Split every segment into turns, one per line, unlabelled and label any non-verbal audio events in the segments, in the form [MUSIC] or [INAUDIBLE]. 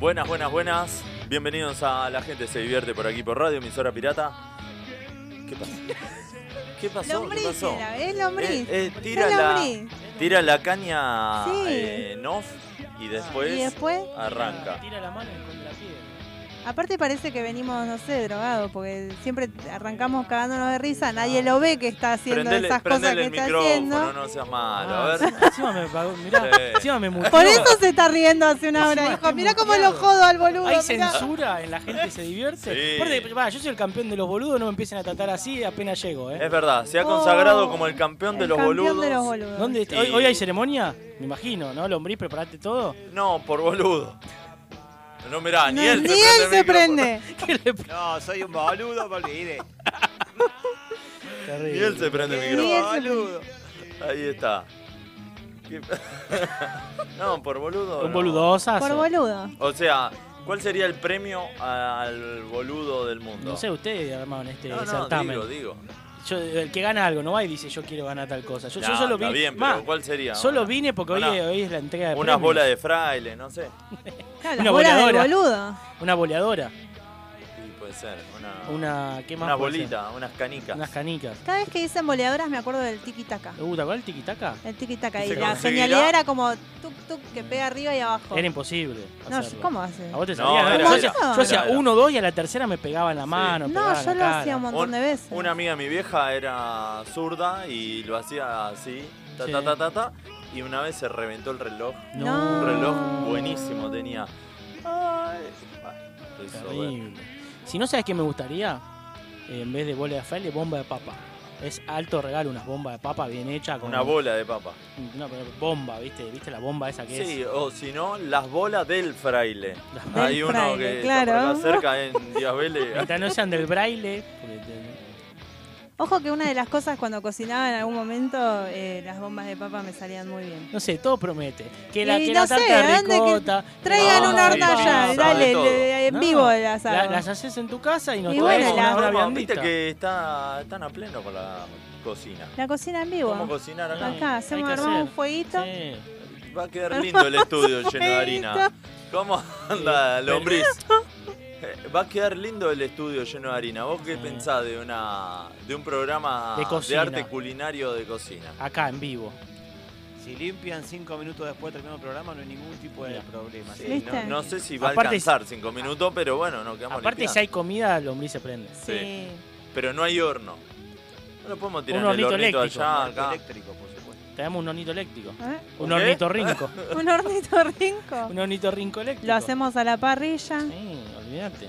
Buenas, buenas, buenas. Bienvenidos a La Gente Se Divierte por aquí por Radio Emisora Pirata.
[LAUGHS]
¿Qué pasó? ¿Qué pasó? ¿Qué
Lombriz
pasó?
era, ¿eh? Lombriz.
Eh, eh, tira,
Es
la,
lombriz.
tira la caña
Sí.
eh, en off y después,
Y después,
arranca.
Tira la mano y con la piedra.
aparte parece que venimos, no sé, drogados, porque siempre arrancamos cagándonos de risa, nadie lo ve que está haciendo
Prendele,
esas cosas
prendele
que
el
está
micrófono,
haciendo. Ah,
no seas malo. A ver.
Ah, Encima me pagó, mirá,
Ah, Sí.
encima
[LAUGHS]
me muteó.
Por eso se está riendo hace una
Encima
hora,
estoy
hijo. Mirá cómo lo
muteado.
jodo al boludo.
Hay
mirá.
censura en la gente se divierte.
Sí.
Aparte, va, yo soy el campeón de los boludos, no me empiecen a tratar así, apenas llego,
Es
¿eh?
verdad, se ha consagrado
Oh,
como el campeón de
El
los
campeón
boludos.
de los boludos.
¿Dónde
Sí.
hoy, hoy hay ceremonia? Me imagino, ¿no? Lombriz,
[LAUGHS]
preparaste todo.
No, por boludo. No, mirá,
No,
ni él,
ni
se prende. el
él se
micrófono.
prende.
¿Qué le
No, soy un boludo, porque
[LAUGHS]
mire,
Ni él se prende el
Ni
micrófono.
él se
boludo.
Ahí está. ¿Qué- [LAUGHS] no, por boludo.
Un
no.
boludosazo.
Por boludo.
O sea, ¿cuál sería el premio al boludo del mundo?
No sé, ustedes armaron este
No, no,
certamen.
digo, digo.
Yo- el que gana algo no va y dice yo quiero ganar tal cosa. Yo, yo
Nah,
solo
está
vine.
bien, pero
más,
¿cuál sería?
solo
Una-
vine porque hoy,
una-
es- hoy es la entrega de
Unas
premios.
bolas de fraile, no sé.
Claro, las
Una
bolas del
voladora.
boludo.
Una boleadora.
Sí, puede ser. Una,
Una. ¿Qué más?
unas
puede ser?
bolitas, unas canicas.
Unas canicas.
Cada vez que dicen boleadoras me acuerdo del tiki-taka.
¿Te gusta cuál? ¿Tiquitaca?
El tiki-taka.
¿Y
Y
se
la
conseguirá?
genialidad era como tuk tuk que pega arriba y abajo.
Era imposible.
Oh. No,
hacerlo.
¿cómo hace?
A vos te
No,
salía.
era-
yo,
era-
hacía, yo hacía
era-
uno, dos y a la tercera me pegaba en la mano. me pegaba
No,
en
yo
la
lo
cara.
hacía un montón
Un-
de veces.
Una amiga de mi vieja era zurda y lo hacía así, ta ta
Sí.
ta ta ta, y una vez se reventó el reloj.
No.
Un reloj
Ah.
buenísimo tenía. Ay, lo hizo ver.
Terrible. Si no sabes qué me gustaría, eh, en vez de bola de fraile, bomba de papa. Es alto regalo, unas bombas de papa bien hechas con
Una bola de papa.
una bomba, ¿viste? ¿Viste la bomba esa que
Sí, o si no, las bolas del fraile.
Las
bolas
Hay
del
uno
fraile,
que
claro.
está por acá cerca en Díaz
es?
Vélez.
Mientras no sean del braille. porque te-
Ojo que una de las cosas cuando cocinaba en algún momento, eh, las bombas de papa me salían muy bien.
No sé, todo promete. Que la,
Y
que
no
la
sé,
tarta de
ande que
ricota.
Traigan
No,
una
sí,
hornalla,
sí, sabe
dale,
todo.
le- en
No,
vivo las
la-
hago.
las haces en tu casa y nos
[LAUGHS]
[LAUGHS]
Y
traes
bueno,
una,
la-
una
Norma,
viandita.
Viste que está, están a pleno con la cocina.
La cocina en
¿Cómo
vivo.
cocinar acá?
Hay que
Acá hacemos
hacer.
armamos un fueguito.
Sí.
Va a quedar lindo
[LAUGHS]
el estudio lleno de harina. ¿Cómo anda, lombriz? Eh, Va a quedar lindo el estudio lleno de harina. ¿Vos qué
Sí.
pensás de una de un programa
De
de,
cocina.
arte culinario de cocina?
Acá en vivo.
Si limpian cinco minutos después de terminar el programa, no hay ningún tipo de
Mira.
problema.
Sí,
¿sí?
¿Viste?
no, no sé si va a
Aparte-
alcanzar cinco minutos, pero bueno, no quedamos
Aparte, si
limpiando.
hay comida, el lombriz se prende.
Sí.
Pero no hay horno. No lo podemos
Un
tirar en el
hornito
hornito
eléctrico,
allá,
Marco
Ah, acá.
eléctrico, por supuesto.
Tenemos un hornito eléctrico.
A ver,
Un
¿Qué? [LAUGHS]
ornitorrinco.
¿Eh? Un hornito [LAUGHS] rinco.
un ornitorrinco eléctrico.
Lo hacemos a la parrilla.
Sí, olvídate.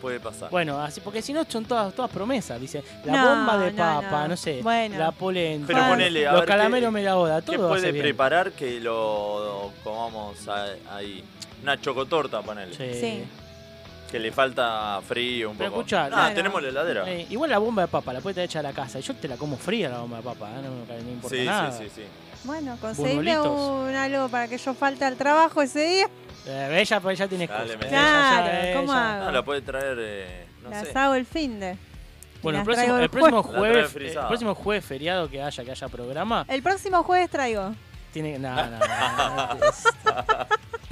Puede pasar.
Bueno, así porque si no son todas todas promesas, dice la
No,
bomba de
no,
papa,
no.
no, sé,
Bueno.
la polenta,
Pero ponele, a
los
ver,
calameros
¿qué-
me la boda, todo
¿Qué
hace
puede
bien.
preparar que lo comamos a- ahí? Una chocotorta, ponele.
Sí.
Sí.
Que le falta frío un
Pero
poco.
escuchá,
no,
claro.
Ah, tenemos la heladera.
Eh, igual la bomba de papa la puedes traer hecha a la casa. Yo te la como fría la bomba de papa, ¿eh? no, me- no me importa
Sí,
nada.
sí, sí, sí.
Bueno, conseguirle
Bunulitos.
un algo para que yo falte al trabajo ese día.
Eh, ella, pues ya tienes
Dale,
cosas.
me-
Ella, ya,
Claro, ¿cómo
ella.
hago?
No, Ah, la puede traer, eh, no
las
sé.
hago el fin de.
Bueno, el
las
próximo,
traigo el
el próximo
jueves. La trae
jueves,
frisada.
el próximo jueves feriado que haya, que haya programa,
El próximo jueves traigo.
tiene nada, nada.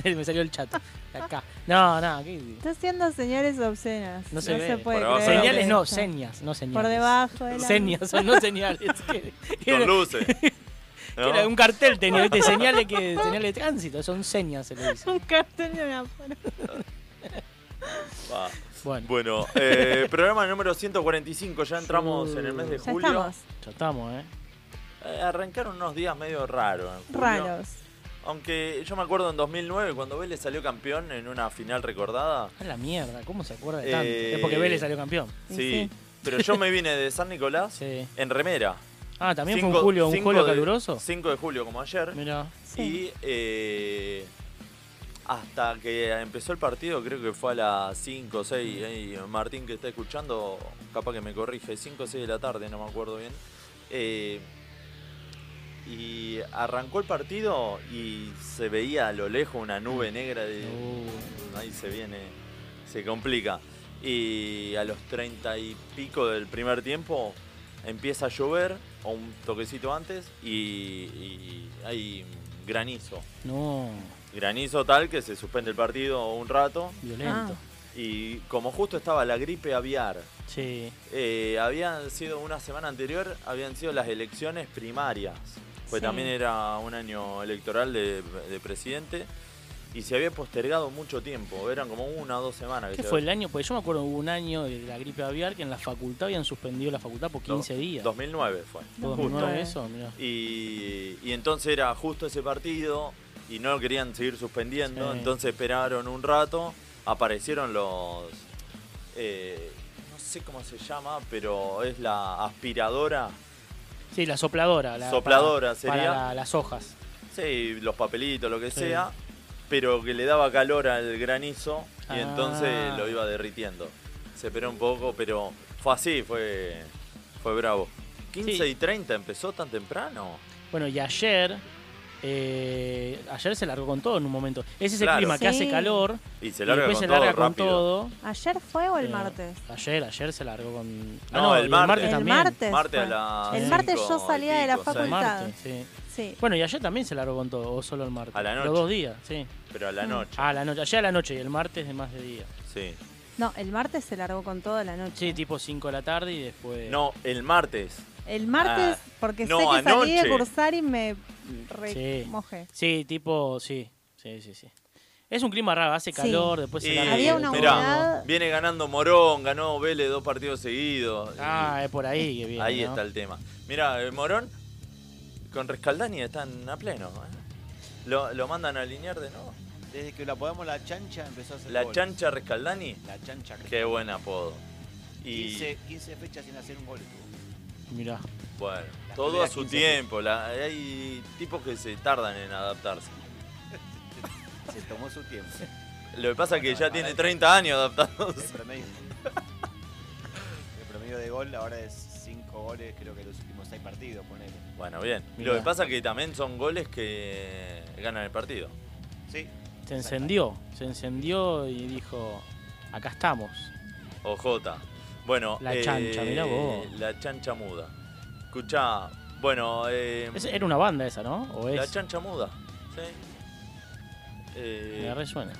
Me salió el chato. Acá. No, no, ¿qué?
Está haciendo señales obscenas.
No se ve.
puede
Por abajo.
creer.
Señales no, señas, no señales.
Por debajo de la... [LAUGHS]
Señas, son no señales. Que- que
[LAUGHS] Con
era-
luces.
que era un cartel tenía, ¿viste? Señales, que, señales de tránsito, son señas, se le dice.
Un cartel de una foto.
Va.
Bueno,
Ah, Bueno, eh, programa número 145. Ya entramos en el mes de
Ya
julio.
estamos.
ya estamos, ¿eh?
Eh, arrancaron unos días medio raros. en julio.
Raros.
Aunque yo me acuerdo en 2009 cuando Vélez salió campeón en una final recordada.
A la mierda, ¿cómo se acuerda de tanto?
Eh.
Es porque Vélez salió campeón.
Y
Sí.
sí.
Pero yo me vine de San Nicolás
[LAUGHS] Sí.
en remera.
Ah, también fue
Cinco-
un julio, un
cinco
julio
de-
caluroso.
5 de julio, como ayer.
Mira,
Sí.
Y eh, hasta que empezó el partido, creo que fue a las 5 o 6. eh, Martín, que está escuchando, capaz que me corrige, 5 o 6 de la tarde, no me acuerdo bien. Eh, y arrancó el partido y se veía a lo lejos una nube negra de.
Uh,
Ahí se viene, se complica. Y a los 30 y pico del primer tiempo empieza a llover, o un toquecito antes, y, y hay granizo.
no.
Granizo tal que se suspende el partido un rato.
Violento.
Y como justo estaba la gripe aviar,
Sí.
eh, habían sido una semana anterior, habían sido las elecciones primarias. Pues
Sí.
también era un año electoral de, de presidente. Y se había postergado mucho tiempo. Eran como una o dos semanas. que
¿Qué
se
fue
había-
el año? Porque yo me acuerdo hubo un año de la gripe aviar que en la facultad habían suspendido la facultad por 15 días.
2009 fue.
¿Todo
justo.
2009 eso? Mirá.
Y, y entonces era justo ese partido y no lo querían seguir suspendiendo,
Sí.
entonces esperaron un rato, aparecieron los... eh, no sé cómo se llama, pero es la aspiradora.
Sí, la sopladora. La,
Sopladora
para-
sería.
Para la- las hojas.
Sí, los papelitos, lo que
Sí.
sea, pero que le daba calor al granizo y
Ah.
entonces lo iba derritiendo. Se esperó un poco, pero fue así, fue, fue bravo. 15
Sí.
y 30 empezó tan temprano.
Bueno, y ayer. eh, ayer se largó con todo en un momento. Es ese
Claro.
clima que hace
Sí.
calor.
Y se
y
larga
después
con
se
todo
larga con
rápido.
todo.
¿Ayer fue o el
Eh,
martes?
Ayer, ayer se largó con. ah,
No, el
y
martes.
El
también.
martes.
Martes a
fue.
las
El martes
cinco
yo salía de la
y pico,
El
seis.
facultad.
martes, sí.
Sí.
Bueno, y ayer también se largó con todo, o solo el martes.
A la
Los
noche.
dos días, sí.
Pero a la noche,
Ah, la noche, ayer a la noche y el martes de más de día.
sí.
No, el martes se largó con toda la noche.
Sí, tipo 5 de la tarde y después.
No, el martes.
El martes,
Ah,
porque
no,
sé que salí de
anoche.
cursar y me re-
Sí.
mojé.
Sí, tipo, sí. Sí, sí, sí. Es un clima raro, hace
Sí.
calor, después se
Y,
larga.
Había una
mirá,
humedad.
Viene ganando Morón, ganó Vélez dos partidos seguidos.
Ah, es por ahí que viene.
Ahí
¿no?
está el tema. Mira, Morón con Rescaldani están a pleno. ¿eh? Lo, lo mandan a alinear de nuevo.
Desde que la podamos la chancha empezó a hacer
La
goles.
chancha Rescaldani,
La chancha.
qué buen apodo. Y
15, 15 fechas sin hacer un gol. tuvo.
Mirá.
bueno,
Las
todo a
primeras
su
15
tiempo. La- hay tipos que se tardan en adaptarse.
Se tomó su
[LAUGHS]
tiempo.
Lo que pasa es que
Bueno,
ya
para
tiene
eso.
30 años adaptándose.
El
[LAUGHS]
promedio. El promedio de gol ahora es 5 goles, creo que en los últimos 6 partidos, ponele.
Bueno, bien.
Mirá.
Lo que pasa es que también son goles que ganan el partido.
Sí.
Se encendió, se encendió y dijo, acá estamos.
OJ. Bueno, eh,
La chancha, mirá vos.
La chancha muda. Escuchá, bueno, eh,
Es- era una banda esa, ¿no? O
la
es...
chancha muda. Sí. Eh,
Me resuena.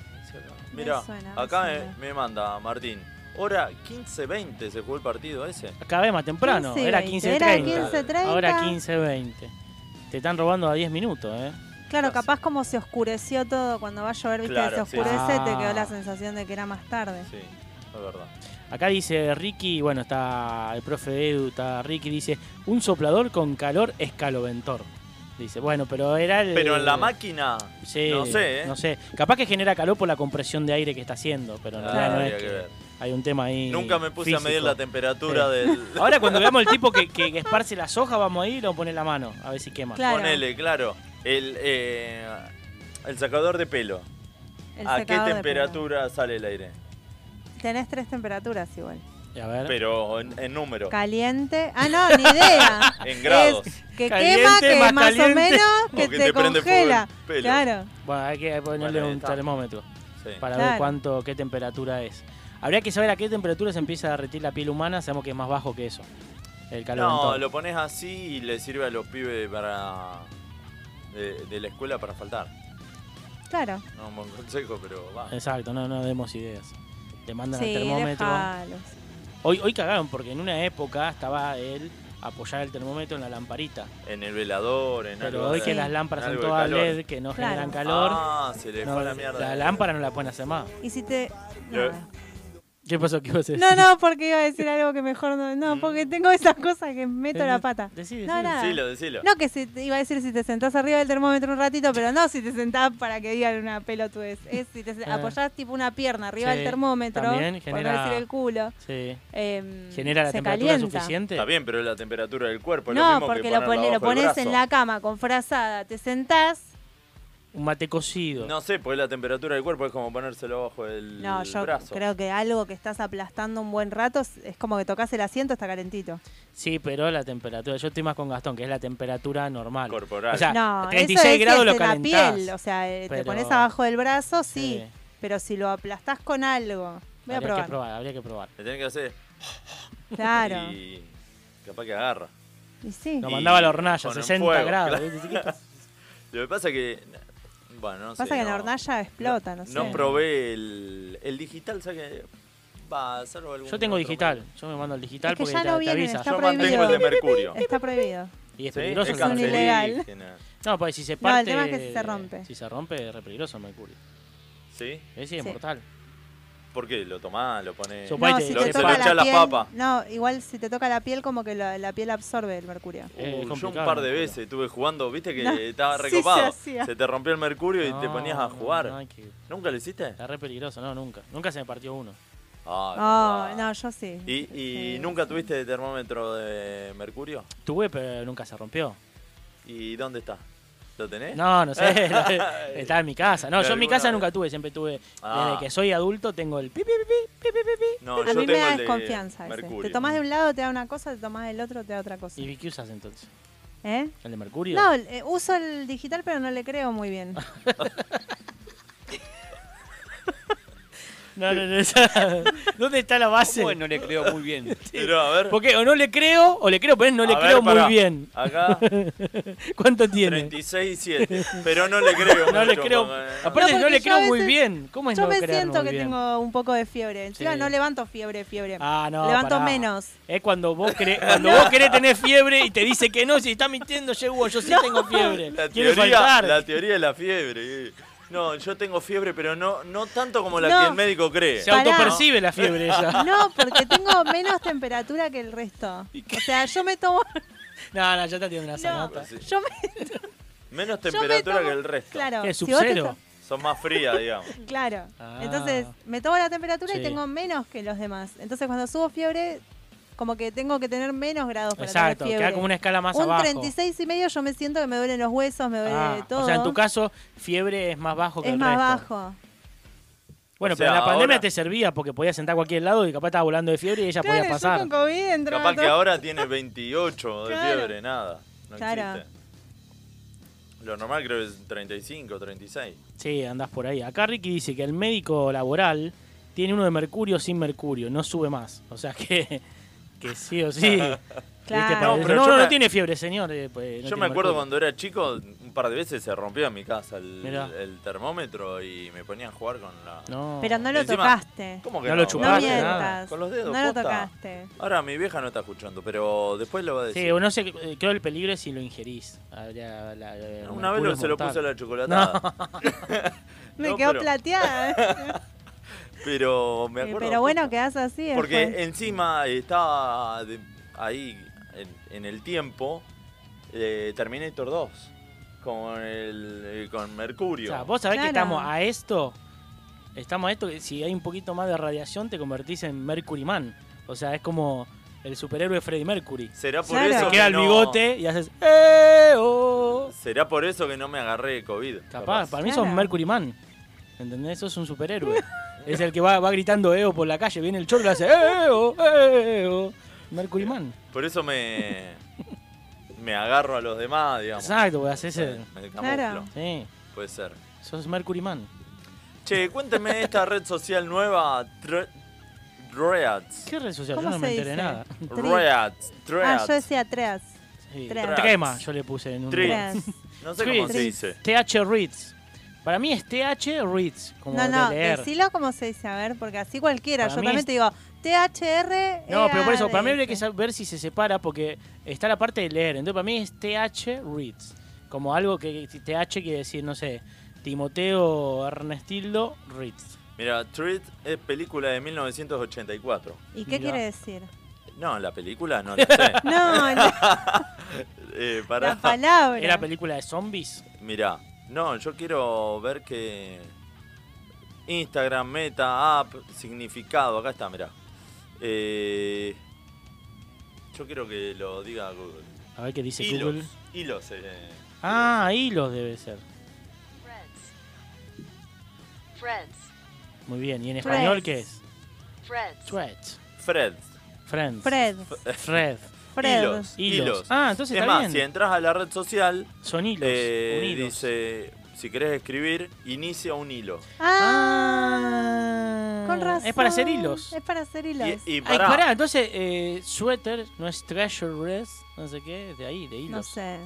mirá,
Me suena, me
acá eh,
suena.
me, manda Martín. Hora 15-20 se jugó el partido ese.
Cada vez más temprano, era
15:20.
15.30.
Era 15:30.
Ahora 15.20. Te están robando a 10 minutos, ¿eh?
Claro, capaz como se oscureció todo cuando va a llover, viste,
Claro,
se
sí.
oscurece, te
Ah.
quedó la sensación de que era más tarde.
Sí, es verdad.
Acá dice Ricky, bueno, está el profe Edu, está Ricky, dice, un soplador con calor es caloventor. Dice, bueno, pero era el...
Pero en la máquina.
Sí,
no sé, ¿eh?
No sé. Capaz que genera calor por la compresión de aire que está haciendo, pero en realidad
Ah,
no
habría
es
que
que-
ver.
hay un tema ahí.
Nunca me puse a medir
físico.
la temperatura
Sí.
del.
[LAUGHS] Ahora cuando veamos el tipo que,
[LAUGHS]
que- que esparce las hojas, vamos ahí y lo pone la mano, a ver si quema.
Claro,
Ponele, claro. El, eh, el sacador de pelo.
el
¿A Ah, qué
secador de
temperatura sale el aire?
pelo. Tenés tres temperaturas igual.
Y A ver.
Pero en, en número,
Caliente. Ah, no, ni
[LAUGHS]
idea.
en grados.
Es que
Caliente,
quema, que
más
más,
caliente.
o menos, que
Porque
te,
prende fuego el
congela.
pelo.
Claro.
Bueno, hay que ponerle
Bueno, ahí
un
está.
termómetro
Sí.
para ver
Claro.
cuánto, qué temperatura es. Habría que saber a qué temperatura se empieza a derretir la piel humana, sabemos que es más bajo que eso. El calor.
No, lo pones así y le sirve a los pibes para de, de la escuela para faltar.
Claro.
No un buen consejo, pero va.
Exacto, no, no demos ideas. Te mandan
Sí,
el termómetro.
déjalos.
Hoy, hoy cagaron porque en una época estaba él apoyar el termómetro en la lamparita.
En el velador, en
Pero
algo
hoy
de-
que las lámparas son
algo de
todas
calor.
LED, que no
Claro.
generan calor,
Ah, se le
no,
fue la mierda.
lámpara no la pueden hacer más.
Y si te.
Yo-
nada.
¿Qué pasó? ¿Qué vas a decir?
No, no, porque iba a decir algo que mejor no. No,
Mm.
porque tengo esas cosas que meto
Eh,
la pata.
Decí, decí.
No, nada.
Decilo, decilo.
No, que si te- iba a decir si te sentás arriba del termómetro un ratito, pero no si te sentás para que digan una pelotudez. Es si te sen-
Ah.
apoyás tipo una pierna arriba
Sí,
del termómetro,
también
por
genera-
no decir el culo,
Sí.
em,
¿Genera la
se
temperatura
calienta.
suficiente?
Está bien, pero es la temperatura del cuerpo. es lo
No,
mismo
porque
que
lo,
ponerla
pone- lo
abajo del
pones
brazo.
en la cama con frazada, te sentás.
Un mate cocido.
No sé, porque la temperatura del cuerpo es como ponérselo abajo del
No, yo
brazo.
creo que algo que estás aplastando un buen rato es- es como que tocas el asiento, está calentito.
Sí, pero la temperatura. Yo estoy más con Gastón, que es la temperatura normal.
Corporal.
O sea,
no,
36
eso
Ah, grados
es
lo
en la
calentás.
piel, o sea, eh,
Pero-
te pones abajo del brazo, sí,
Sí.
pero si lo aplastás con algo, voy a
habría
probar.
que probar, habría que probar.
Le tenés que hacer
Claro. Y,
y capaz que agarra.
sí.
Lo
Y
mandaba a la hornalla,
con un
60
fuego, [LAUGHS]
grados.
claro. Lo que pasa es que Bueno, no sé.
Pasa que la
no-
hornalla explota, no, sé.
No probé el, el digital, ¿sabes qué? Va, salvo algún
Yo tengo
otro
digital, yo me mando el digital
Es que
porque
ya
te,
no
te
vienen,
avisa.
medio.
Está
Yo mantengo el de
prohibido.
Mercurio.
Está prohibido.
Y es
¿Sí?
peligroso.
Es
el mercurio.
cancerígeno. ilegal.
cancerígena.
No, porque si se
No, el
parte.
tema es que si se rompe.
Si se rompe, es re peligroso el mercurio.
¿Sí?
Ese es
Sí.
mortal.
¿Por qué? ¿Lo tomás? ¿Lo ponés?
Yo-
No,
Suponete,
si
lo-
te
se lo
toca
echa
la
la
piel,
papa.
no, igual si te toca la piel como que la, la piel absorbe el mercurio.
Uh,
Es
yo un
complicado,
par de
Mercurio.
veces estuve jugando, viste que
No,
estaba
sí se
recopado.
hacía.
te rompió el mercurio y te
No,
ponías a
no,
jugar.
no, hay que-
¿Nunca lo hiciste?
Está re peligroso, no, nunca. Nunca se me partió uno.
Ah,
Oh,
verdad.
no, yo sí.
¿Y, y
Sí,
nunca
sí.
tuviste termómetro de mercurio?
Tuve, pero nunca se rompió.
¿Y dónde está? ¿Lo tenés?
No, no sé. Estaba en mi casa. No,
Pero
yo en mi
¿Eh? alguna
casa
vez.
nunca tuve, siempre tuve.
Ah.
Desde que soy adulto tengo el pi, pi, pi, pi, pi, pi, pi.
No,
A
yo
mí me
tengo
da
el de
desconfianza ese.
mercurio.
Te tomás de un lado, te da una cosa, te tomás del otro, te da otra cosa.
¿Y qué usas entonces?
¿Eh?
¿El de mercurio?
No, el- eh, uso el digital, pero no le creo
[LAUGHS]
muy bien.
No, no, no. [LAUGHS] ¿Dónde está la base?
Bueno, le creo muy bien.
[LAUGHS] Pero, a ver.
Porque o no le creo, o le creo, pero no le
a ver,
creo
pará.
muy bien.
Acá, [LAUGHS]
¿Cuánto [LAUGHS] tiene?
36 7. Pero no le
[LAUGHS]
creo.
No le
mucho,
creo.
porque-
Aparte,
No,
no,
porque
le
yo
creo
a
muy
veces-
bien. ¿Cómo es
Yo
no
me
creer
siento
muy
que
bien?
tengo un poco de fiebre. Encima
Sí.
no levanto fiebre, fiebre.
Ah, no.
levanto
pará. [LAUGHS]
menos.
Es cuando vos
[LAUGHS]
querés, cuando vos querés tener fiebre y te dice que no, si está mintiendo, yo, Hugo, yo sí tengo fiebre.
La
Quiere
teoría,
faltar.
la teoría de la fiebre. No, yo tengo fiebre, pero no, no tanto como la
No.
que el médico cree.
Se
Pará.
autopercibe la fiebre ella.
No, porque tengo menos temperatura que el resto. O sea, yo me tomo. [LAUGHS]
No, no, ya está teniendo una sanata.
Pues Sí.
Yo me.
Menos
yo me
temperatura
tomo-
que el resto.
Claro.
¿Qué,
si vos te
sub-cero?
to-
Son más frías, digamos.
Claro.
Ah.
Entonces, me tomo la temperatura
Sí.
y tengo menos que los demás. Entonces, cuando subo fiebre, como que tengo que tener menos grados para
Exacto,
tener fiebre.
queda como una escala más
Un
abajo.
36 y medio yo me siento que me duelen los huesos, me duele
Ah,
eh, todo.
O sea, en tu caso, fiebre es más bajo que
es
el
más
resto.
bajo.
Bueno,
O sea,
pero en la pandemia
ahora-
te servía porque podías sentar a cualquier lado y capaz estaba volando de fiebre y ella podía pasar.
yo con COVID entraba
Capaz que
todo.
ahora tiene 28 de
Claro.
fiebre, nada. No
Claro.
existe. Lo normal creo que es 35, 36.
Sí, andás por ahí. Acá Ricky dice que el médico laboral tiene uno de mercurio sin mercurio, no sube más. O sea que, [LAUGHS] que sí o
[LAUGHS]
sí. ¿Viste? Para
Claro.
No,
eso.
pero
no,
yo
no,
me-
no tiene fiebre, señor. eh, pues, no
Yo
tiene
me acuerdo
mercurio.
cuando era chico, un par de veces se rompió en mi casa el,
Mirá.
el termómetro y me ponía a jugar con la...
No.
Pero no lo
Encima-
tocaste.
¿Cómo que
No
no?
lo
No
tocaste,
mientas.
nada.
Con los dedos,
No lo
posta.
tocaste.
Ahora mi vieja no está escuchando, pero después lo va a decir.
Sí, o no sé, eh, creo el peligro es si lo ingerís. Habría- la- la- el
Una
mercurio
vez lo-
es
se lo
mortal.
puse a la chocolatada. [LAUGHS]
[LAUGHS] Me
No,
quedó
pero-
plateada.
Pero [LAUGHS] me
Eh,
acuerdo.
pero bueno,
justo.
quedás así.
Porque
después.
encima estaba de- ahí en, en el tiempo eh, Terminator 2 con el eh, con
O
Mercurio.
sea, vos sabés que
Claro.
estamos a esto. Estamos a esto que si hay un poquito más de radiación te convertís en Mercury Man. O sea, es como el superhéroe Freddy Mercury.
Será por
Claro.
eso
Te
que
queda el
no-
bigote y haces. "Eh, oh".
Será por eso que no me agarré de COVID.
Capaz, para mí sos
Claro.
Mercury Man. ¿Entendés? Sos un superhéroe. es el que va, va gritando EO por la calle, viene el chorro y le hace EO, EO. Mercury Man.
Por eso me me agarro a los demás, digamos.
Exacto, porque haces ese.
Me camuflo.
Claro.
Sí,
Puede ser.
sos Mercury Man.
Che, cuénteme esta red social nueva, Thre- Threads.
¿Qué red social? Yo
¿Cómo
no me
se
enteré
dice?
nada.
Tri-
Threads,
Ah,
Threads.
yo decía tres.
Sí,
Threads.
Trema, yo le puse en un.
Threads.
Tres.
No sé cómo se
Threads.
dice.
TH Reads. Para mí es TH Reads, como
No, no,
de leer.
decilo como se dice, a ver, porque así cualquiera.
Para
Yo
mí
también
es-
te digo, THR.
No, pero por eso, para mí
habría
habría que saber si se separa porque está la parte de leer. Entonces, para mí es TH Reads. Como algo que que TH quiere decir, no sé, Timoteo Ernestildo Reads.
Mira, Treat es película de 1984.
¿Y qué
Mirá.
quiere decir?
No, la
[LAUGHS]
película no la sé.
[LAUGHS]
No, la,
[LAUGHS] Eh,
la
pará.
palabra.
¿Era película de zombies?
Mirá, no, yo quiero ver que Instagram, meta, app, significado. Acá está, mirá. Eh, yo quiero que lo diga Google.
A ver qué dice
hilos.
Google.
Hilos. eh.
Ah, hilos debe ser.
Friends. Friends.
Muy bien. ¿Y en español
Threads.
qué es?
Friends.
Threads.
Fred.
Ah, Friends. [LAUGHS]
Fred.
Fred.
Fred.
Hilos.
Hilos.
Hilos.
Ah, entonces
es
está
más,
bien.
si entras a la red social,
Son hilos.
eh,
unidos.
dice, si querés escribir, inicia un hilo.
Ah,
Ah,
con razón.
Es para hacer hilos.
Es para hacer hilos.
Y, y
Ay,
pará,
pará, entonces, eh, sweater no es treasure res, no sé qué, de ahí, de hilos.
No sé.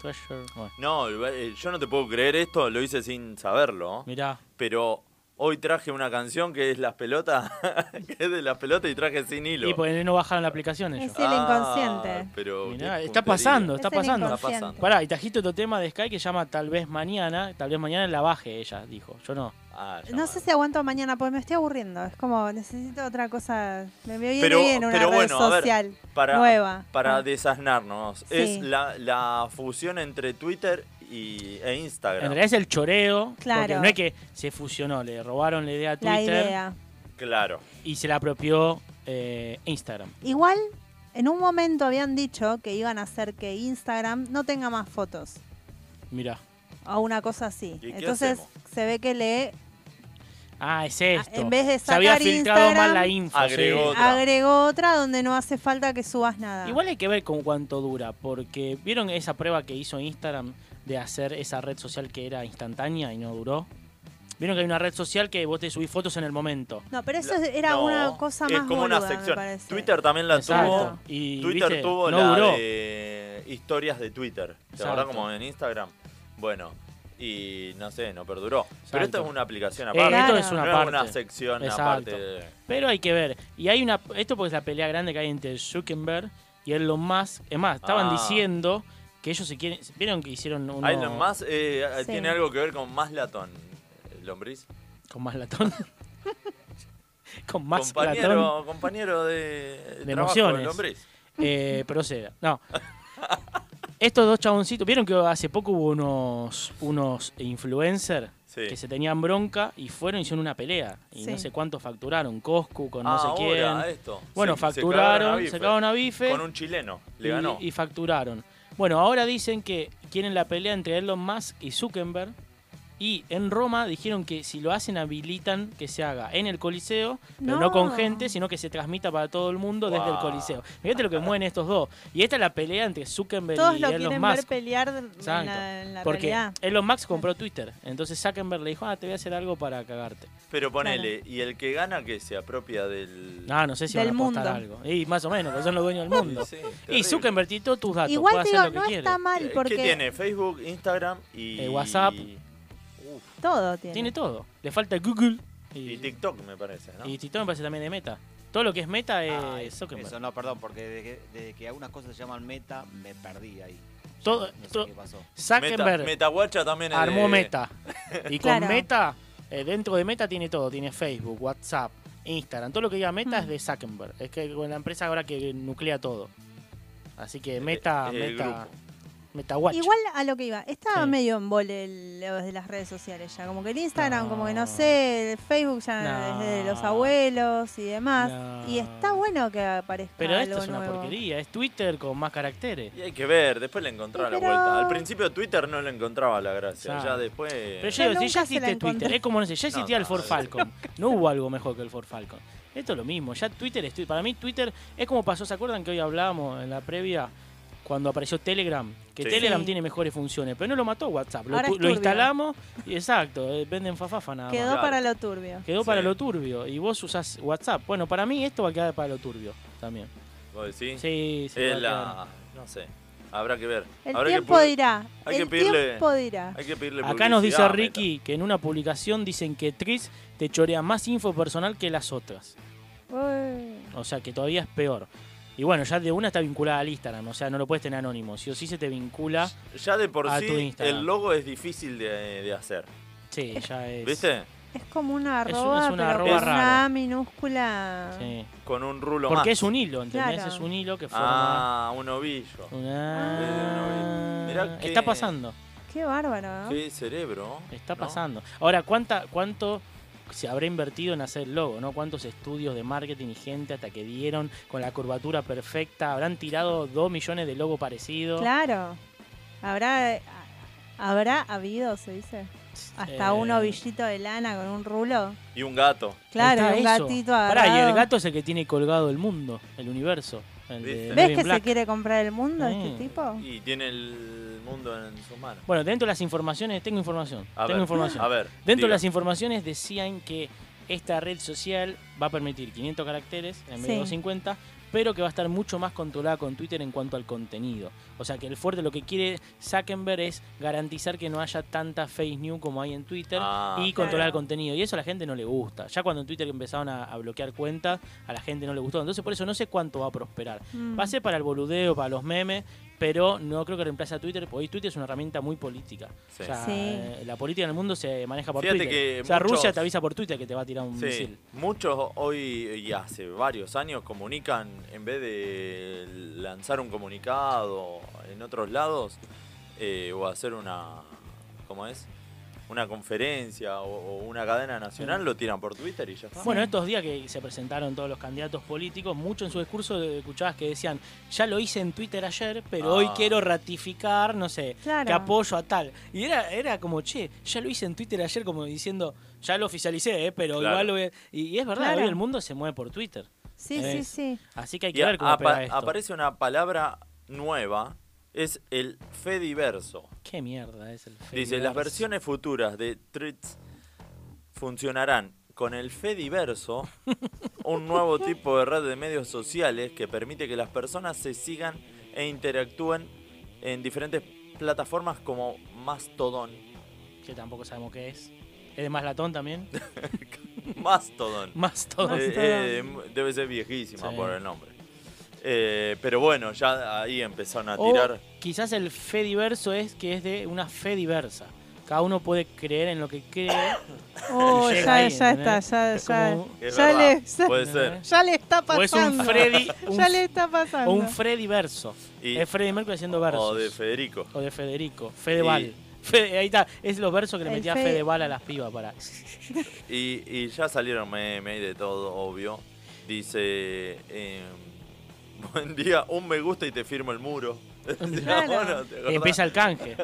Treasure. Bueno,
No, eh, yo no te puedo creer esto, lo hice sin saberlo.
mirá.
Pero hoy traje una canción que es Las Pelotas, [LAUGHS] que es de Las Pelotas y traje sin hilo. Ah,
Y pues, porque no bajaron la aplicación ellos.
Es el inconsciente.
Pero qué
Mirá, está
puntería.
pasando,
Es
está
el
pasando.
Está pasando.
inconsciente.
Pará, y trajiste otro tema de Sky que llama Tal vez mañana. Tal vez mañana la baje ella, dijo. Yo no.
Ah, ya
No
va.
sé si aguanto mañana, porque me estoy aburriendo. Es como, necesito otra cosa. Me viene
Pero-
bien una
pero
red
bueno, a ver,
social
para,
nueva.
Para
Ah.
desasnarnos.
Sí.
Es la, la fusión entre Twitter y, e
En
Instagram.
realidad es el choreo. Porque
Claro.
no es que se fusionó, le robaron la idea a
la
Twitter
idea.
Claro.
y se la apropió eh, Instagram.
Igual, en un momento habían dicho que iban a hacer que Instagram no tenga más fotos
Mirá.
o una cosa así.
¿Y qué
Entonces
hacemos?
se ve que le
Ah, es esto.
en vez de
se había
sacar
filtrado mal
Instagram,
la info.
agregó
sí.
Otra.
agregó otra donde no hace falta que subas nada.
Igual hay que ver con cuánto dura, porque ¿vieron esa prueba que hizo Instagram de hacer esa red social que era instantánea y no duró? ¿Vieron que hay una red social que vos te subís fotos en el momento?
no, pero eso
La-
era
no,
una cosa más
Es como una
boluda, me
sección.
parece.
Twitter también la
Exacto.
tuvo.
Y,
Twitter
¿viste?
tuvo
no
la
duró. Eh,
de historias de Twitter. ¿Te
Exacto.
acordás como en Instagram? Bueno, y no sé, no perduró. Pero
Exacto.
esta es una aplicación
Eh,
aparte.
Esto
Claro.
es una
no
parte.
es una sección
Exacto.
aparte. de-
Pero hay que ver. Y hay una. Esto porque es la pelea grande que hay entre Zuckerberg y Elon Musk. Es más, estaban
Ah.
diciendo que ellos se quieren. ¿Vieron que hicieron uno
Elon Musk eh,
Sí.
tiene algo que ver con más latón. eh, Lombriz.
con más latón? [LAUGHS] con más
compañero,
latón.
compañero de,
De
trabajo,
emociones.
Lombriz.
Eh, [LAUGHS] proceda. No. Estos dos chaboncitos, vieron que hace poco hubo unos, unos influencers
Sí.
que se tenían bronca y fueron y hicieron una pelea. Y no
Sí.
sé cuánto facturaron, Coscu con no sé
Ahora,
quién.
esto.
Bueno,
Sí, se cagaron a
facturaron,
bife.
se cagaron a bife
Con un chileno. Le
y,
ganó.
y facturaron. Bueno, ahora dicen que quieren la pelea entre Elon Musk y Zuckerberg. Y en Roma dijeron que si lo hacen habilitan que se haga en el Coliseo, pero no,
No.
con gente, sino que se transmita para todo el mundo desde el
Guau.
Coliseo. Fíjate lo que mueven estos dos. Y esta es la pelea entre Zuckerberg
Todos
y
lo
Elon
quieren ver
Musk.
pelear en
Exacto.
la, en la
porque
realidad.
Elon Musk compró Twitter. Entonces Zuckerberg le dijo, ah, te voy a hacer algo para cagarte.
Pero ponele, y el que gana que se apropia del.
No, no sé si
Del
van a apostar
mundo.
algo. Y más o menos, porque son los dueños del Ah, mundo.
[LAUGHS] Sí,
y
terrible.
Zuckerberg tiene todos tus datos.
Igual
puede
te
hacer
digo,
lo que
no
quiere.
está mal
Eh,
porque
¿Qué tiene? Facebook, Instagram y.
Eh, WhatsApp.
Uf,
todo tiene.
Tiene todo. Le falta Google.
y TikTok, me parece, ¿no?
Y Tito me parece también de meta. Todo lo que es meta es
Ah,
Zuckerberg.
Eso no, perdón, porque desde que, desde que algunas cosas se llaman meta, me perdí ahí. Ya
Todo-
no sé
todo-
qué pasó.
Meta,
Zuckerberg
Metaguacha también es
armó
de- eh,
meta. Y con
Claro.
meta, eh, dentro de meta tiene todo. Tiene Facebook, WhatsApp, Instagram. Todo lo que diga meta
Mm.
es de Zuckerberg. Es que con la empresa ahora que nuclea todo. Así que meta,
eh, el
meta,
grupo.
meta watch.
Igual a lo que iba, estaba
Sí.
medio en vole el- lo de las redes sociales ya, como que el Instagram, como que
No.
no sé, el Facebook ya
No.
desde los abuelos y demás.
No.
Y está bueno que aparezca
Pero esto
algo
es una
nuevo.
porquería. Es Twitter con más caracteres.
Y hay que ver, después le encontraba la
Pero-
vuelta. Al principio Twitter no le encontraba la gracia,
Exacto.
ya después.
Pero yo
Yo
digo, si
nunca
ya
se la
existe Twitter,
encontré.
es como, no sé, ya
No,
existía el
no,
Ford
no.
Falcon. No hubo algo mejor que el Ford Falcon. Esto es lo mismo, ya Twitter es Twitter. Para mí Twitter es como pasó, ¿se acuerdan que hoy hablábamos en la previa cuando apareció Telegram? Que
Sí.
Telegram
Sí.
tiene mejores funciones, pero no lo mató WhatsApp. Lo,
Ahora
tu-
es
lo
turbio.
instalamos y exacto, eh, venden fafafa nada más.
Quedó
Claro.
para lo turbio.
Quedó para
Sí.
lo turbio y vos usás WhatsApp. Bueno, para mí esto va a quedar para lo turbio también.
¿Vos decís?
Sí, sí. va
Es
a
la. No sé. Habrá que ver.
El
Habrá
tiempo
que pu-
dirá.
hay que
el
pedirle-
tiempo dirá.
Hay que pedirle
Acá nos dice
publicidad a
Ricky que en una publicación dicen que Tris te chorea más info personal que las otras.
Uy.
O sea, que todavía es peor. Y bueno, ya de una está vinculada al Instagram, o sea, no lo puedes tener anónimo. Si o sí se te vincula,
Meta. Ya de por
a tu
sí
Instagram.
el logo es difícil de, de hacer.
sí, ya es.
¿Viste?
Es como una
Es un- es
arroba,
una
pero
arroba
con
rara.
una minúscula.
Sí.
Con un rulo más.
Porque es un hilo, ¿entendés?
Claro.
Es un hilo que forma.
Ah, un ovillo.
una-
Ah. Mirá que-
Está pasando,
Qué bárbaro. ¿no?
Qué cerebro.
Ah. está
¿no?
pasando. Ahora, ¿cuánta, ¿cuánto se habrá invertido en hacer el logo? ¿no? ¿Cuántos estudios de marketing y gente hasta que dieron con la curvatura perfecta? ¿Habrán tirado dos millones de logo parecidos?
Claro. Habrá, habrá habido, se dice. Hasta
Eh,
un ovillito de lana con un rulo.
Y un gato.
Claro,
Ahí
un
está eso.
gatito
Pará, y el
agarrado.
gato es el que tiene colgado el mundo, el universo. el de
¿Viste?
Men
¿Ves
in
que
Black.
se quiere comprar el mundo
Mm.
este tipo?
Y tiene el mundo en sus manos.
Bueno, dentro de las informaciones, tengo información.
A
tengo
ver,
información.
A ver.
dentro de
diga.
las informaciones decían que esta red social va a permitir 500 caracteres en vez de
Sí.
250 pero que va a estar mucho más controlada con Twitter en cuanto al contenido. O sea que el fuerte lo que quiere Zuckerberg es garantizar que no haya tanta face news como hay en Twitter
Ah,
y controlar el
claro.
contenido. Y eso a la gente no le gusta. Ya cuando en Twitter empezaron a, a bloquear cuentas, a la gente no le gustó. Entonces por eso no sé cuánto va a prosperar.
Mm.
Va a ser para el boludeo, para los memes, pero no creo que reemplace a Twitter, porque hoy Twitter es una herramienta muy política.
Sí.
O sea,
Sí.
eh, la política en el mundo se maneja por
Fíjate
Twitter.
que
o sea,
muchos-
Rusia te avisa por Twitter que te va a tirar un
Sí,
misil.
muchos hoy y hace varios años comunican, en vez de lanzar un comunicado en otros lados, eh, o hacer una, ¿cómo es? Una conferencia o, o una cadena nacional, lo tiran por Twitter y ya está.
Bueno, estos días que se presentaron todos los candidatos políticos, mucho en su discurso eh, escuchabas que decían, ya lo hice en Twitter ayer, pero
Ah.
hoy quiero ratificar, no sé,
Claro.
que apoyo a tal. Y era, era como, che, ya lo hice en Twitter ayer, como diciendo, ya lo oficialicé, eh, pero
Claro.
igual lo voy a-". Y, y es verdad,
Claro.
hoy el mundo se mueve por Twitter.
Sí, sí,
Es- [LAUGHS]
sí.
Así que hay
Y
que ver cómo
apa-
pega esto.
aparece una palabra nueva, es el fediverso.
Qué mierda es el
Dice,
Fediverse.
las versiones futuras de Treats funcionarán con
[LAUGHS]
el Fediverso, un nuevo tipo de red de medios sociales que permite que las personas se sigan e interactúen en diferentes plataformas como
[LAUGHS]
Mastodon.
Que tampoco sabemos qué es. Es de Maslatón también.
Mastodon.
Mastodon.
Eh, eh, debe ser viejísima
Sí.
por el nombre. Eh, pero bueno, ya ahí empezaron a
Oh.
O
tirar.
quizás el fe diverso es que es de una fe diversa. Cada uno puede creer en lo que cree.
Oh,
llega
ya,
ahí,
ya está,
¿entendés?
ya,
Es
ya.
como-
Es
Ya
verdad,
le- ya-
Puede
¿no?
ser.
Ya le está
O es un
pasando.
Freddy. Un,
[LAUGHS] ya le está
o
pasando.
un Freddy verso.
Y-
es Freddy Mercury haciendo versos.
o de Federico.
O de Federico. Fedeval. Fede- ahí está. Es los versos que le
El
metía
Fe-
Fedeval a las pibas para.
Y, y ya salieron memes y de todo, obvio. Dice, eh, [LAUGHS] buen día, un me gusta y te firmo el muro. [LAUGHS]
Claro.
Bueno, ¿te acordás?
Empieza el canje.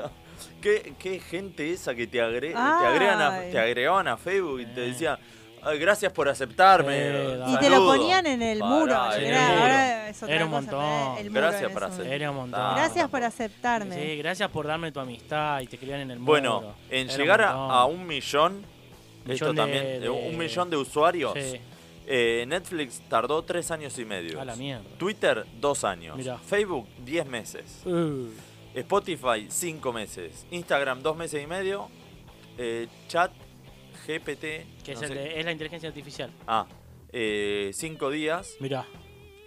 ¿Qué, qué gente esa que te, agre-
Ay.
te, agregan a- te agregaban a Facebook y te
Eh.
decían, "Ay, gracias por aceptarme.
Eh,
Y te lo
saludo".
ponían en el
Pará,
muro.
en
Mirá,
el muro.
ahora es otra
Era un
cosa, pero
montón.
el muro
Gracias
en
por
ese momento.
hacer.
Era un montón.
Ah.
Gracias por aceptarme.
Sí, gracias por darme tu amistad y te crean en el mundo.
Bueno, en llegar a, a un millón, esto
Millón de-
también, eh,
de-
un millón de usuarios,
Sí,
eh, Netflix tardó tres años y medio.
a la mierda.
Twitter, dos años.
Mirá.
Facebook, diez meses.
Uh,
Spotify, 5 meses. Instagram, 2 meses y medio. Eh, chat, GPT,
que es,
no
el
sé-
de- es la inteligencia artificial.
Ah, 5 días.
Mirá.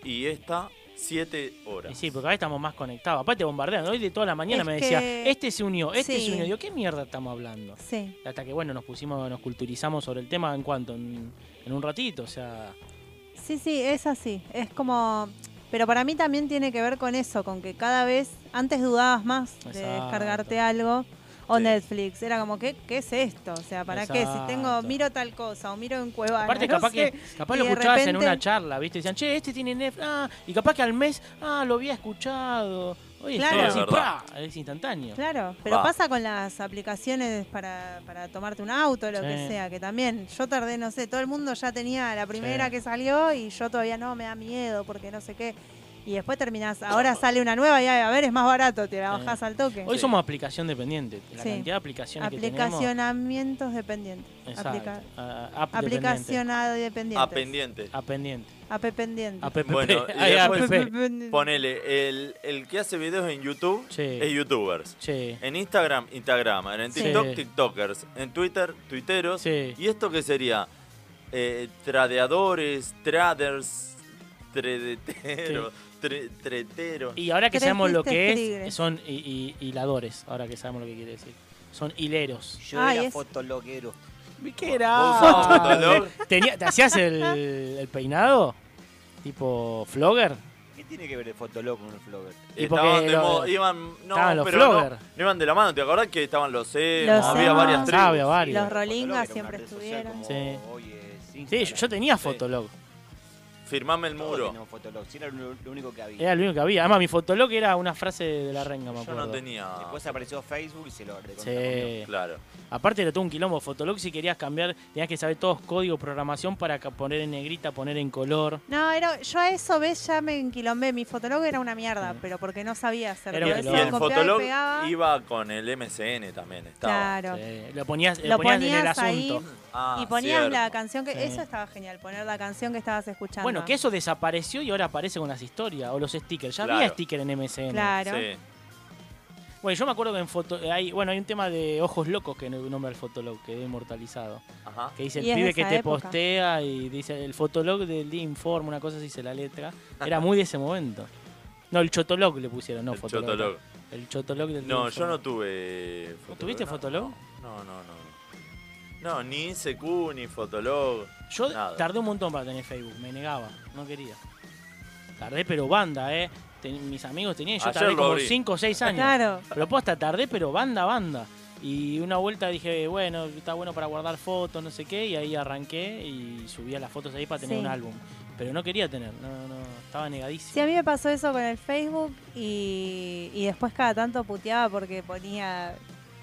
Y esta, 7
Y
horas.
sí, porque ahora estamos más conectados. Aparte bombardean. Hoy de toda la mañana
Es
me
que-
decía, este se unió, este
Sí.
se unió. Digo, ¿qué mierda estamos hablando?
Sí.
Hasta que, bueno, nos pusimos, nos culturizamos sobre el tema en cuanto, en, en un ratito. O sea,
Sí, sí, es así. Es como. Pero para mí también tiene que ver con eso, con que cada vez. Antes dudabas más de
Exacto.
descargarte algo o
Sí.
Netflix. Era como, ¿qué, ¿qué es esto? O sea, ¿para qué? Si tengo.
Exacto.
Miro tal cosa o miro en Cuevana.
aparte
[LAUGHS] no
capaz
sé.
que capaz
Y
lo
de
escuchabas en
repente-
una charla, ¿viste? Decían, che, este tiene Netflix. Ah, y capaz que al mes, ah, lo había escuchado. Oye,
Claro.
claro. así,
Sí, es verdad.
¡pra! es instantáneo.
Claro, pero
Va.
pasa con las aplicaciones para, para tomarte un auto, lo
Sí.
que sea, que también yo tardé, no sé, todo el mundo ya tenía la primera
Sí.
que salió y yo todavía no, me da miedo porque no sé qué. Y después terminás, ahora sale una nueva y a ver, es más barato, te la
Sí.
bajás al toque.
Hoy somos aplicación dependiente. La
Sí.
cantidad de aplicaciones que
Aplicacionamientos dependientes.
tenemos. Exacto.
Aplica-
Ah, app dependiente.
Aplicacionado dependientes.
A pendiente.
A pendiente.
App pendiente. [LAUGHS]
App. [LAUGHS]
Bueno, y
Ay, app.
después-
App-
Ponele, el, el que hace videos en YouTube
Sí.
es YouTubers.
Che.
En Instagram, Instagram. En
Sí.
TikTok, TikTokers. En Twitter, Twitteros.
Sí.
¿Y esto qué sería? Eh, tradeadores, traders, tredeteros, tre- treteros. [LAUGHS]
Y ahora que
Tres
sabemos lo
tristes
que es,
tigres.
son hi- hi- hiladores. Ahora que sabemos lo que quiere decir. Son hileros.
Yo
Ah,
era
es-
fotologuero.
¿Qué
¿Vos usabas
[LAUGHS]
fotolog?
Tenía- ¿Te hacías el, el peinado? ¿Tipo flogger?
¿Qué tiene que ver el fotolog con el flogger?
Y
estaban
porque
de
lo-
moda, iban, no,
estaban los
pero no,
flogger.
no iban de la mano, ¿te acordás que estaban los emos,
Los
había
emos.
varias
Ah,
tribus?
había varios.
Los rolingas
Fotolog era
siempre
una red social
estuvieron.
como
Sí.
hoy es
Sí, yo,
Instagram.
yo tenía fotolog.
Firmame el
Todos
muro.
teníamos fotolog. Sí, era lo, lo único que había.
Era lo único que había. Además, mi fotolog era una frase de la renga, me
Yo
acuerdo. eh,
no tenía,
Después apareció Facebook y se lo recontracomió.
Sí.
claro.
Aparte era todo un quilombo. Fotolog, si querías cambiar, tenías que saber todos códigos, programación para ca- poner en negrita, poner en color.
No, era, yo a eso ves ya me enquilombé. Mi fotolog era una mierda,
Sí.
pero porque no sabía hacer.
Era
Y,
un
el- y
quilombo.
el
copiaba y
fotolog
pegaba.
iba con el MCN también, estaba.
Claro.
Sí, Eh, Lo ponías, lo
Lo
ponías en el
ponías ahí.
asunto.
Ah,
y ponías
cierto.
la canción que.
Sí.
Eso estaba genial, poner la canción que estabas escuchando.
Bueno, Bueno, que eso desapareció y ahora aparece con las historias o los stickers. Ya había
Claro.
sticker en MSN.
Claro.
Sí.
Bueno, yo me acuerdo que en foto eh, hay, bueno, hay un tema de ojos locos que nombra el fotolog, quedó inmortalizado.
Ajá.
Que dice el
Y es de
pibe que
esa
te
época.
postea y dice el fotolog del día informa, una cosa así dice la letra. Era muy de ese momento. No, el chotolog le pusieron, no,
El
fotolog.
Chotolog.
El chotolog del día
No, yo
informa.
no tuve. Fotolog,
tuviste
no,
Fotolog?
No, no, no. No, ni ICQ, ni Fotolog.
Yo
Nada.
tardé un montón para tener Facebook, me negaba, no quería. Tardé, pero banda, ¿eh? Ten- mis amigos tenían, yo
Ayer
tardé
lo
como
abrí.
5 o 6 años.
Claro.
Pero posta, tardé, pero banda, banda. Y una vuelta dije, bueno, está bueno para guardar fotos, no sé qué, y ahí arranqué y subía las fotos ahí para tener
Sí.
un álbum. Pero no quería tener, no, no, estaba negadísimo.
Sí, a mí me pasó eso con el Facebook y, y después cada tanto puteaba porque ponía,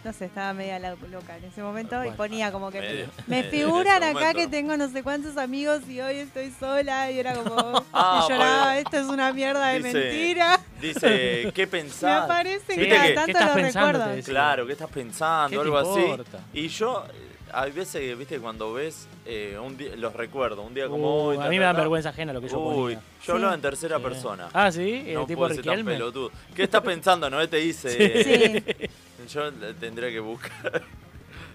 no sé, estaba media la- loca en ese momento y
Bueno.
ponía como que...
Medio.
Me
[LAUGHS] En ese
figuran acá
momento.
que tengo no sé cuántos amigos y hoy estoy sola y era como...
[LAUGHS] Ah,
y lloraba,
porque-
esto es una mierda de
Dice-
mentira. [LAUGHS]
[LAUGHS]
Dice,
Me
¿qué pensás?
aparece
Sí.
cada
¿Qué
tanto
estás
los
pensando? Te
recuerdos.
decía.
Claro, ¿qué estás pensando?
¿Qué te
algo
importa?
así. Y yo, eh, hay veces, que, viste, cuando ves eh, un día- los recuerdos, un día como
Uy,
hoy.
a
ta,
mí
ta,
me da
ta.
vergüenza ajena lo que yo
Uy,
ponía.
yo hablaba
Sí.
en tercera
Sí.
persona.
Ah, sí, el
no
tipo
puedo ser tan
Riquelme.
pelotudo. ¿Qué estás pensando? No te hice. [LAUGHS]
Sí.
Yo le tendría que buscar. [LAUGHS]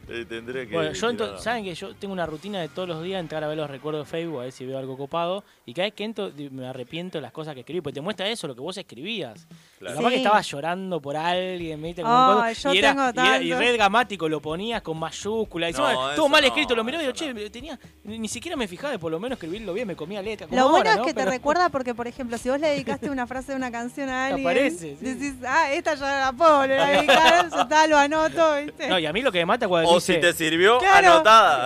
le tendría que.
Bueno, yo ento-
tirar-
saben que yo tengo una rutina de todos los días entrar a ver los recuerdos de Facebook, a ver si veo algo copado, y cada vez que entro di- me arrepiento de las cosas que escribí, porque te muestra eso, lo que vos escribías.
Claro.
Y Capaz que
Sí.
estabas llorando por alguien, ¿viste? Como
Ay,
cosas,
yo
y, era,
tengo
y era- y
tanto.
red gamático lo ponías con mayúscula, y
No,
encima
eso
todo mal
no,
escrito, lo miraba y digo,
eso
che, eh,
no.
tenía, ni ni siquiera me fijaba de por lo menos escribirlo bien, me comía letra. como
Lo bueno
ahora,
es
¿no?
que te
Pero-
recuerda porque, por ejemplo, si vos le dedicaste una frase de una canción a alguien,
aparece, sí.
decís, ah, esta ya la puedo volver a
[LAUGHS]
dedicar, ya está, lo anoto, ¿viste?
[LAUGHS] No, y a mí lo que me mata cuando
O
dice-
si te
[LAUGHS]
sirvió,
claro,
anotada.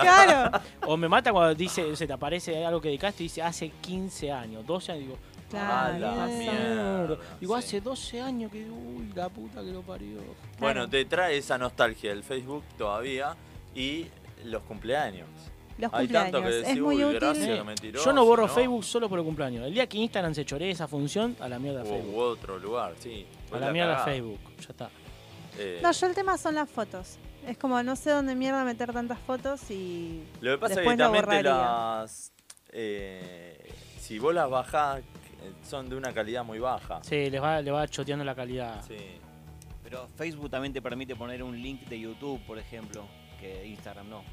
[LAUGHS]
claro.
O me mata cuando dice, se te aparece algo que dedicaste y dice hace 15 años, 12 años, digo,
Claro,
"Ah, la
pasa.
mierda". Digo,
Sí.
hace 12 años que, uy, la puta que lo parió.
Bueno, te trae esa nostalgia del Facebook todavía y los cumpleaños.
Los
Hay
cumpleaños.
tanto que decís,
es muy
uy,
útil.
gracias. Sí,
Eh,
lo mentiroso,
yo no borro
¿no?
Facebook solo por el cumpleaños. El día que Instagram se choree esa función, a la mierda
U,
Facebook.
u otro lugar, sí.
a
Fue
la mierda
cagada.
Facebook, ya está.
Eh,
No, yo el tema son las fotos. Es como, no sé dónde mierda meter tantas fotos y...
Lo que pasa es que
después lo
también te
borraría.
las. eh, si vos las bajás, eh, son de una calidad muy baja.
Sí, les va, le va choteando la calidad.
Sí.
Pero Facebook también te permite poner un link de YouTube, por ejemplo, que Instagram no.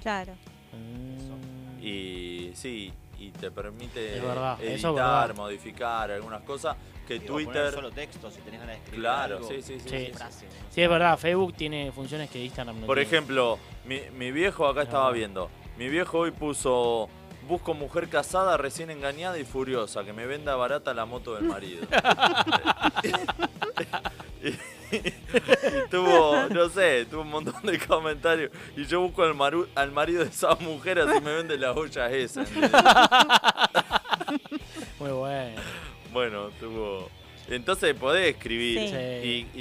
Claro.
Mm.
Y sí, y te permite
Es verdad, eso es
editar,
verdad.
modificar algunas cosas que
Digo, poner
Twitter.
solo texto si tenés ganas de escribir
Claro,
algo,
sí, sí, sí.
Sí.
sí, sí.
frase, no
Sí, es verdad, Facebook tiene funciones que Instagram no
Por
tiene.
ejemplo, mi, mi viejo acá estaba
No.
viendo. Mi viejo hoy puso. Busco mujer casada, recién engañada y furiosa, que me venda barata la moto
[LAUGHS]
del marido. [LAUGHS] y, y tuvo, no sé, tuvo un montón de comentarios. Y yo busco al, maru- al marido de esa mujer, así me vende las ollas esas.
Muy
[LAUGHS]
bueno.
Bueno, tuvo. Entonces podés escribir.
Sí.
Y,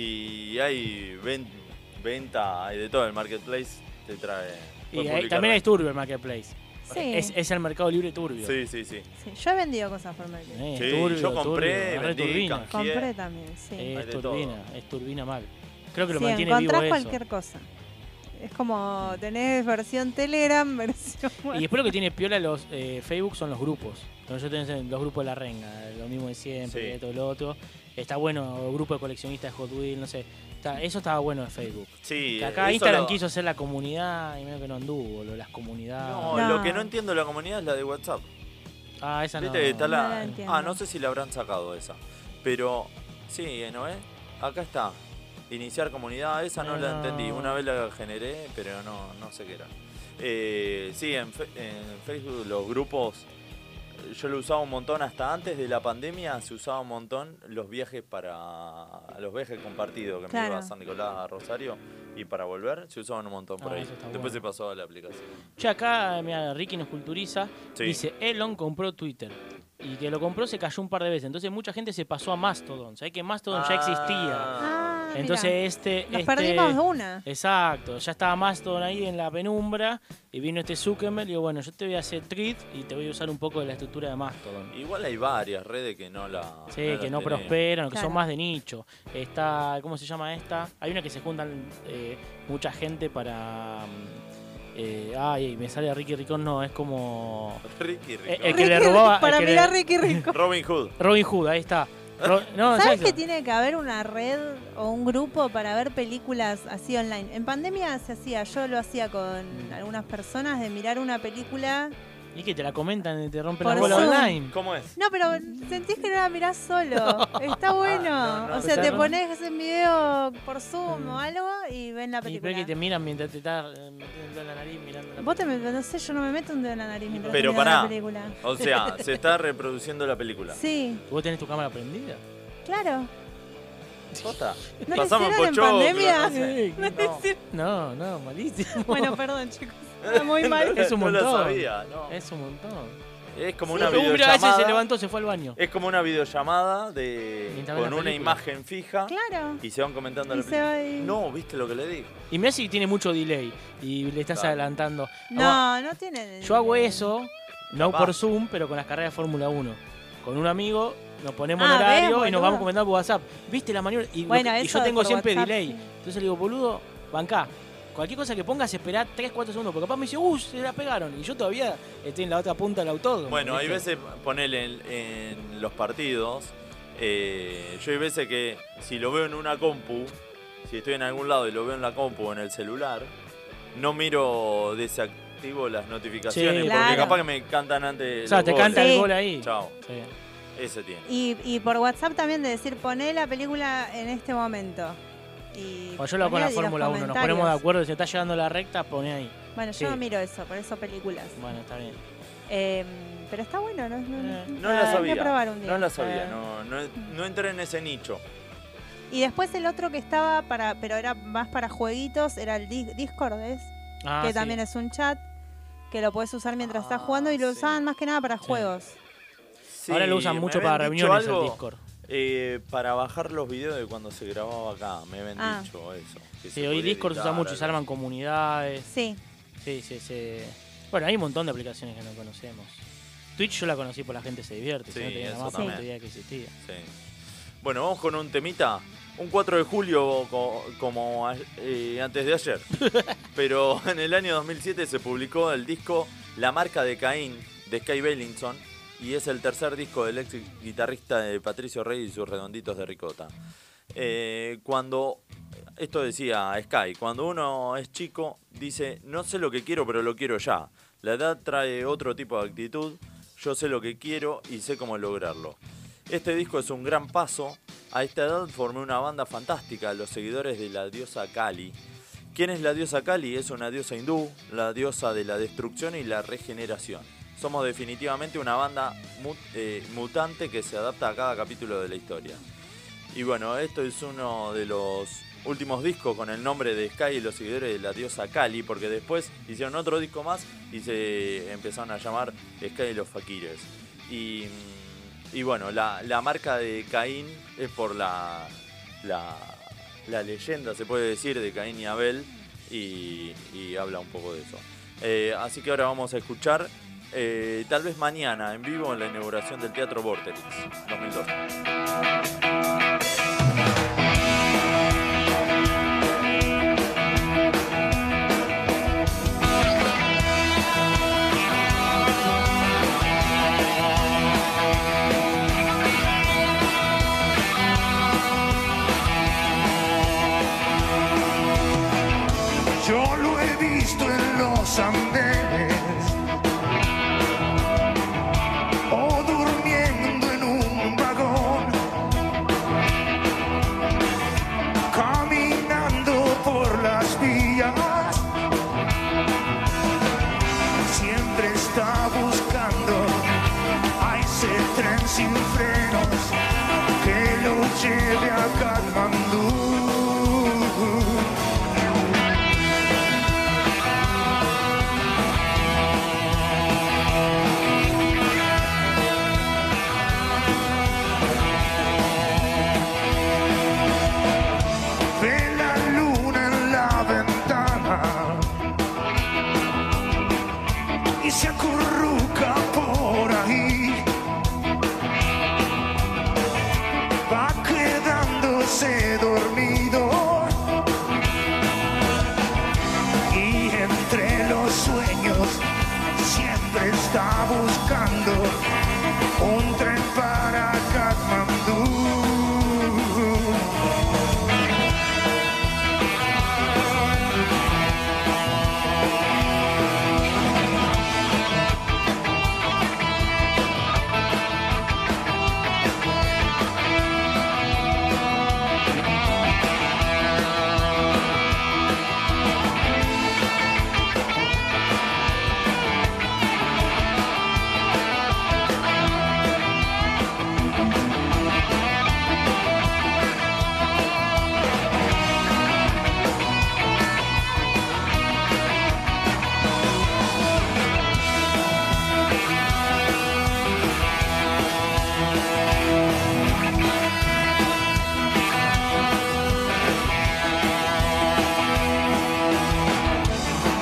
y hay ven- venta, hay de todo. El marketplace te trae.
Y
puedes
ahí
publicar.
también es turbio el Marketplace.
Sí.
Es, es el mercado libre turbio.
Sí, sí, sí.
sí. Yo he vendido cosas por Mercado.
Eh,
Sí,
turbio,
yo compré,
turbio, es re
vendí,
turbina.
canjeé.
Compré también, sí.
Eh,
Hay
es
de todo.
turbina, es turbina mal. Creo que lo
sí,
mantiene vivo
encontrás
eso.
cualquier cosa. Es como, tenés versión Telegram, [LAUGHS] versión...
Y después lo que tiene piola los eh, Facebook son los grupos. Entonces yo tengo los grupos de la renga, eh, lo mismo de siempre,
Sí.
esto, lo otro. Está bueno, grupo de coleccionistas de Hot Wheels, no sé. Está- eso estaba bueno de Facebook.
Sí,
Que acá
eso
Instagram
lo-
quiso hacer la comunidad y medio que no anduvo, lo de las comunidades.
No,
No.
lo que no entiendo de la comunidad es la de WhatsApp.
ah, esa no.
¿Viste? Está
No la
la...
entiendo.
ah, no sé si la habrán sacado esa. Pero, sí, ¿no es? Acá está. Iniciar comunidad, esa no,
Eh,
la
no.
entendí. Una vez la generé, pero no, no sé qué era. Eh, sí, en, fe- en Facebook los grupos, yo lo usaba un montón hasta antes de la pandemia, se usaba un montón los viajes para los viajes compartidos que me
Claro.
iba a San Nicolás a Rosario y para volver se usaban un montón por
Ah,
ahí.
eso está bueno.
Después se pasó a la aplicación.
Che, acá, mira, Ricky nos culturiza.
Sí.
Dice, Elon compró Twitter. Y que lo compró se cayó un par de veces. Entonces mucha gente se pasó a Mastodon. Sabés que Mastodon
Ah.
ya existía.
Ah, mirá.
Entonces este...
Nos
este-
perdimos de una.
Exacto, ya estaba Mastodon ahí en la penumbra y vino este Zuckerberg y digo, bueno, yo te voy a hacer treat y te voy a usar un poco de la estructura de Mastodon.
Igual hay varias redes que no la.
Sí, que
la
no
tenemos.
prosperan, o que son
Claro.
más de nicho. Está, ¿cómo se llama esta? Hay una que se juntan eh, mucha gente para mm, eh, ay, me sale Ricky Ricón, no, es como...
Ricky Rico.
Eh, eh, El que le
Ricky-
robaba- el
para
que le-
mirar Ricky Rico.
Robin Hood.
Robin Hood, ahí está. Ro- [LAUGHS]
[LAUGHS]
no,
¿Sabes
exacto.
que tiene que haber una red o un grupo para ver películas así online? En pandemia se hacía, yo lo hacía con algunas personas, de mirar una película.
Y que te la comentan y te rompen
Por
la bola
Zoom.
online.
¿Cómo es?
No, pero sentís que no la mirás
[LAUGHS]
solo. Está bueno.
Ah,
no, no,
o sea,
está
te
bueno.
pones en video por Zoom o
Mm.
algo y ven la
Y
película.
ve que te miran mientras te estás eh, metiendo el dedo en la nariz mirando la
Vos te me- no sé, yo no me meto un dedo en la nariz mientras
Pero
estoy mirando
pará.
la película.
O sea, se está reproduciendo la película.
Sí,
¿Vos tenés tu cámara prendida?
claro.
Posta.
¿No te
Pasamos
hicieron en
pochoclo,
pandemia?
no sé.
[LAUGHS] [LAUGHS] ¿No te hicieron?
No, no, malísimo.
[LAUGHS] Bueno, perdón, chicos.
[LAUGHS]
Está Muy mal.
Es un
No lo
montón.
sabía, no.
es un montón.
Es como
Sí.
una
Uh, mirá,
Uh, mirá, ese se
videollamada.
levantó, se fue al baño.
Es como una videollamada de
Mientras ves
con
la
una
película.
imagen fija
Claro.
y se van comentando
Y
la
se
película.
va y-
No, ¿viste lo que le dije?
Y Messi tiene mucho delay y le estás
Claro.
adelantando. Ah,
No, no tienen.
Yo hago eso, no
Capaz.
por Zoom, pero con las carreras de Fórmula 1. Con un amigo nos ponemos
Ah,
en horario
ves,
y nos
boludo.
vamos comentando por WhatsApp. ¿Viste la maniobra? Y, lo
Bueno,
que- y
eso
yo
de
tengo
por
siempre
WhatsApp,
delay.
sí.
Entonces le digo, boludo, bancá. Cualquier cosa que pongas, esperá 3, 4 segundos, porque capaz me dice, uh, se la pegaron. Y yo todavía estoy en la otra punta del autódromo.
Bueno, hay
¿viste?
veces, ponele en, en los partidos, eh, yo hay veces que si lo veo en una compu, si estoy en algún lado y lo veo en la compu o en el celular, no miro desactivo las notificaciones
Sí,
porque
Claro.
capaz que me cantan antes.
O sea,
los
te
goles.
canta
Sí.
el gol ahí.
Chao,
Sí.
ese tiene.
Y, y por WhatsApp también de decir, poné la película en este momento. Y
O yo lo hago con
poné
la
y los
Fórmula 1, nos
comentarios.
ponemos de acuerdo, si está llegando la recta, pone ahí.
Bueno, yo
Sí.
no miro eso, por eso películas.
Bueno, está bien.
Eh, pero está bueno, ¿no? No,
Eh,
No la
Hay que
sabía.
probar un día.
No la sabía,
Eh.
no, no, no entré en ese nicho.
Y después el otro que estaba para, pero era más para jueguitos, era el Dis- Discord, ¿ves?
Ah,
que
sí.
también es un chat que lo puedes usar mientras estás
Ah,
jugando y lo
sí.
usaban más que nada para juegos.
Ahora lo usan
Sí,
mucho
me
para
habían dicho
reuniones
algo,
el Discord.
eh, para bajar los videos de cuando se grababa acá, me habían
Ah.
dicho eso. que
Sí,
se
hoy
podía
Discord se usa
editar,
mucho, se
algo.
arman comunidades.
Sí.
Sí, sí, sí. Bueno, hay un montón de aplicaciones que no conocemos. Twitch yo la conocí por la gente se divierte, si
Sí,
no tenía
eso
la más
también.
puta idea que existía.
Sí. Bueno, vamos con un temita. Un 4 de julio, co- como a- eh, antes de ayer. Pero en el año 2007 se publicó el disco La marca de Caín de Sky Bellinson. Y es el tercer disco del ex guitarrista de Patricio Rey y sus redonditos de ricota. Eh, cuando, esto decía Sky, cuando uno es chico, dice, no sé lo que quiero, pero lo quiero ya. La edad trae otro tipo de actitud, yo sé lo que quiero y sé cómo lograrlo. Este disco es un gran paso, a esta edad formé una banda fantástica, los seguidores de la diosa Kali. ¿Quién es la diosa Kali? Es una diosa hindú, la diosa de la destrucción y la regeneración. Somos definitivamente una banda mu- eh, mutante que se adapta a cada capítulo de la historia. Y bueno, esto es uno de los últimos discos con el nombre de Sky y los seguidores de la diosa Kali, porque después hicieron otro disco más y se empezaron a llamar Sky y los Fakires. Y, mm, y bueno, la, la marca de Caín es por la, la, la leyenda, se puede decir, de Caín y Abel, y, y habla un poco de eso. Eh, así que ahora vamos a escuchar, eh, tal vez mañana, en vivo, en la inauguración del Teatro Vortex 2002.
Yo lo he visto en los andenes o durmiendo en un vagón, caminando por las vías. Siempre está buscando a ese tren sin frenos que lo lleve a Katmandú. ve la luna en la ventana y se acurruca por ahí. Va quedándose dormido. buscando un tren para Katmandú.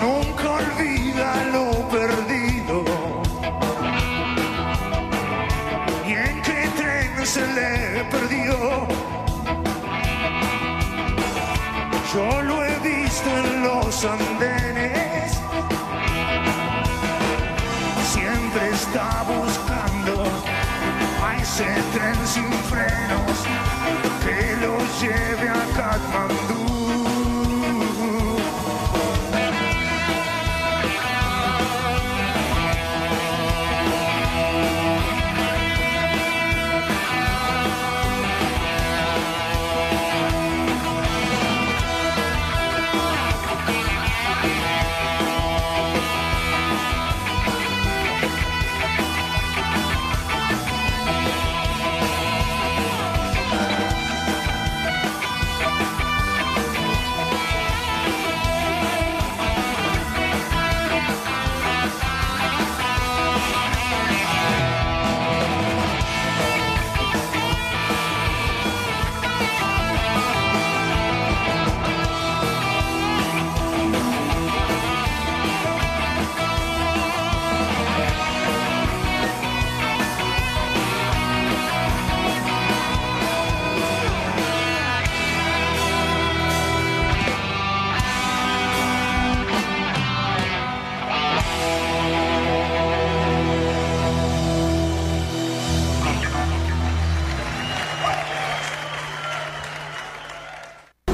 Nunca olvida lo perdido. ¿Y en qué tren se le perdió? Yo lo he visto en los andenes. Siempre está buscando a ese tren sin frenos que lo lleve a Katmandú.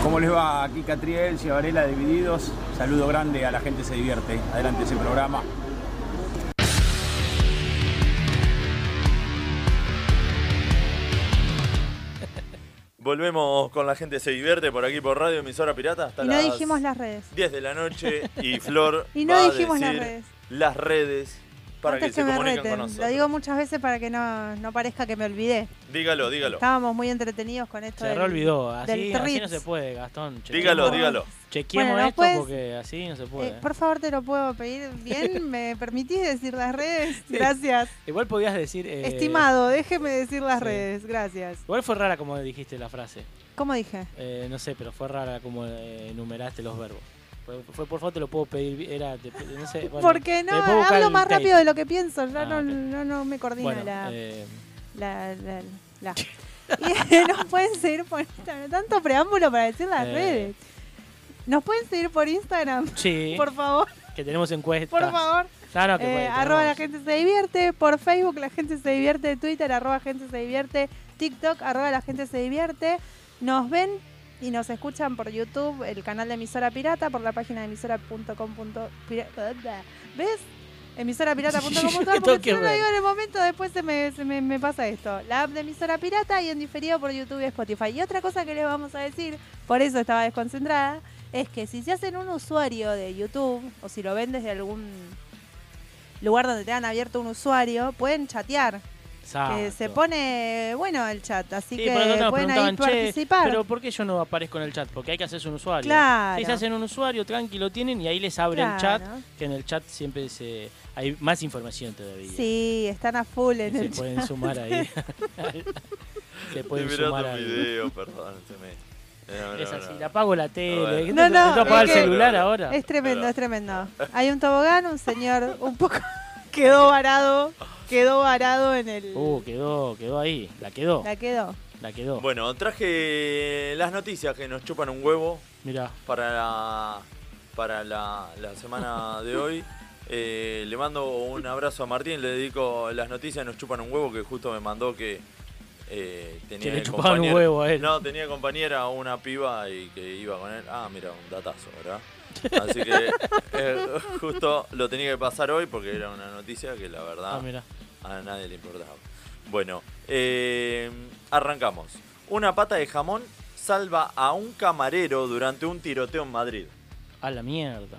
¿Cómo les va? Aquí Catriel, Ciavarela, Divididos. Saludo grande a la gente se divierte. Adelante ese programa.
Volvemos con la gente se divierte por aquí por Radio Emisora Pirata hasta
Y no
las
dijimos las redes.
10 de la noche y Flor
[LAUGHS] Y no
va a
dijimos las
decir
redes.
las redes para
Antes
que, se
me
comuniquen
reten.
con nosotros.
Lo digo muchas veces para que no, no parezca que me olvidé.
Dígalo, dígalo.
Estábamos muy entretenidos con esto.
Se
del- Eh,
re olvidó.
del
Así, así no
Ritz.
se puede, Gastón. Chequeemos-
Dígalo, dígalo.
Chequeemos
Bueno, no
esto
puedes-
porque así no se puede.
Eh, por favor, te lo puedo pedir
[LAUGHS]
bien. ¿Me permitís decir las redes? Gracias.
Igual podías decir. eh,
Estimado, déjeme decir las
sí.
redes. Gracias.
Igual fue rara como dijiste la frase.
¿Cómo dije?
Eh, no sé, pero fue rara como eh, enumeraste los verbos. Fue, fue- por favor, te lo puedo pedir. Era, te- no sé, bueno,
Porque no,
te puedo buscar
hablo
el
más
tape.
rápido de lo que pienso. Ya
Ah,
no,
ok.
no, no me coordina
Bueno,
la,
eh,
la, la, la- [LAUGHS] Y nos pueden seguir por Instagram. Tanto preámbulo para decir las
Eh.
redes. Nos pueden seguir por Instagram,
sí,
por favor,
que tenemos encuestas.
por favor.
No, no, que
Eh,
puede,
arroba la
tenemos-
gente se divierte, por Facebook la gente se divierte, Twitter arroba gente se divierte, TikTok arroba la gente se divierte. Nos ven y nos escuchan por YouTube, el canal de emisora pirata, por la página de emisora.com.pira- ¿Ves?
[LAUGHS]
Emisorapirata.com.ar
Tengo
porque
que
si no lo
ver.
digo en el momento después se me, se me- me pasa esto. La app de emisora pirata y en diferido por YouTube y Spotify. Y otra cosa que les vamos a decir, por eso estaba desconcentrada, es que si se hacen un usuario de YouTube o si lo ven desde algún lugar donde te han abierto un usuario, pueden chatear. Que se
Exacto.
pone bueno el chat, así
Ah, Sí,
que
por acá nos
pueden ahí
preguntaban, "Che,
participar.
Pero ¿por qué yo no aparezco en el chat? Porque hay que hacerse un usuario.
Claro.
Si se hacen un usuario, tranqui, lo tienen y ahí les abre el chat.
Claro.
Que en el chat siempre se hay más información todavía.
Sí, están a full
Y
en
se
el chat.
pueden sumar
[LAUGHS]
ahí. se pueden
Estoy mirando
sumar
un
ahí. [LAUGHS]
video, perdón. se me- No, no,
Es
no,
así,
no.
la apago la
No,
tele. ¿Qué
no,
te-
no,
te puedo apagar
es
el
que-
celular
no, no.
ahora?
Es tremendo,
Pero-
es tremendo. Hay un tobogán, un señor un poco [LAUGHS] quedó varado, quedó varado en el
Uh, quedó, quedó ahí. La quedó,
la quedó.
la quedó.
Bueno, traje las noticias que nos chupan un huevo
Mirá. [LAUGHS]
para la, para la, la semana de hoy. Eh, le mando un abrazo a Martín, le dedico las noticias, nos chupan un huevo que justo me mandó que eh, tenía
Que le
de
chupaban un
compañera-
huevo a él.
No, tenía de compañera una piba y que iba con él. Ah, mira, un datazo,
[LAUGHS]
¿verdad? Así que eh, justo lo tenía que pasar hoy porque era una noticia que la verdad
Ah, mira.
a nadie le importaba. Bueno, eh, arrancamos. Una pata de jamón salva a un camarero durante un tiroteo en Madrid.
A la mierda.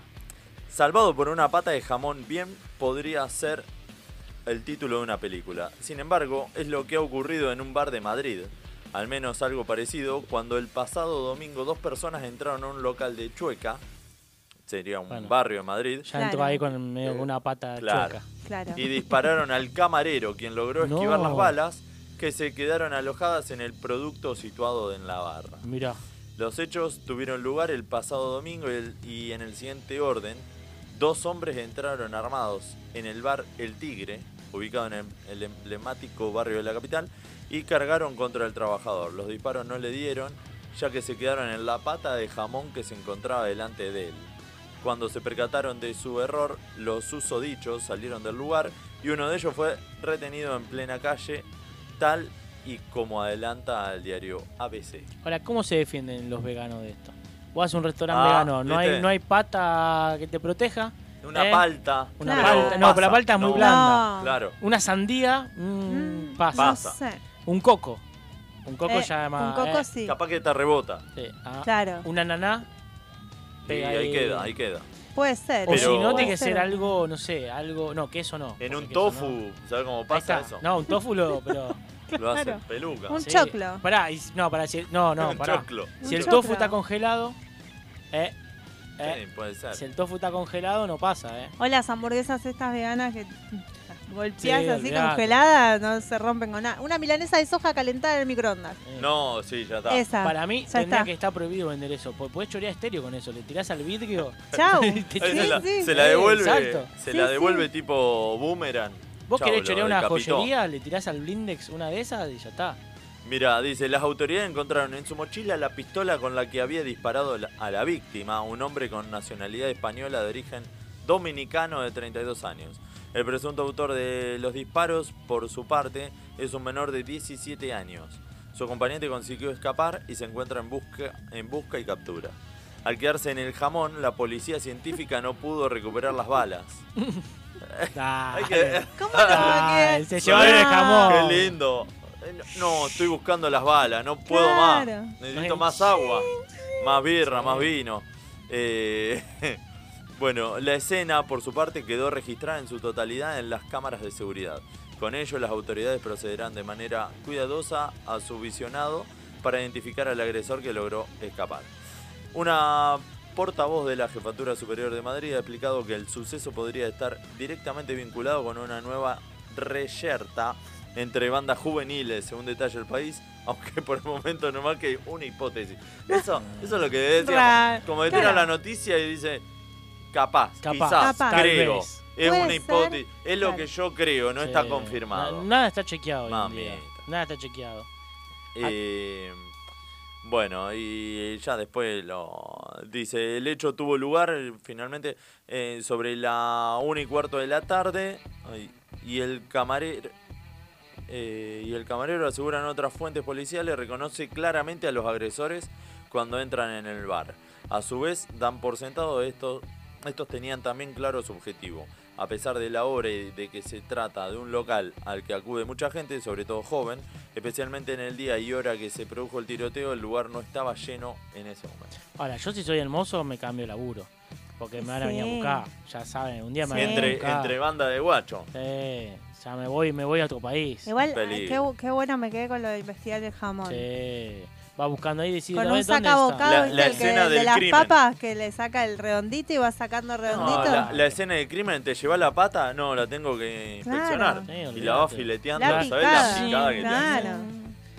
Salvado por una pata de jamón bien podría ser el título de una película. Sin embargo, es lo que ha ocurrido en un bar de Madrid. Al menos algo parecido cuando el pasado domingo dos personas entraron a un local de Chueca, sería un
Bueno.
barrio de Madrid,
Ya
Claro.
entró ahí con medio con una pata
Eh, claro.
chueca.
Claro.
y dispararon al camarero, quien logró
No.
esquivar las balas que se quedaron alojadas en el producto situado en la barra.
Mira.
Los hechos tuvieron lugar el pasado domingo y, el- y en el siguiente orden, dos hombres entraron armados en el bar El Tigre, ubicado en el, em-, el emblemático barrio de la capital, y cargaron contra el trabajador. Los disparos no le dieron, ya que se quedaron en la pata de jamón que se encontraba delante de él. Cuando se percataron de su error, los susodichos salieron del lugar y uno de ellos fue retenido en plena calle, tal y como adelanta el diario ABC.
Ahora, ¿cómo se defienden los veganos de esto? Vos vas a un restaurante
Ah,
vegano, no hay,
¿viste?
no hay pata que te proteja.
Una
¿Eh?
palta.
Una
pero
palta.
No, pero la palta es muy blanda.
No.
Claro.
Una sandía, mm,
Mm,
pasa.
No
Pasa.
sé.
Un coco. Un coco
Eh,
ya
Un
además.
coco
eh,
sí.
Capaz que te rebota.
sí, ah,
Claro.
Una naná.
Y
Pega
ahí
ahí.
queda, ahí queda.
Puede ser.
O
Pero-
si no, tiene
Puede
que
ser.
ser algo, no sé, algo. No, queso no.
En
porque queso
un
no.
tofu, ¿sabes cómo
Ahí
pasa
está.
eso?
No, un tofu lo. Pero,
Lo hace
claro.
peluca.
[LAUGHS] Un choclo.
Pará, y- no, pará. Si, no, no,
[LAUGHS] Un
pará.
choclo.
Si
Un
el
choclo.
tofu está congelado. Eh, eh,
Sí, puede ser.
Si el tofu está congelado, no pasa, ¿eh?
O las hamburguesas estas veganas que golpeas
Sí,
así
olvidate.
congeladas, no se rompen con nada. Una milanesa de soja calentada en el microondas.
Eh,
No, sí, ya está.
Esa.
Para mí
Ya
tendría
está.
que estar prohibido vender eso. Porque podés chorear estéreo con eso. Le tirás al vidrio. [LAUGHS]
Chau.
Ahí se
Ahí
Sí,
se, la,
sí.
se la
Eh,
devuelve.
exacto.
Se
Sí,
la
sí.
devuelve tipo boomerang.
Vos
Chau,
querés
lo
chorear una
decapitó.
joyería, le tirás al blindex una de esas y ya está.
Mira, dice, las autoridades encontraron en su mochila la pistola con la que había disparado la- a la víctima, un hombre con nacionalidad española de origen dominicano de 32 años. El presunto autor de los disparos, por su parte, es un menor de 17 años. Su acompañante consiguió escapar y se encuentra en busca, en busca y captura. Al quedarse en el jamón, la policía científica no pudo recuperar las balas. [LAUGHS] Hay que-
Dale.
¿Cómo te va a
Ay,
quedar?
se llevaron el jamón.
¡Qué lindo! Eh, No, estoy buscando las balas, no puedo
Claro.
más. Necesito más agua, más birra, más vino. Eh, [LAUGHS] bueno, la escena, por su parte, quedó registrada en su totalidad en las cámaras de seguridad. Con ello, las autoridades procederán de manera cuidadosa a su visionado para identificar al agresor que logró escapar. Una portavoz de la Jefatura Superior de Madrid ha explicado que el suceso podría estar directamente vinculado con una nueva reyerta entre bandas juveniles, según detalla el país, [LAUGHS] aunque por el momento nomás que hay una hipótesis.
[LAUGHS]
Eso, eso es lo que decíamos.
Ra-
Como que tiran
claro.
la noticia y dice, capaz,
Capaz,
quizás,
Capaz.
tal
creo.
vez.
Es
Puede
una
ser,
hipótesis, es lo
claro.
que yo creo, no
Sí.
está confirmado.
Na- Nada está chequeado hoy en día.
Mamita.
Nada está chequeado.
Eh, bueno, y ya después lo dice, el hecho tuvo lugar eh, finalmente eh, sobre la una y cuarto de la tarde ay, y el camarero... eh, y el camarero aseguran otras fuentes policiales, reconoce claramente a los agresores cuando entran en el bar. A su vez, dan por sentado estos, estos tenían también claro su objetivo. A pesar de la hora y de que se trata de un local al que acude mucha gente, sobre todo joven, especialmente en el día y hora que se produjo el tiroteo, el lugar no estaba lleno en ese momento.
Ahora, yo si soy el mozo, me cambio el laburo. Porque me van a venir a
Sí.
buscar. Ya saben, un día me van
Sí.
a
Entre,
venir a
entre
buscar.
banda de guacho.
Sí, ya me voy, me voy a otro país.
Igual, ay,
Peligro.
qué, bu- qué bueno me quedé con lo de investigar el jamón.
Sí. Va buscando ahí y decís,
Con
"A
un
ver, ¿dónde está?
La-
sacabocado, ¿viste?
la
el que
escena
de,
del
las
crimen.
papas que le saca el redondito y va sacando
No,
redondito.
la, la escena de crimen, ¿te lleva la pata? No, la tengo que inspeccionar.
Claro.
Sí,
y la vas
olvídate.
fileteando,
La
¿sabés? La
picada,
picada que te hace.
claro.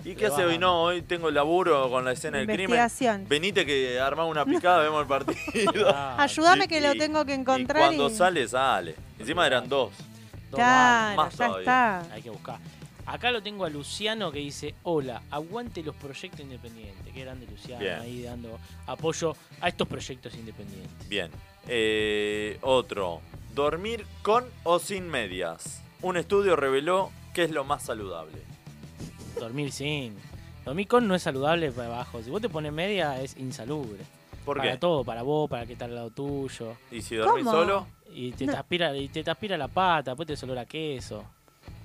¿Y
Le
qué hace
vas
hoy?
dando.
No, hoy tengo laburo con la escena del crimen.
Investigación.
Venite que armamos una picada, vemos el partido.
[LAUGHS]
[LAUGHS]
Ah,
Ayúdame
Y-
que lo
y-
tengo que
y
encontrar.
cuando sale, sale. Encima eran dos.
dos
Claro,
más
ya
todavía.
está.
Hay que buscar. Acá lo tengo a Luciano que dice, hola, aguante los proyectos independientes. Qué grande Luciano
Bien.
ahí dando apoyo a estos proyectos independientes.
Bien. Eh, otro. Dormir con o sin medias. Un estudio reveló que es lo más saludable.
Dormir sin. Dormir con no es saludable para abajo. Si vos te pones media, es insalubre.
¿Por
para
qué?
todo, para vos, para que está al lado tuyo.
¿Y si dormís
¿Cómo?
solo?
Y te,
No.
transpira, y te transpira la pata, después te hace olor a queso.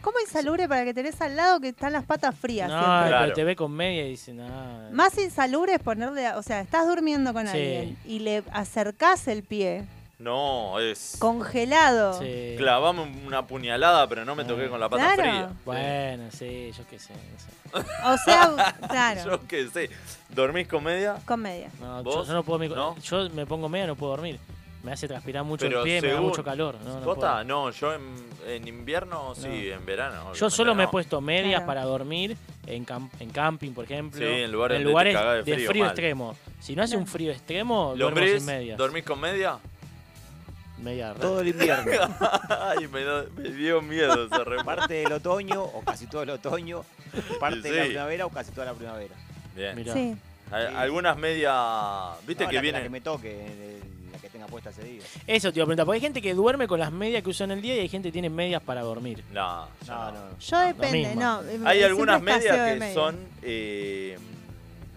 ¿Cómo insalubre para que tenés al lado que están las patas frías?
no,
siempre?
Claro.
pero te ve con media y dice, nada.
Más insalubre es ponerle, a- o sea, estás durmiendo con
Sí.
alguien y le acercás el pie
No, es.
congelado.
Sí.
Clavame una puñalada, pero no me toqué con la pata
Claro.
fría.
Ah, Bueno, sí, yo qué sé. No, sé.
O
[LAUGHS]
sea, claro,
Yo qué sé. ¿Dormís con media?
comedia.
No, yo,
¿Vos?
yo no puedo. mi-
¿No?
Yo me pongo media, no puedo dormir. Me hace transpirar mucho
Pero
el pie, me da
según-
mucho calor. No, no
¿Posta?
puedo.
No, yo en, en invierno, sí, en verano.
Yo
obviamente
solo me he
no.
puesto medias
Claro.
para dormir en, cam- en camping, por ejemplo.
Sí, en lugares donde te
lugares
cagás de
de
frío,
frío,
mal.
extremo. Si no hace un frío extremo, duermo
¿Lombriz?
sin medias.
¿Dormís con media? [LAUGHS]
Media rara.
Todo el invierno.
Ay, me, do- me dio miedo ese remate.
[LAUGHS]
parte del otoño o casi todo el otoño, parte
Y
de la
sí.
primavera o casi toda la primavera.
Bien.
Mirá.
Sí.
Al- Algunas medias. ¿Viste
No,
que
la,
vienen?
La que me toque, el- la que tenga puesta ese día.
Eso te iba a preguntar, porque hay gente que duerme con las medias que usa en el día y hay gente que tiene medias para dormir.
No, yo
No,
no.
no, no.
Yo depende,
mismo.
no.
Ah,
eh,
Hay
siempre
algunas
escaseo de
medias que son eh,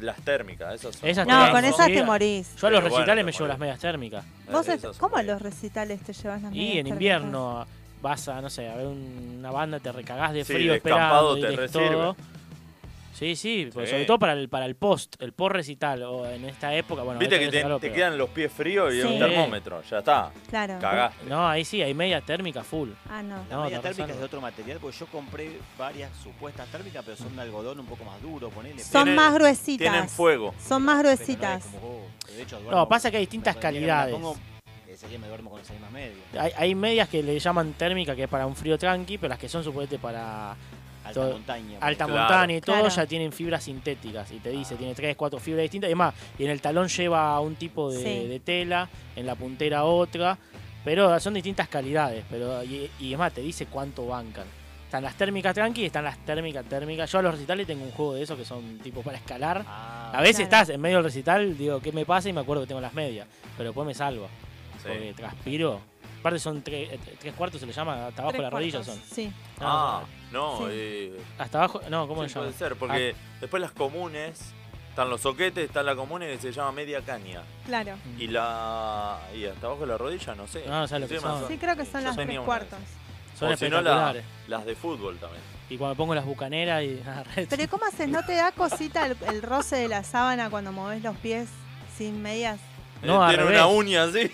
las térmicas. Esas son
Esas
No,
buenas,
con
Sí.
esas te morís.
Yo a los
Pero bueno,
recitales me
te
llevo
morís.
las medias térmicas.
¿Vos
Esas
es-
son
¿Cómo a los
buenas.
recitales te llevas las medias?
Y en
térmicas?
invierno vas a, no sé, a ver un- una banda, te recagás de
Sí,
frío
de
esperando.
escampado
y
te
lees
resirve.
todo. Sí, sí, porque
Sí.
sobre todo para el, para el post, el post recital o en esta época. Bueno,
Viste
ahorita no
que te,
hace calor,
te
pero-
quedan los pies fríos y un
Sí.
termómetro. Ya está.
Claro.
Cagaste.
No, ahí sí, hay medias térmicas full.
Ah, no.
La
No,
media
tenés
térmica
razón.
es de otro material, porque yo compré varias supuestas térmicas, pero son de algodón un poco más duro, ponele.
Son
Tienen-
más gruesitas.
Tienen fuego.
Son más
pero- pero no es
gruesitas.
como vos. De hecho, duermo-
No, pasa que hay
me
distintas
pongo- me la
calidades.
pongo- Ese día me duermo con esa misma media.
Hay, hay medias que le llaman térmica, que es para un frío tranqui, pero las que son supuestamente para
Alta
Todo-
montaña.
alta
Claro.
montaña y todo,
Claro.
ya tienen fibras sintéticas. Y te dice,
Ah.
tiene tres, cuatro fibras distintas. Y más, y en el talón lleva un tipo de,
Sí.
de tela, en la puntera otra. Pero son distintas calidades. pero Y, y es más, te dice cuánto bancan. Están las térmicas tranqui y están las térmicas térmicas. Yo a los recitales tengo un juego de esos que son tipo para escalar.
Ah,
A veces
Claro.
estás en medio del recital, digo, ¿qué me pasa? Y me acuerdo que tengo las medias. Pero después me salvo. Porque
Sí.
transpiro. Aparte son tre- eh, tres cuartos, se le llama, hasta abajo de las rodillas son.
Sí.
No,
Ah, no.
Sí.
eh,
Hasta abajo, no, ¿cómo
sí,
se llama? Ah.
puede ser, porque después las comunes. Están los soquetes, está la común que se llama media caña.
Claro.
Y la. Y hasta abajo de la rodilla, no sé.
Ah, No, no sabes lo que
Encima
son.
Sí, creo que son
Yo
las
tenía
tres
una
cuartos.
de
Son
o si no, la-
espectaculares.
las de fútbol también. Eh,
Y cuando pongo las bucaneras y. [LAUGHS] Ah, re-
Pero ¿y ¿cómo haces? ¿No te da cosita el, el roce de la sábana cuando moves los pies sin medias?
No,
Eh,
al
Tiene
revés.
una uña así.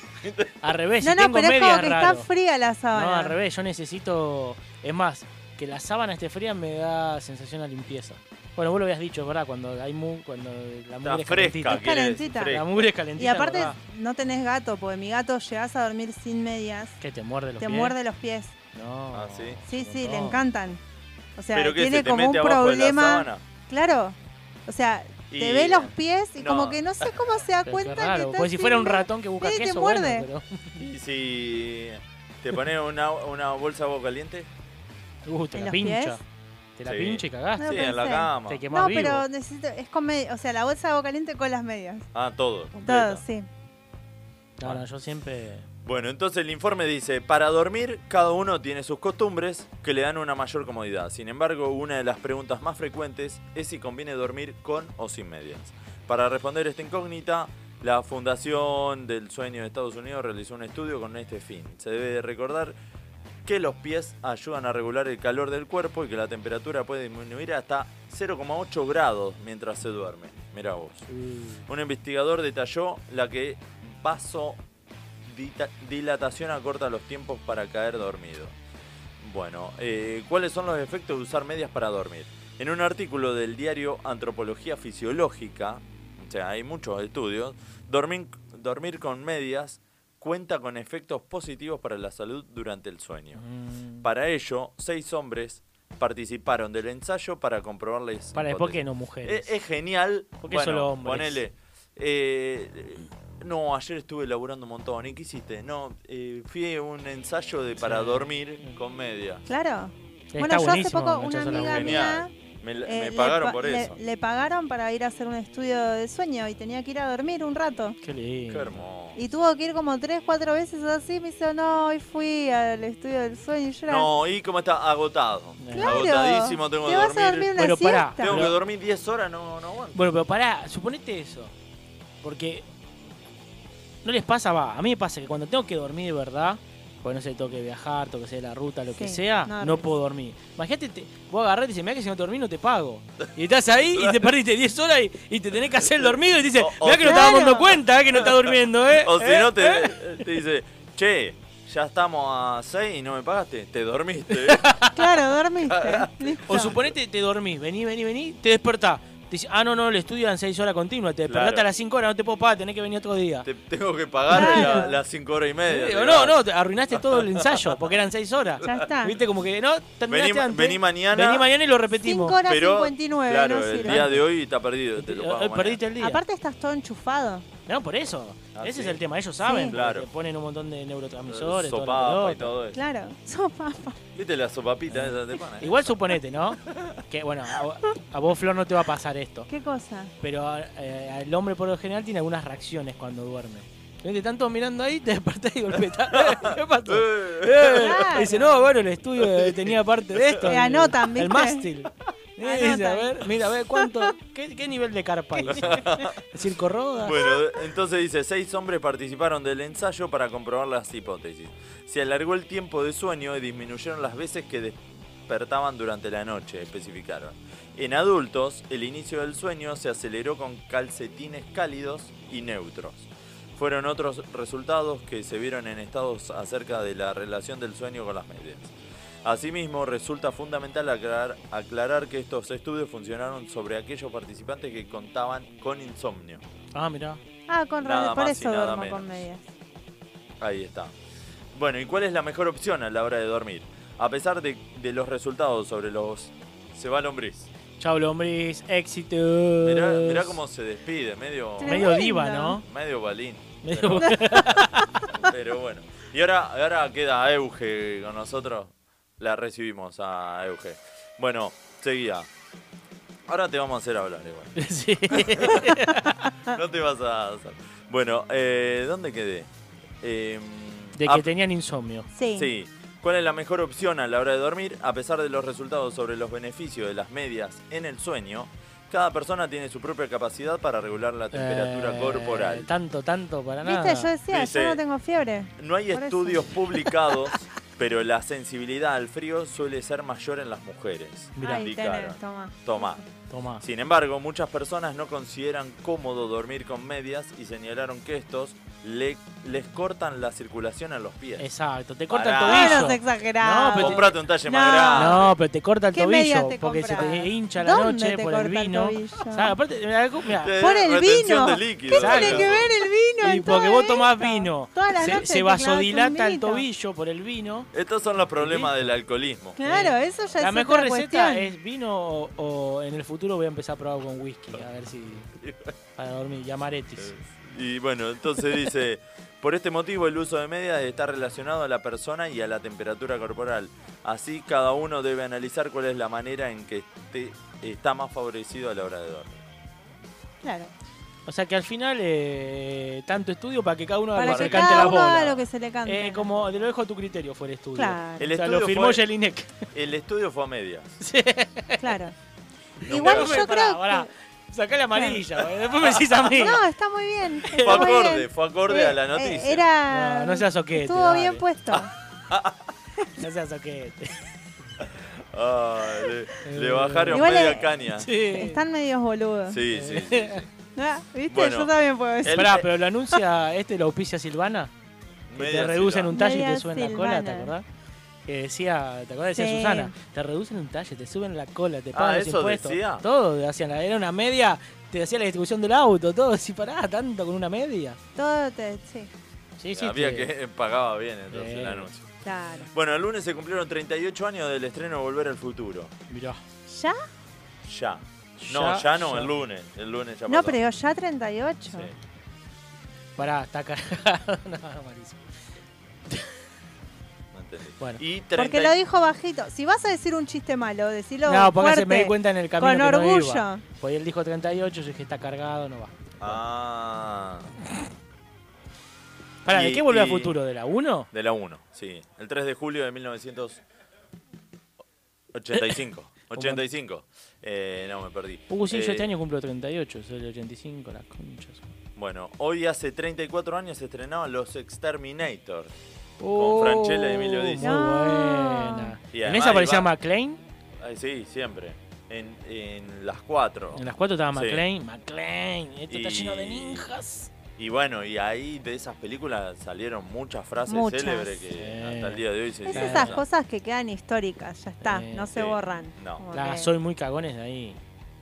al revés,
no,
Eh, si
no,
tengo
pero es como
medias
que
raro.
está fría la sábana.
no, al revés, yo necesito. Es más, que la sábana esté fría me da sensación a limpieza. Bueno, vos lo habías dicho, ¿verdad? Cuando hay mu cuando la mugre
Está
es calentita.
fresca. quiere decir,
calentita.
La
fresca.
mugre es calentita.
Y aparte
¿verdad?
no tenés gato, porque mi gato llegás a dormir sin medias,
Que te muerde los
te
pies.
muerde los pies.
No.
Ah, ¿sí?
Sí, sí, le
No.
encantan. O sea,
Pero que
tiene
se te
como
mete
un
abajo de la
problema.
sábana.
Claro. O sea, te
Y-
ve los pies y
no.
como que no sé cómo se
Pero
da
qué
cuenta
raro,
que está
porque si fuera un
sin-
ratón que busca
Sí, te
queso,
muerde.
bueno,
Y si te pones una, una bolsa de agua caliente,
pero. [LAUGHS] Uh, te
¿En
la
los
pincha.
pies?
Te la
Sí.
pincha y cagaste.
No
sí, en la
pensé.
cama.
Te quemás
No,
vivo.
pero necesito es con med- o sea, la bolsa de agua caliente con las medias.
Ah, todo.
Todo,
completo.
sí.
No, no, yo siempre.
Bueno, entonces el informe dice, para dormir cada uno tiene sus costumbres que le dan una mayor comodidad. Sin embargo, una de las preguntas más frecuentes es si conviene dormir con o sin medias. Para responder esta incógnita, la Fundación del Sueño de Estados Unidos realizó un estudio con este fin. Se debe recordar que los pies ayudan a regular el calor del cuerpo y que la temperatura puede disminuir hasta 0,8 grados mientras se duerme. Mirá vos.
uh,
Un investigador detalló la que vasodilatación acorta los tiempos para caer dormido. Bueno, eh, ¿cuáles son los efectos de usar medias para dormir? En un artículo del diario Antropología Fisiológica, o sea, hay muchos estudios, dormir, dormir con medias cuenta con efectos positivos para la salud durante el sueño.
Mm.
Para ello, seis hombres participaron del ensayo para comprobarles...
Para después que no mujeres.
Eh, Es, es genial.
¿Por qué
bueno,
solo hombres?
Ponele. eh, eh, no, ayer estuve laburando un montón. ¿Y qué hiciste? No, eh, fui a un ensayo de para
Sí.
dormir con media.
Claro.
Está
bueno, yo hace
buenísimo,
poco
Nacho
una
Sola,
amiga
bueno.
mía
Genial. Me, la-
eh,
me
le
pagaron
pa-
por
le-
eso.
Le pagaron para ir a hacer un estudio de sueño y tenía que ir a dormir un rato.
Qué lindo.
Qué hermoso.
Y tuvo que ir como tres, cuatro veces así. Me dice, no, hoy fui al estudio del sueño. Y yo era,
No, y como está agotado.
claro,
Agotadísimo, tengo
te
que
vas a dormir
dormir.
una
Bueno, pará,
siesta.
Tengo que
Pero-
dormir 10 horas, no, no aguanto.
Bueno, pero pará, suponete eso. Porque no les pasa, va. A mí me pasa que cuando tengo que dormir de verdad, pues no sé, tengo que viajar, tengo que hacer la ruta, lo que
Sí,
sea,
no
no,
dormís.
puedo dormir. Imagínate, te, vos agarrás y dices, mira que si no te dormís no te pago. Y estás ahí y te perdiste 10 horas y, y te tenés que hacer el dormido y te dices,
O- o-
mira que no estábamos
Claro.
dando cuenta, eh, que no estás durmiendo, ¿eh?
O si
¿Eh?
no, te,
¿Eh?".
te dice, che, ya estamos a 6 y no me pagaste, te
[LAUGHS]
dormiste.
Claro,
Ah,
dormiste. Listo.
O suponete te dormís, vení, vení, vení, te despertás. Te dice, ah, no, no, el estudio eran 6 horas continuas, te despertaste
Claro.
a las 5 horas, no te puedo pagar, tenés que venir otro día.
te tengo que pagar la-
Claro.
las 5 horas y media.
Digo,
te
no,
digo.
no, te arruinaste todo el ensayo, porque eran 6 horas.
Ya está.
Viste como que no, terminaste
Vení, ma-
antes.
vení mañana.
Vení mañana y lo
5
repetimos.
horas
Pero,
59,
claro,
no
el
sirve.
día de hoy está perdido. Te lo pago
Hoy
mañana.
Eh, perdiste el día.
Aparte estás todo enchufado.
no, por eso.
Ah,
Ese
sí.
es el tema, ellos saben. porque
Claro.
Te ponen un montón de neurotransmisores, todo lo
Sopapa y
que lo-
todo eso.
Claro. Sos papa.
¿Viste la sopapita esa de pana?
Igual suponete, ¿no? Que bueno, a, vo- a vos, Flor, no te va a pasar esto.
¿Qué cosa?
Pero eh, el hombre por lo general tiene algunas reacciones cuando duerme. Viste, tanto mirando ahí, [LAUGHS] te despertás y golpeás. ¿Qué pasó?
Eh,
Eh,
Claro.
Dice, no, bueno, el estudio eh,
[LAUGHS]
tenía parte de esto.
Te
el-
anotan,
El
¿viste? [LAUGHS]
mástil. Eh, Dice, a
Anotan.
ver, mira, a ver, ¿cuánto? ¿Qué, qué nivel de carpa
[LAUGHS]
hay? ¿El circo roda?
Bueno, entonces dice, seis hombres participaron del ensayo para comprobar las hipótesis. Se alargó el tiempo de sueño y disminuyeron las veces que despertaban durante la noche, especificaron. En adultos, el inicio del sueño se aceleró con calcetines cálidos y neutros. Fueron otros resultados que se vieron en estados acerca de la relación del sueño con las medias. Asimismo, resulta fundamental aclarar, aclarar que estos estudios funcionaron sobre aquellos participantes que contaban con insomnio.
Ah, mirá.
Ah, con razón.
Nada
Por
más y
eso
nada
duermo
menos. Oh.
con medias.
Ahí está. Bueno, ¿y cuál es la mejor opción a la hora de dormir? A pesar de, de los resultados sobre los... Se va lombriz.
Chau, lombriz, éxito.
Mirá,
Pues-
mirá cómo se despide, medio...
Medio
Tremendo.
diva, ¿no?
Medio balín.
Medio-
[LAUGHS] Pero bueno. Y ahora, ahora queda Euge con nosotros. La recibimos a Euge. Bueno, seguía. Ahora te vamos a hacer hablar igual.
[LAUGHS] Sí.
[LAUGHS] No te vas a... hacer. Bueno, eh, ¿dónde quedé? Eh,
De
a-
que tenían insomnio.
Sí.
Sí. ¿Cuál es la mejor opción a la hora de dormir? A pesar de los resultados sobre los beneficios de las medias en el sueño, cada persona tiene su propia capacidad para regular la temperatura
Eh,
corporal.
Tanto, tanto, para nada.
¿Viste? Yo decía,
Dice-
yo no tengo fiebre.
No hay
por eso.
estudios publicados, pero la sensibilidad al frío suele ser mayor en las mujeres.
Mirá.
Ay,
indicaron.
tenés, toma.
Tomá.
Tomá.
Sin embargo, muchas personas no consideran cómodo dormir con medias y señalaron que estos le- les cortan la circulación a los pies.
Exacto, te corta el
Pará.
No, no
Ah, tobillo.
es exagerado.
No, pero te-
Comprate un talle más
No.
grande.
No, pero te corta el
¿Qué media
tobillo
te
porque se
compras?
te hincha la
¿Dónde
noche
te
por el
corta el
vino.
tobillo?
O sea, aparte, mirá, mirá,
Te-
Por el
retención
vino.
de líquido,
¿Qué tiene
claro.
que ver el vino?
Y
en
porque
todo
vos tomás
esto?
vino,
Todas las
se,
noches
se
te clavas un
vasodilata el
vinito.
tobillo por el vino.
Estos son los problemas del alcoholismo.
Claro, eso ya
La
es
mejor
otra
receta
cuestión.
es vino o, o en el futuro voy a empezar a probar con whisky, a ver si para dormir, llamaretis.
Y bueno, entonces dice, por este motivo el uso de medias está relacionado a la persona y a la temperatura corporal. Así cada uno debe analizar cuál es la manera en que esté- está más favorecido a la hora de dormir.
Claro.
O sea que al final eh, tanto estudio para que cada uno
Para
haga lo
que
que cante
cada
la
uno
bola.
haga lo que se le cante.
Eh, como te lo dejo a tu criterio fue el estudio.
Claro,
El
O sea, lo
estudio
firmó
fue-
Jelinek.
El estudio fue a medias.
claro.
[LAUGHS]
Igual
Después me-
yo
pará,
creo
pará.
que...
Sacá la amarilla, porque después me decís a mí.
No, está muy bien. está
Fue
muy
acorde,
bien.
fue acorde a la
Eh,
noticia.
eh, Era...
No, no seas soquete,
Estuvo
dale. Ah.
bien puesto.
No seas soquete.
Ah, le, le bajaron
Igual
media
es-
caña. Sí,
[LAUGHS] Están medios boludos.
sí, sí. sí.
Ah, ¿Viste?
Bueno, Eh.
yo también puedo decir.
el-
Pará, pero lo anuncia este, la auspicia Silvana. Que
Media
te reducen
ciudad.
un talle y
Media
te suben la cola, ¿te
Silvana.
acordás? Que decía, ¿te acordás? Decía
Sí.
Susana, te reducen un talle, te suben la cola, te
Ah,
pagan los
¿eso
impuestos.
decía?
Todo, hacían, la- era una media, te hacía la distribución del auto, todo. Si pará, tanto con una media.
Todo te... Sí,
Sí, sí.
Había
te-
que eh, pagaba bien entonces
Sí.
el anuncio.
claro.
Bueno, el lunes se cumplieron 38 años del estreno de Volver al Futuro.
Mirá.
¿Ya?
Ya. No,
Ya,
ya no,
ya.
el lunes. El lunes ya
No,
pasó.
pero ya 38.
Sí.
Pará, está cargado. [LAUGHS] no, malísimo.
No entendí.
Bueno.
Y
Porque
30
lo dijo bajito. Si vas a decir un chiste malo, decilo
No, porque
fuerte.
se me di cuenta en el camino
con
que no
orgullo.
iba. Porque él dijo 38, yo dije, está cargado, no va.
Ah.
Pará, ¿de
Y-
qué volvió a
y-
futuro? ¿De la 1?
De la 1, sí. El 3 de julio de 1985.
[LAUGHS]
85. Eh, no, me perdí.
Uh, sí, yo
Eh,
este año cumplo 38, soy del 85, las conchas.
Bueno, hoy hace 34 años se estrenaban Los Exterminator.
Oh,
Franchella y Emilio Dizzi.
Muy buena.
Y
¿En
además
esa aparecía
iba-
McLean?
Ay, sí, siempre. En, en las 4.
En las cuatro estaba
Sí.
McLean. McLean, esto está
Y-
lleno de ninjas.
Y bueno, y ahí de esas películas salieron muchas frases
Muchas.
célebres que
Sí.
hasta el día de hoy se
Es
siguen
esas
usando.
cosas que quedan históricas, ya está,
Eh, Sí,
no se
sí.
borran.
No.
Como
La
que-
soy muy cagones de ahí.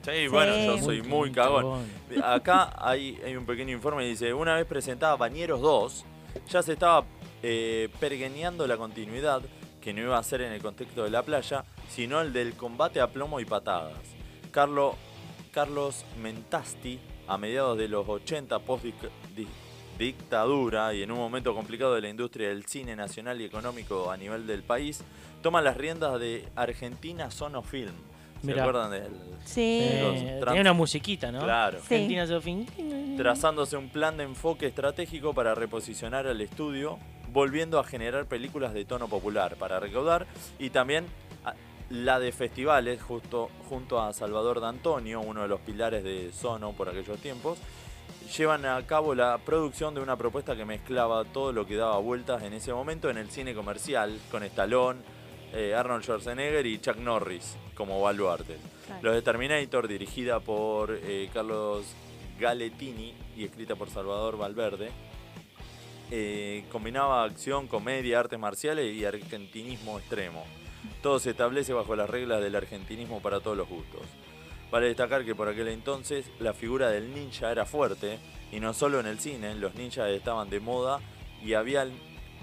Sí, bueno, yo
Sí.
soy muy cagón. Acá hay, hay un pequeño informe, dice, una vez presentada Bañeros 2, ya se estaba eh, pergeñando la continuidad, que no iba a ser en el contexto de la playa, sino el del combate a plomo y patadas. Carlo- Carlos Mentasti, a mediados de los 80, post dic- di- dictadura y en un momento complicado de la industria del cine nacional y económico a nivel del país, toma las riendas de Argentina Sonofilm. ¿Se
Mirá.
acuerdan del
Sí.
Sí.
Eh,
Trans-
tenía una musiquita, ¿no?
Claro.
Sí.
Argentina Sofín.
trazándose un plan de enfoque estratégico para reposicionar al estudio, volviendo a generar películas de tono popular para recaudar y también a- la de festivales justo, junto a Salvador D'Antonio, uno de los pilares de Sono por aquellos tiempos, llevan a cabo la producción de una propuesta que mezclaba todo lo que daba vueltas en ese momento en el cine comercial, con Stallone, eh, Arnold Schwarzenegger y Chuck Norris como baluartes.
Claro.
Los de Terminator, dirigida por eh, Carlos Galetini y escrita por Salvador Valverde, eh, combinaba acción, comedia, artes marciales y argentinismo extremo. Todo se establece bajo las reglas del argentinismo para todos los gustos. Vale destacar que por aquel entonces la figura del ninja era fuerte y no solo en el cine, los ninjas estaban de moda y habían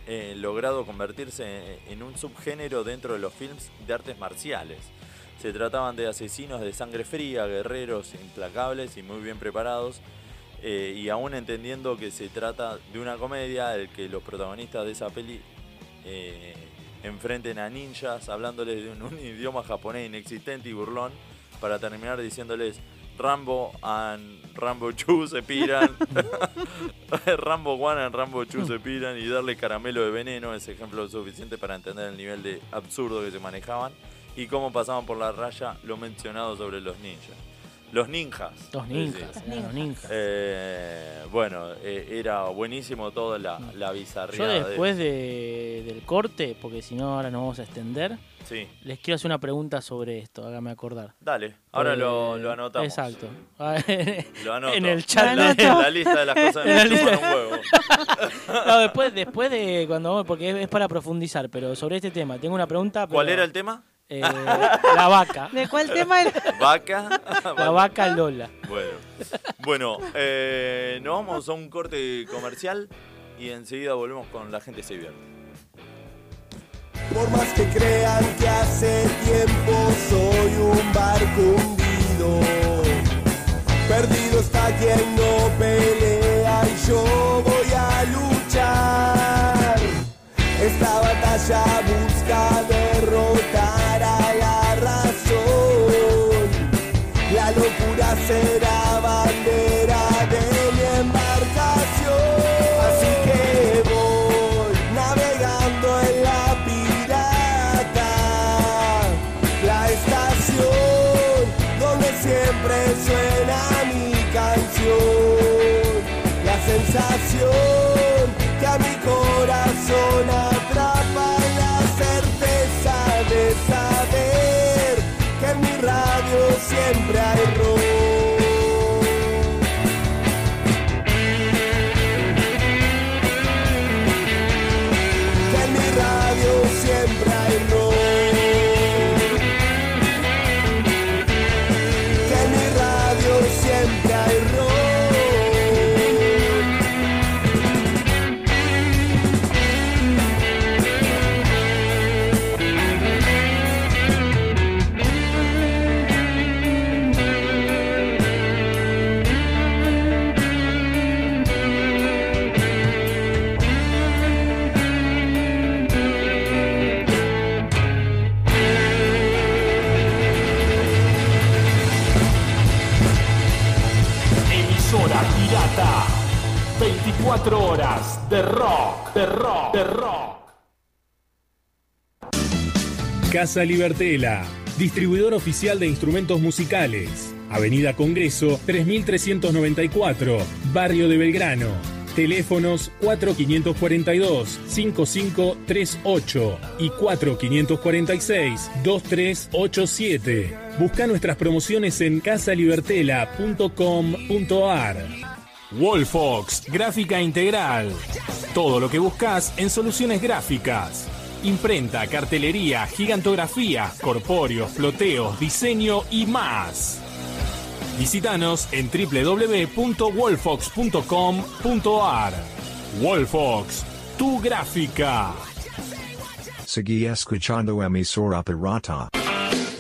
eh, logrado convertirse en- en un subgénero dentro de los films de artes marciales. Se trataban de asesinos de sangre fría, guerreros implacables y muy bien preparados. eh, y aún entendiendo que se trata de una comedia, el que los protagonistas de esa peli eh, enfrenten a ninjas hablándoles de un, [LAUGHS] un idioma japonés inexistente y burlón, para terminar diciéndoles Rambo and Rambo Chu
[LAUGHS]
se piran, [LAUGHS] Rambo One and Rambo Chu se piran y darle caramelo de veneno es ejemplo suficiente para entender el nivel de absurdo que se manejaban y cómo pasaban por la raya lo mencionado sobre los ninjas. Los ninjas.
Los
es
ninjas.
decir.
eran Los ninjas.
Eh, bueno, eh, era buenísimo toda la, la
Yo
bizarría. de-
después de- del corte, porque si no ahora nos vamos a extender,
Sí,
les quiero hacer una pregunta sobre esto, hágame acordar.
dale, ahora lo,
Eh,
lo anotamos.
Exacto.
[LAUGHS]
[LAUGHS]
Lo anoto.
En el chat.
La,
Lo
la
[LAUGHS]
lista de las cosas que
En la
me chupan
lista.
un huevo.
No, después, después de cuando vamos, porque es, es para profundizar, pero sobre este tema, tengo una pregunta.
¿Cuál
pero,
era el tema?
eh, la
[LAUGHS]
vaca.
¿De cuál tema era?
Vaca.
[LAUGHS] La vaca Lola.
Bueno, bueno eh, nos vamos a un corte comercial y enseguida volvemos con la gente se vierte.
Por más que crean que hace tiempo soy un barco hundido. Perdido está quien no pelea y yo voy a luchar. Esta batalla busca derrotar a la razón. La locura será bandera de mi embarcación. Así que voy navegando en la pirata. La estación donde siempre suena mi canción. La sensación que a mi corazón atrapa la certeza de saber que en mi radio siempre hay rock. que en mi radio siempre hay rock. Que en mi radio siempre hay rock.
Emisora pirata.
24 horas de rock, de rock, de rock. Casa Libertela, distribuidor oficial de instrumentos musicales. Avenida Congreso 3394, Barrio de Belgrano. Teléfonos 4542-5538 y 4546-2387. Busca nuestras promociones en casalibertela.com.ar. Wolfox, gráfica integral. Todo lo que buscas en soluciones gráficas. Imprenta, cartelería, gigantografía, corpóreos, floteos, diseño y más. Visítanos en www.wolfox.com.ar. Wolfox, tu gráfica.
Seguí escuchando emisora pirata.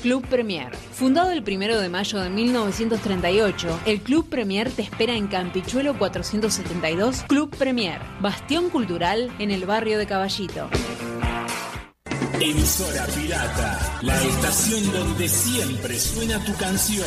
Club Premier. Fundado el 1 de mayo de 1938, el Club Premier te espera en Campichuelo 472, Club Premier, bastión cultural en el barrio de Caballito.
Emisora pirata, la estación donde siempre suena tu canción.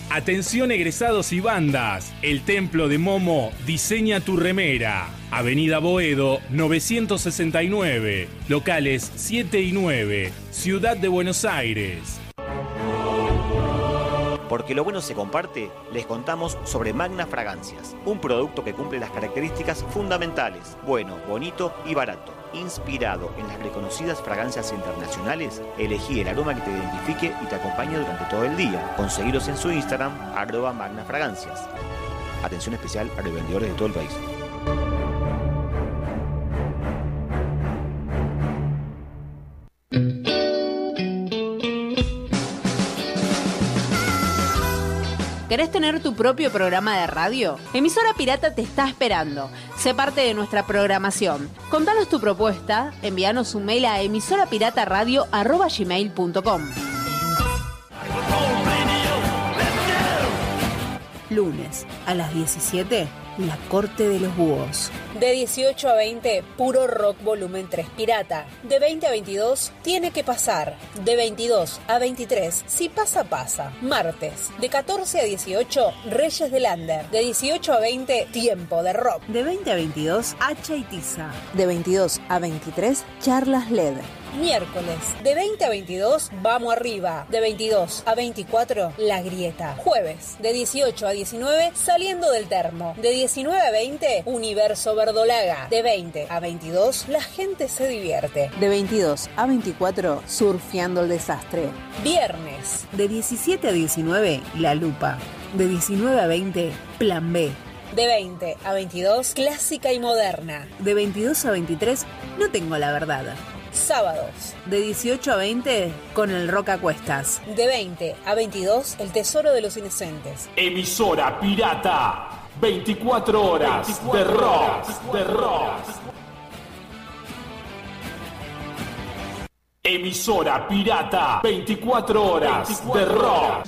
Atención egresados y bandas, El Templo de Momo diseña tu remera. Avenida Boedo 969, locales 7 y 9, Ciudad de Buenos Aires.
Porque lo bueno se comparte, les contamos sobre Magna Fragancias, un producto que cumple las características fundamentales, bueno, bonito y barato. Inspirado en las reconocidas fragancias internacionales, elegí el aroma que te identifique y te acompañe durante todo el día. Conseguiros en su Instagram, arroba Magna Fragancias. Atención especial a revendedores de todo el país.
¿Querés tener tu propio programa de radio? Emisora Pirata te está esperando. Sé parte de nuestra programación. Contanos tu propuesta, envíanos un mail a emisorapirataradio.com.
Lunes a las 17, La Corte de los Búhos.
De 18 a 20, puro rock volumen 3 pirata. De 20 a 22, tiene que pasar. De 22 a 23, si pasa, pasa. Martes. De 14 a 18, Reyes del Lander. De 18 a 20, tiempo de rock.
De 20 a 22, Hacha y Tiza.
De 22 a 23, charlas E LED. Miércoles, de 20 a 22, vamos arriba. De 22 a 24, la grieta. Jueves, de 18 a 19, saliendo del termo. De 19 a 20, universo verdolaga. De 20 a 22, la gente se divierte.
De 22 a 24, Surfeando el Desastre.
Viernes,
De 17 a 19, La Lupa. De 19 a 20, Plan B.
de 20 a 22, clásica y moderna.
De 22 a 23, No Tengo la Verdad.
Sábados,
De 18 a 20, Con el Rock a Cuestas.
de 20 a 22, el tesoro de los inocentes.
Emisora pirata, 24 horas de rock, de rock. Emisora pirata, 24 horas de rock.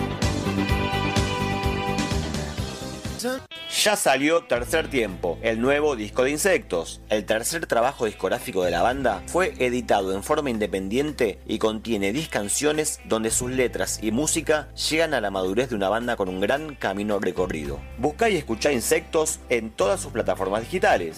Ya salió Tercer Tiempo, el nuevo disco de Insectos. El tercer trabajo discográfico de la banda fue editado en forma independiente y contiene 10 canciones donde sus letras y música llegan a la madurez de una banda con un gran camino recorrido. Busca y escucha Insectos en todas sus plataformas digitales.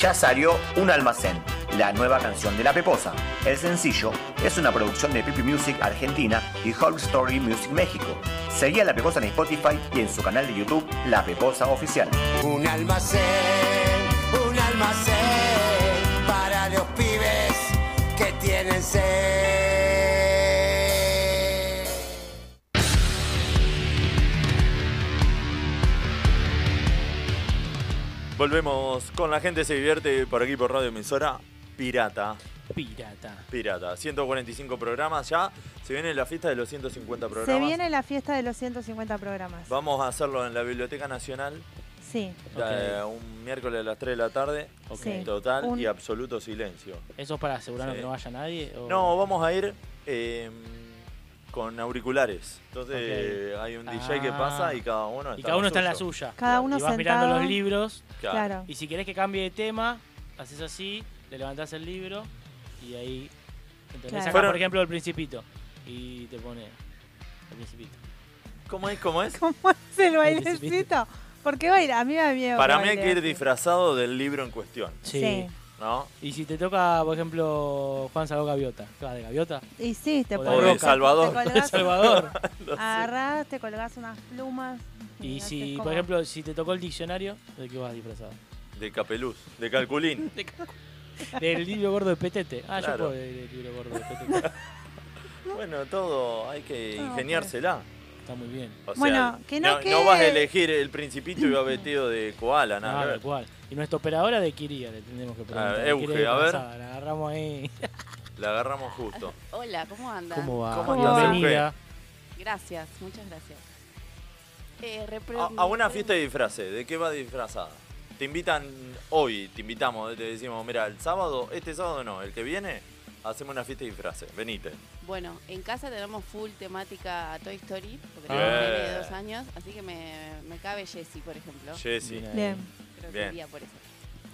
Ya salió Un Almacén, la nueva canción de La Peposa. El sencillo es una producción de Pipi Music Argentina y Whole Story Music México. Seguí a La Peposa en Spotify y en su canal de YouTube La Peposa Oficial.
Un almacén, un almacén para los pibes que tienen sed.
Volvemos con la gente se divierte por aquí por Radio Emisora Pirata.
Pirata.
Pirata. 145 programas ya. Se viene la fiesta de los 150 programas.
Se viene la fiesta de los 150 programas.
Vamos a hacerlo en la Biblioteca Nacional.
Sí.
eh, un miércoles a las 3 de la tarde.
Ok.
En Total
Un-
y absoluto silencio.
¿Eso es para asegurarnos
Sí.
que no vaya nadie? o-
No, vamos a ir eh, con auriculares. Entonces
Ok. Ah.
eh, hay un DJ que pasa y cada uno está,
Y cada uno está en la
suyo.
suya.
Cada uno
y vas mirando
sentado.
los libros.
Claro. Claro.
Y si querés que cambie de tema, haces así, le levantás el libro y ahí. ¿Entendés?
Claro.
Acá,
Fueron-
por ejemplo, el Principito. Y te pone. El Principito.
¿Cómo es? ¿Cómo es?
[LAUGHS] ¿Cómo
[LAUGHS]
es el bailecito? ¿Por qué baila? A mí me da miedo.
Para
que
mí hay
baile
que ir
así.
disfrazado del libro en cuestión.
Sí.
Sí.
¿No?
Y si te toca, por ejemplo, Juan Salvador Gaviota. ¿Te vas de Gaviota?
Y sí, te
O de
pones-
Roca.
El Salvador.
Te
El
colgás-
[LAUGHS]
Salvador.
Agarrás, te colgás unas plumas.
Y
haces
si,
como-
por ejemplo, si te tocó el diccionario, ¿de qué vas disfrazado?
De capeluz, de calculín.
Del libro gordo de Petete. Ah,
Claro.
yo puedo del libro gordo de
[LAUGHS]
Petete.
bueno, todo hay que ingeniársela.
Está muy bien.
O sea,
Bueno, que no
no
quede-
vas a elegir el principito y va vestido de koala, nada.
Ah,
que ver.
tal cual. Y nuestra operadora de Kiria, le tendremos que preguntar.
Ah,
¿Qué
Euge,
quiere
a ver.
pasar? La agarramos ahí.
La agarramos
[LAUGHS]
justo.
Hola, ¿cómo andan?
¿Cómo va?
¿Cómo
estás,
estás,
Bienvenida.
Gracias, muchas gracias. Eh, repre-
A, a una fiesta de disfraces, ¿de qué va disfrazada? Te invitan hoy, te invitamos, te decimos, mira, el sábado, este sábado no, el que viene, hacemos una fiesta de disfraces, venite.
Bueno, en casa tenemos full temática a Toy Story, porque
Bien.
tenemos un nene de dos años, así que me, me cabe Jessie, por
Ah,
ejemplo.
Jessy.
Bien.
Creo que
Bien.
iría por eso.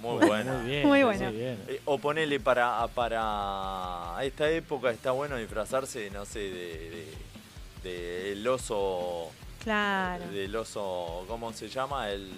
Muy buena.
Muy bien.
Muy buena. muy
Eh, o ponele para, para esta época está bueno disfrazarse, no sé, de, de- de el oso,
Claro.
del oso, ¿cómo se llama? El,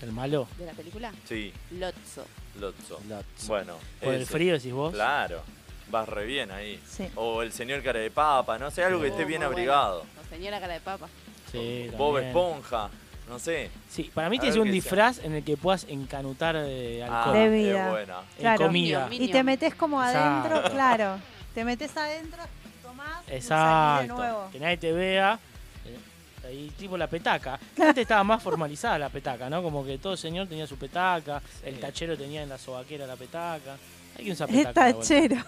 El malo.
¿De la película?
sí,
Lotso.
Lotso. Bueno.
Por el
ese.
frío, decís vos.
Claro. Vas re bien ahí.
Sí.
O el señor cara de papa, no sé, algo que
Oh,
esté bien
muy bueno.
abrigado.
O señora cara de papa.
Sí,
Bob
también.
Esponja, no sé.
Sí, para mí
A
tienes
ver
un
qué
disfraz en el que puedas encanutar de
Ah,
alcohol.
De
es vida.
buena.
En
Claro.
comida.
Y te metes como adentro,
Exacto.
claro. Te metes adentro, tomás. y salís de
Exacto.
nuevo.
Que nadie te vea. Eh, Ahí tipo la petaca. Antes estaba más formalizada la petaca, ¿no? Como que todo señor tenía su petaca, el tachero tenía en la sobaquera la petaca. Hay
[LAUGHS]
que usar
Es
petaca. de vuelta.
tachero.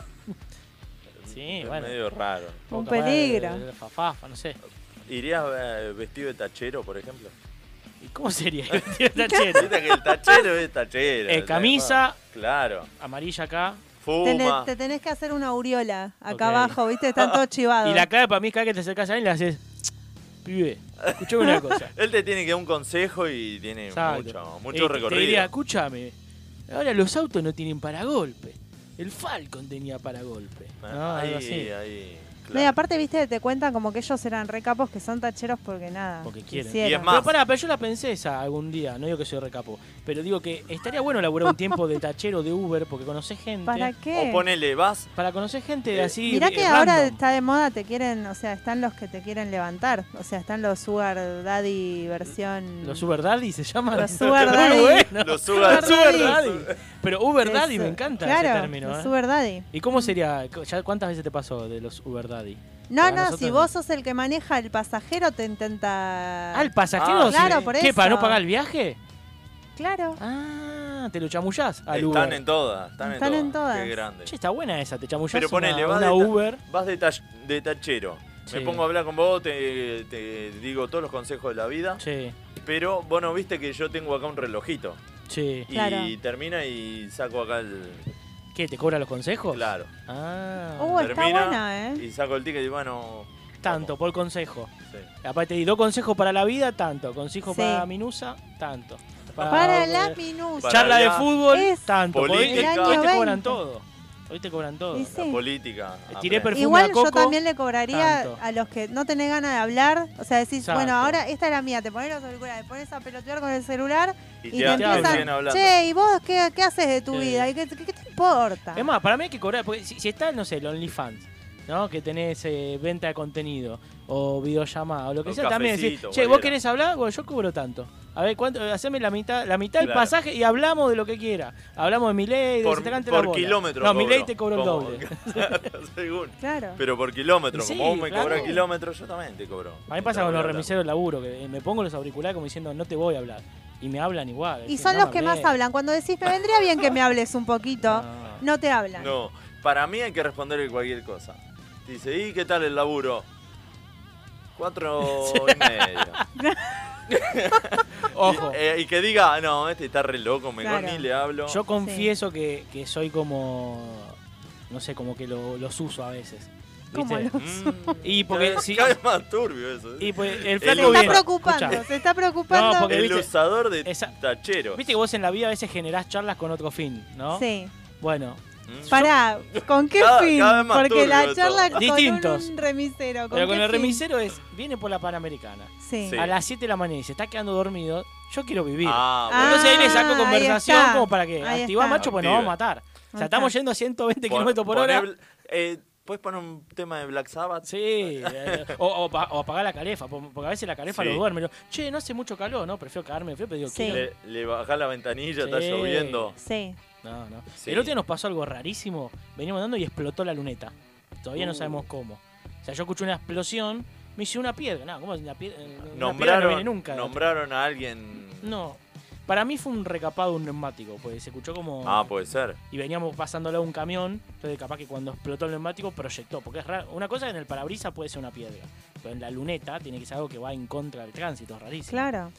Sí,
Es
bueno.
medio raro.
O
Un
capaz de-
peligro.
de- de Fafafa, no sé.
¿Irías eh, vestido de tachero, por ejemplo? [LAUGHS]
¿Y cómo sería vestido de tachero?
Viste que el tachero es tachero.
Eh, camisa.
Claro.
Amarilla acá.
Tenés- te tenés que hacer una aureola acá
Ok.
abajo, ¿viste?
[LAUGHS]
Están todos chivados.
Y la clave para mí es cada vez que te acercas a él le haces. Pibe, escuchame
[LAUGHS]
una cosa.
Él te tiene que dar un consejo y tiene
Exacto.
mucho,
Eh,
mucho
te-
recorrido.
Te diría, escúchame, ahora los autos no tienen paragolpe. El Falcon tenía paragolpe. ¿no?
Eh, Ah, ahí,
Algo así.
ahí.
No, y aparte, viste, te cuentan como que ellos eran recapos que son tacheros porque nada.
Porque quieren.
quisieron.
Pero pará, pero yo la pensé esa algún día, no digo que soy recapo, pero digo que estaría bueno laburar un tiempo de tachero de Uber porque conocés gente.
¿Para qué?
O ponele, vas.
Para conocer gente así.
Mirá
eh,
que
random.
ahora está de moda, te quieren, o sea, están los que te quieren levantar. O sea, están los Sugar Daddy versión.
Los Uber Daddy se llaman. [LAUGHS]
Los Sugar
Muy
Daddy.
bueno.
Los Sugar
Sugar
Daddy.
Daddy. Pero Uber Daddy me encanta ese
Claro,
término.
los
¿eh?
Sugar Daddy.
¿Y cómo sería? ¿Ya ¿Cuántas veces te pasó de los Uber Daddy?
No,
Para
no,
nosotros
si vos sos el que maneja el pasajero, te intenta.
Ah, el pasajero. sí.
Claro, por eso.
¿Qué, para no pagar el viaje?
Claro.
Ah, te lo chamullás al Uber.
Están en todas. Están,
Están en
en todas.
todas.
Qué grande.
Che, está buena esa, te chamullás
Pero
una,
ponele, vas,
una
de, ta-
Uber.
vas de, tach- de tachero.
Sí.
Me pongo a hablar con vos, te, te digo todos los consejos de la vida.
Sí,
Pero vos no viste que yo tengo acá un relojito.
sí.
Y termina y saco acá el.
¿Qué, te cobra los consejos?
Claro.
Ah.
Uh, está
Termina
buena, ¿eh?
Y saco el ticket y bueno.
tanto, por consejo.
Sí.
Aparte, y dos consejos para la vida, tanto. Consejo
Sí.
para Minusa, tanto.
Para
la
la minuta.
Charla de
la-
fútbol,
Es
tanto. porque hoy te- Hoy
política. El
te
año
cobran
20.
todo. Hoy te cobran todo.
Y sí.
Política.
Tiré
aprende.
perfume
Igual
a Coco.
yo también le cobraría
tanto.
a los que no tenés ganas de hablar. O sea, decís,
Exacto.
bueno, ahora esta es la mía, te pones los auriculares, te pones a pelotear con el celular
Y
y,
te
te,
hablan, te siguen
empiezan.
hablando.
Che, ¿y vos qué, qué haces de tu
Sí.
vida? ¿Y qué, qué- qué te importa?
Es más, para mí hay que cobrar, porque si, si está, no sé, el OnlyFans, ¿no? Que tenés eh, venta de contenido o videollamada o lo que
O
sea, también decís,
cafecito,
che, ¿vos
cualquiera".
querés hablar? Bueno, yo cobro tanto. A ver, ¿cuánto? Haceme la mitad, la mitad del
Claro.
pasaje y hablamos de lo que quiera. Hablamos de mi ley, de
Por-
si te canta
por
la bola.
kilómetro
No,
cobro.
mi ley te cobro el
¿Cómo?
doble.
[LAUGHS] Según.
Claro.
Pero por kilómetro,
Sí,
como vos me
claro.
cobras kilómetro, yo también te cobro.
A mí pasa con los remiseros del laburo, que eh, me pongo los auriculares como diciendo, no te voy a hablar. Y me hablan igual.
Y
decís,
son
"No
los
me
que más
hablé".
hablan. Cuando decís, me vendría bien que me hables un poquito, no, te hablan.
No, para mí hay que responderle cualquier cosa. Dice, ¿y qué tal el laburo? Cuatro y medio.
Ojo.
Y, eh, y que diga, no, este está re loco, mejor
Claro.
ni le hablo.
Yo confieso que, que soy como. No sé, como que lo- los uso a veces.
¿Cómo
¿Viste?
los uso?
Y porque si.
Mm. Cada vez más turbio eso. ¿eh?
Y pues
[LAUGHS]
el
El
flaco
usa-
viene-
Se está
preocupando,
escuchá.
se está preocupando.
No, porque
el
viste,
usador de tacheros.
viste que vos en la vida a veces generás charlas con otro fin, ¿no?
Sí.
Bueno.
Mm.
Pará, ¿con qué
Cada-
fin?
cada vez más
Porque
turbio
la
eso.
charla con
Distintos.
un remisero. ¿con
Pero con
qué
el
fin?
remisero es, viene por la Panamericana.
Sí. Sí.
A las 7 de la mañana y se está quedando dormido, yo quiero vivir.
Ah,
bueno.
Entonces ahí le saco
Ah,
conversación
ahí está.
como para que
Ahí
activá
está.
macho, pues nos vamos a matar. O sea,
Ahí
estamos
está.
yendo a 120
Pon-
kilómetros por
poné
hora.
bl- eh, ¿Puedes poner un tema de Black Sabbath? [LAUGHS]
Sí. Eh, o, o, pa- o apagar la calefa, po- porque a veces la calefa
Sí.
los duerme. Yo, Che, no hace mucho calor, ¿no? Prefiero cagarme de frío, pero digo, quiero-
Le, le bajás la ventanilla, está
Sí.
lloviendo.
Sí.
No, no.
Sí.
El otro día nos pasó algo rarísimo. Venimos andando y explotó la luneta. Todavía no
Uh.
sabemos cómo. O sea, yo escuché una explosión, me hice una piedra. No, ¿cómo es una piedra? Una piedra no
Nombraron,
viene nunca.
nombraron a alguien.
No. Para mí fue un recapado de un neumático, pues se escuchó como.
Ah, puede ser.
Y veníamos pasándolo a un camión, entonces capaz que cuando explotó el neumático proyectó. Porque es raro. Una cosa es que en el parabrisas puede ser una piedra, pero en la luneta tiene que ser algo que va en contra del tránsito, es rarísimo.
Claro.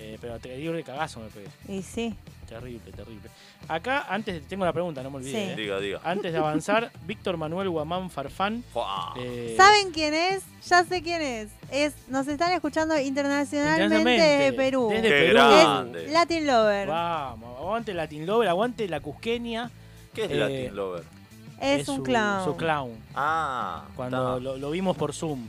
Eh, pero terrible cagazo me pegué.
Y sí.
Terrible, terrible. Acá, antes, tengo la pregunta, no me olvides.
Sí.
eh.
Diga, diga.
Antes de avanzar, Víctor Manuel Guamán Farfán. eh,
¿Saben quién es? Ya sé quién es. es nos están escuchando internacionalmente
Internacionalmente,
desde Perú.
desde Qué Perú. grande.
Es Latin Lover.
Vamos, aguante Latin Lover, aguante la Cusquenia.
¿Qué es
eh,
Latin Lover?
Es un
su-
clown.
Su clown.
Ah.
Cuando lo, lo vimos por Zoom.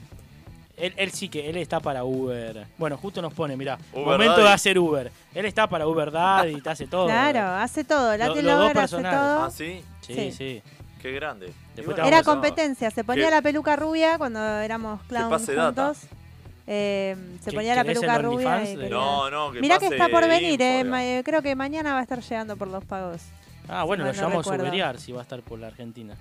Él, él sí que, él está para Uber. Bueno, justo nos pone, mirá,
Uber
momento de
Daddy.
hacer Uber. Él está para Uber Daddy, te hace todo.
Claro, hace todo.
Lo- los
Latin
dos
Lover hace
personajes.
todo.
Ah, sí.
Sí, sí.
Sí.
Qué grande. Y
Después
bueno,
Era
no pasaba.
competencia. Se ponía
¿Qué?
la peluca rubia cuando éramos clowns
pase data.
juntos. Eh, se
¿Qué-
ponía la
querés el
peluca rubia.
OnlyFans
y
de-
quería-
No, no, que
Mirá que
pase
está por venir,
info,
eh,
digamos.
ma- eh, creo que mañana va a estar llegando por los pagos.
Ah, bueno, lo
Si mal no
llevamos
recuerdo.
a Uberiar si va a estar por la Argentina.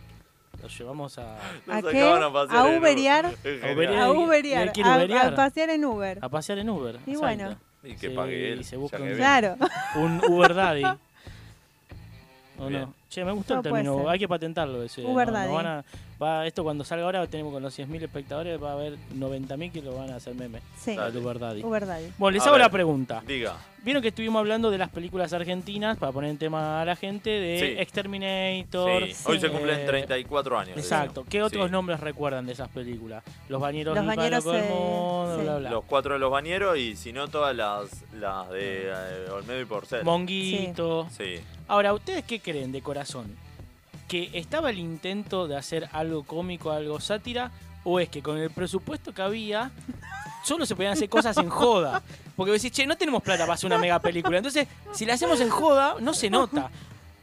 Lo llevamos a.
¿A qué? A Uberiar. A Uberiar.
Él quiere
A-
Uberiar.
A pasear en Uber.
A pasear en Uber.
Y bueno.
Y que pague él,
Y se
ya
busca
que
un,
viene.
Claro. [LAUGHS]
un Uber Daddy. ¿O
Bien.
no? Che, me gustó
No
el
puede
término.
ser.
Hay que patentarlo ese.
Uber
No- no
Daddy.
van a- va- esto cuando salga ahora tenemos con los 100.000 espectadores, va a haber 90.000 que lo van a hacer meme.
Sí.
al Uber Daddy.
Uber Daddy.
Bueno, les
A
hago
ver,
la pregunta.
Diga.
Vieron que estuvimos hablando de las películas argentinas, para poner en tema a la gente, de
Sí.
Exterminator.
Sí. Hoy se cumplen
eh,
34 años. de
Exacto.
eso.
¿Qué otros
Sí.
nombres recuerdan de esas películas? Los bañeros,
Los
del
bañeros,
Palo
eh,
Colmo,
sí.
bla, bla, bla.
Los cuatro de los bañeros y si no todas las, las de eh, Olmedo y Porcel.
Monguito.
Sí.
Ahora, ¿ustedes qué creen de corazón? ¿Que estaba el intento de hacer algo cómico, algo sátira? ¿O es que con el presupuesto que había, solo se podían hacer cosas en joda? Porque vos decís, che, no tenemos plata para hacer una mega película. Entonces, si la hacemos en joda, no se nota.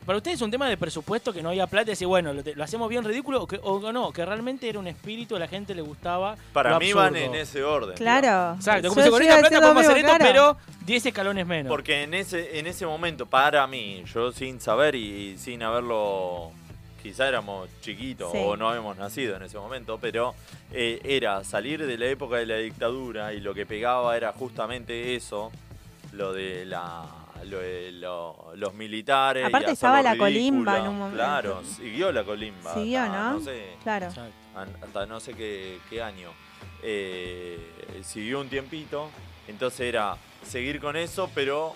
Para ustedes es un tema de presupuesto que no había plata y decir, bueno, lo, te- lo hacemos bien ridículo o, que, o no, que realmente era un espíritu, a la gente le gustaba.
Para
lo
mí
absurdo.
van en ese orden.
Claro.
Exacto, como
Yo
si con
iba a
esta
decir
plata
lo
podemos hacer
mismo,
esto,
claro.
pero 10 escalones menos.
Porque en ese, en ese momento, para mí, yo sin saber y, y sin haberlo. Quizá éramos chiquitos
Sí.
o no habíamos nacido en ese momento, pero eh, era salir de la época de la dictadura y lo que pegaba era justamente eso, lo de la lo de lo- los militares. y
Aparte
hacerlo
estaba la
ridículo.
colimba en un momento.
Claro, siguió la colimba.
Siguió,
hasta,
¿no?
No sé,
Claro.
an- hasta no sé qué, qué año. Eh, siguió un tiempito, entonces era seguir con eso, pero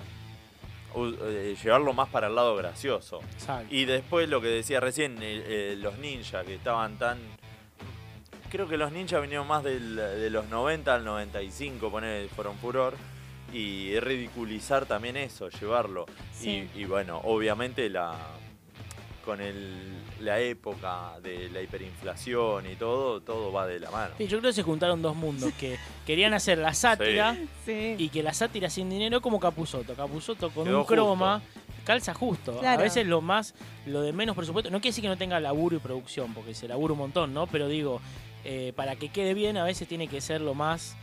u- eh, llevarlo más para el lado gracioso.
Exacto.
Y después lo que decía recién, eh, eh, los ninjas que estaban tan creo que los ninjas vinieron más del- de los 90 al 95, poner, fueron furor. Y ridiculizar también eso, llevarlo.
Sí.
Y, y bueno, obviamente la con el, la época de la hiperinflación y todo, todo va de la mano.
Sí, yo creo que se juntaron dos mundos que querían hacer la sátira y que la sátira sin dinero como Capuzoto. Capuzoto con
Quedó
un croma calza justo.
Claro.
A veces lo más, lo de menos presupuesto. No quiere decir que no tenga laburo y producción, porque se labura un montón, ¿no? Pero digo, eh, para que quede bien, a veces tiene que ser lo más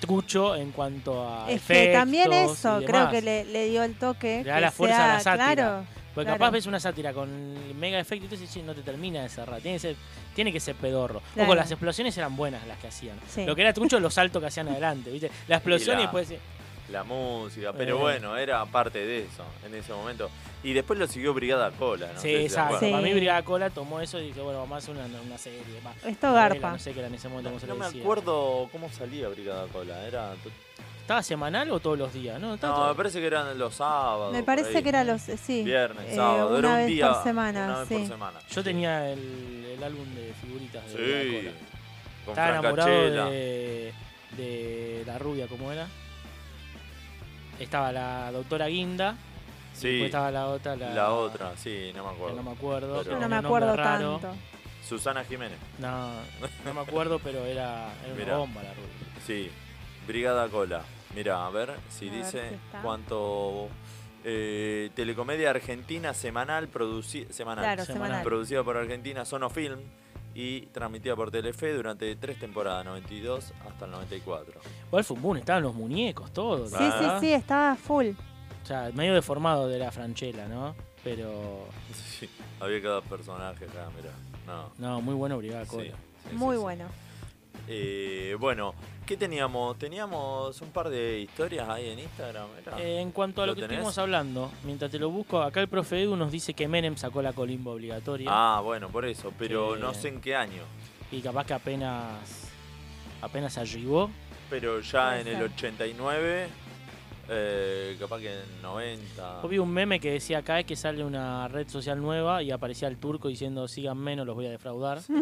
trucho en cuanto a.
Es que también
efectos
eso,
y
creo
demás.
que le, le dio el toque.
Le da
que
la fuerza
sea-
a la sátira.
Claro.
Porque
claro.
capaz ves una sátira con mega efecto y entonces che, no te termina de cerrar. Tiene que ser, tiene que ser pedorro.
Claro.
Ojo, las explosiones eran buenas las que hacían.
Sí.
Lo que era trucho los saltos que hacían adelante, ¿viste? La explosión y,
la-
después. eh,
La música, pero
Eh.
bueno, era parte de eso en ese momento. Y después lo siguió Brigada Cola, ¿no?
Sí,
sé si se
exacto.
acuerdan.
Para mí Brigada Cola tomó eso y dijo, bueno, vamos a hacer una, una serie. va,
Esto
novela,
garpa.
No sé qué era en ese momento, cómo se
No
le
me
decía.
acuerdo cómo salía Brigada Cola. Era to-
¿Estaba semanal o todos los días? No, estaba
No,
todo-
me parece que eran los sábados.
Me
por
parece
ahí.
que era los. eh, Sí.
Viernes,
eh,
sábado,
una
era un
vez
día,
por semana.
una vez
sí.
por semana.
Yo tenía el, el álbum de figuritas de Brigada
Sí,
Cola.
con
Estaba
Francachela.
enamorado de, de la rubia, ¿cómo era? Estaba la doctora Guinda.
Sí.
Después estaba la otra, la,
La otra, sí, no me
que
acuerdo.
no me acuerdo.
Pero-
tenía un nombre raro.
Susana Jiménez.
No, no me acuerdo, pero era, era una
Mirá.
bomba la rubia.
Sí, Brigada Cola. Mira, a ver si
A ver
dice
si está.
cuánto. eh, telecomedia argentina semanal, produci- semanal,
Claro, Semanal. semanal.
producida por Argentina Sonofilm y transmitida por Telefe durante tres temporadas, 92 hasta
[LAUGHS]
el 94.
Igual fue un boom, estaban los muñecos, todo.
Sí,
Sí, sí,
¿verdad?
sí, estaba full.
O sea, medio deformado de la franchela, ¿no? Pero.
Sí, había cada personaje acá, mira. No.
No, muy bueno Brigada Cola.
Sí, sí,
Muy
sí, sí.
bueno.
Eh, bueno, ¿qué teníamos? Teníamos un par de historias ahí en Instagram. ¿era?
Eh, en cuanto a lo, que
Ah. tenés?
estuvimos hablando, mientras te lo busco, acá el profe Edu nos dice que Menem sacó la colimba obligatoria.
Ah, bueno, por eso, pero
Que-
no sé en qué año.
Y capaz que apenas. apenas arribó.
Pero ya
Puede
en el
ser.
89, eh, capaz que en 90.
Yo vi un meme que decía cada vez que sale una red social nueva y aparecía el turco diciendo síganme, no los voy a defraudar.
Sí,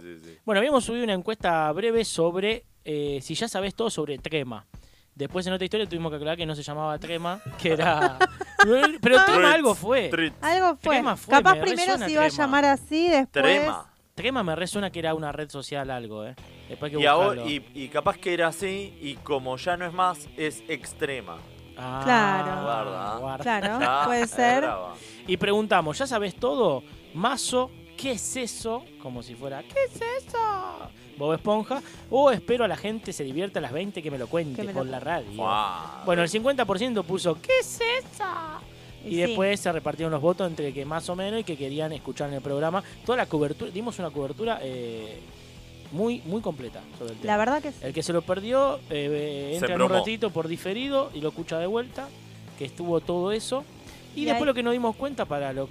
sí, sí.
Bueno, habíamos subido una encuesta breve sobre eh, si ya sabes todo sobre Trema. Después en otra historia tuvimos que aclarar que no se llamaba Trema, que
[LAUGHS]
era... Pero Trema algo fue.
Algo fue.
Trema fue,
Capaz
me
primero
resuena
se iba a
Trema.
llamar así, después.
Trema me resuena que era una red social algo, ¿eh? Después hay que
Y, ahora,
buscarlo.
y, y capaz que era así, y como ya no es más, es
[LAUGHS]
extrema.
Ah,
Claro.
Guarda, ¿eh?
guarda.
Claro, puede ser.
Y preguntamos, ¿ya sabes todo? Mazo, ¿qué es eso? Como si fuera, ¿qué es eso? Bob Esponja. O espero a la gente se divierta a las 20 que me lo cuente
Que me lo
por la radio.
Guau.
Bueno, el 50% puso, ¿qué es eso? Y
sí.
después se repartieron los votos entre que más o menos y que querían escuchar en el programa. Toda la cobertura, dimos una cobertura eh, muy, muy completa sobre el tema.
La verdad que sí.
El que se lo perdió eh, eh,
Se
entra en un
bromó.
ratito por diferido y lo escucha de vuelta, que estuvo todo eso. Y,
Y
después
ahí-
lo que nos dimos cuenta para los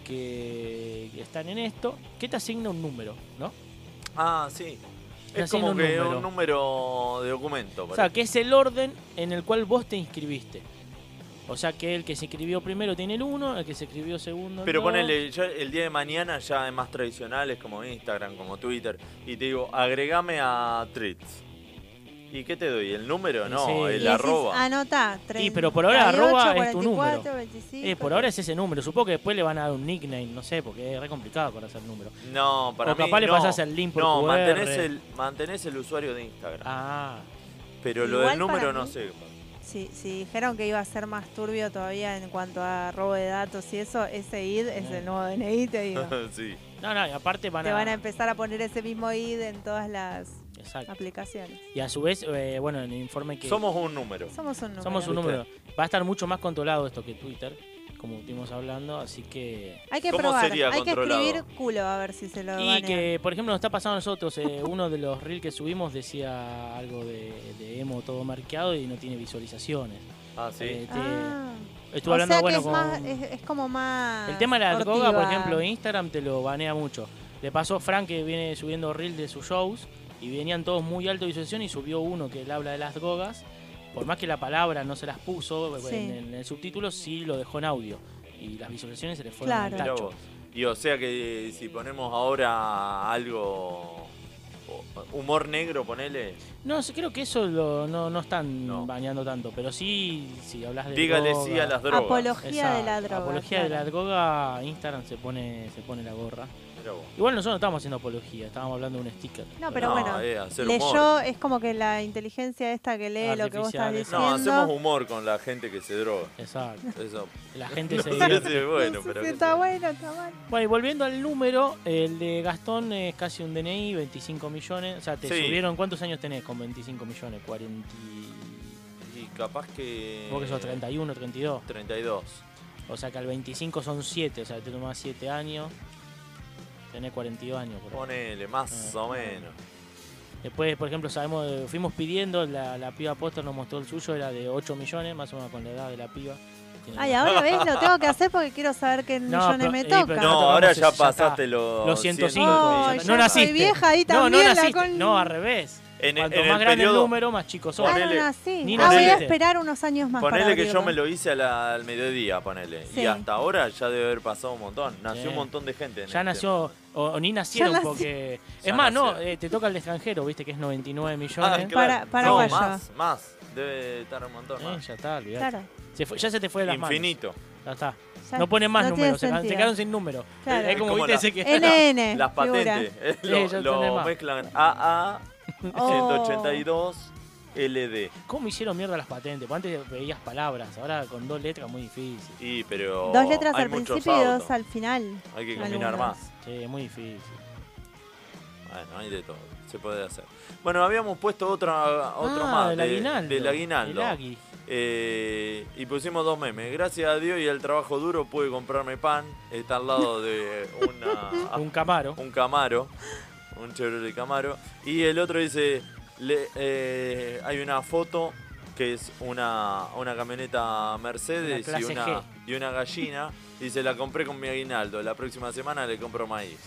que están en esto, que te asigna un número, ¿no?
Ah, sí.
Te
Es como
asigna un
que
número.
un número de documento.
O sea,
parece.
que es el orden en el cual vos te inscribiste. O sea, que el que se inscribió primero tiene el 1, el que se inscribió segundo
Pero
no.
ponele, ya el día de mañana ya en más tradicionales como Instagram, como Twitter, y te digo, agregame a Treats. ¿Y qué te doy? ¿El número? No,
Sí.
el
Y decís,
arroba.
ah, Anotá.
Y pero por ahora
38,
arroba es tu
44,
número.
25.
Eh, por ahora es ese número. Supongo que después le van a dar un nickname, no sé, porque es re complicado para hacer número.
No, para
O
mí
capaz le
no.
pasás el link por
No,
QR.
mantenés el, mantenés el usuario de Instagram.
Ah.
Pero lo
Igual
del número
para
no
mí-
sé.
Si, si dijeron que iba a ser más turbio todavía en cuanto a robo de datos y eso, ese ID es el nuevo DNI,
[LAUGHS]
te digo.
[LAUGHS] sí.
No, no, y aparte van
Te
a...
van a empezar a poner ese mismo ID en todas las
Exacto.
aplicaciones.
Y a su vez, eh, bueno, en el informe que...
Somos un número.
Somos un número.
Somos un número. Va a estar mucho más controlado esto que Twitter, como estuvimos hablando, así que...
Hay que probar, hay que escribir culo a ver si se lo
Y
banean.
que, por ejemplo, nos está pasando a nosotros. eh, [LAUGHS] uno de los reels que subimos decía algo de, de emo todo marqueado y no tiene visualizaciones.
Ah, sí.
Eh, te-
Ah.
Estuve
O
hablando,
sea que
bueno,
es,
con...
más- es- es como más.
El tema de la droga, por
ortiva.
ejemplo, Instagram te lo banea mucho. Le pasó a Frank que viene subiendo reels de sus shows y venían todos muy alto de visualización y subió uno que él habla de las drogas. Por más que la palabra no se las puso
Sí.
en, en el subtítulo, sí lo dejó en audio. Y las visualizaciones se le fueron
Claro.
al
Mirá
tacho.
vos. Y o sea que si ponemos ahora algo humor negro, ponele.
No, sí, creo que eso lo- no, no están bañando tanto, pero sí, si hablas de.
Dígale sí
droga-
a las drogas.
Apología de la droga,
Apología de la
claro.
droga, Instagram se pone, se pone la gorra.
Mirá vos.
Igual nosotros no estamos haciendo apología, estábamos hablando de un sticker.
No, pero bueno,
eh,
leyó, es como que la inteligencia esta que lee lo que vos estás
Artificial,
diciendo.
No, hacemos humor con la gente que se droga.
Exacto.
Eso.
La
[LAUGHS]
gente
No
se
sé
divierte.
si es bueno, pero.
[LAUGHS] Sí, está bueno, está bueno.
Bueno, y volviendo al número, el de Gastón es casi un DNI, 25 millones. O sea, te
Sí.
subieron, ¿cuántos años tenés con 25 millones? 40.
Y capaz que.
Vos que sos 31, 32.
32.
O sea que al 25 son 7, o sea, te tomás 7 años. Tenés 42 años. Por ahí.
Ponele, más
Ah,
o menos.
Después, por ejemplo, sabemos, eh, fuimos pidiendo, la, la piba póster nos mostró el suyo, era de 8 millones, más o menos con la edad de la piba. Tiene-
Ay, ahora ves, lo tengo que hacer porque quiero saber
[LAUGHS]
qué
No,
millones
pero-
me
eh, pero
toca. Ah,
ya
No,
tocamos
ahora
eso,
ya
está.
pasaste los
Los 105.
105.
ya
Ay,
está. no
yo soy
naciste.
vieja ahí
No,
también,
no
la
naciste.
con-
No, al revés.
En-
Cuanto
en el
más grande el
periodo-
número, más chico sos.
Ah, no nací.
Ni
Ah, voy a
naciste.
esperar unos años más. para
Ponele que yo
abrirlo.
me lo hice a la- al mediodía, ponele.
Sí.
Y hasta ahora ya debe haber pasado un montón. Nació
Sí.
un montón de gente. en
Ya
este.
nació, o, o ni nacieron
nací.
porque...
Ya
es más, no, eh, te toca el de extranjero, viste que es 99 millones.
Ah, claro. no, más, más. Debe estar un montón.
Eh,
más.
ya está, olvidate.
Claro.
Se fue- ya se te fue de las manos.
Infinito.
Ya está.
Ya
no ponen más
no tiene
números, se, ca-
sentido.
se quedaron sin número.
Claro.
Es como,
Como
viste
la-
ese que...
NN,
[LAUGHS] Las patentes.
figura.
eh,
Sí, ya
lo lo
entendés más.
[LAUGHS]
mezclan AA
Oh.
182 LD.
¿Cómo hicieron mierda las patentes? Porque Antes veías palabras, ahora con dos letras muy difícil.
Y pero
Dos letras
hay
al
muchos
principio y
autos.
dos al final.
Hay que combinar
Algunas.
más.
Sí, es muy difícil.
Bueno, hay de todo. Se puede hacer. Bueno, habíamos puesto otra, otro
Ah,
más.
del
de-
aguinaldo.
Del aguinaldo.
El agui.
Eh, y pusimos dos memes. Gracias a Dios y al trabajo duro pude comprarme pan. Está al lado de una,
[LAUGHS] un camaro.
Ah. Un camaro. Un Chevrolet Camaro. Y el otro dice, le- eh, hay una foto que es una, una camioneta Mercedes
Una
y,
clase
una,
G.
y una gallina. Dice, la compré con mi aguinaldo. La próxima semana le compro maíz.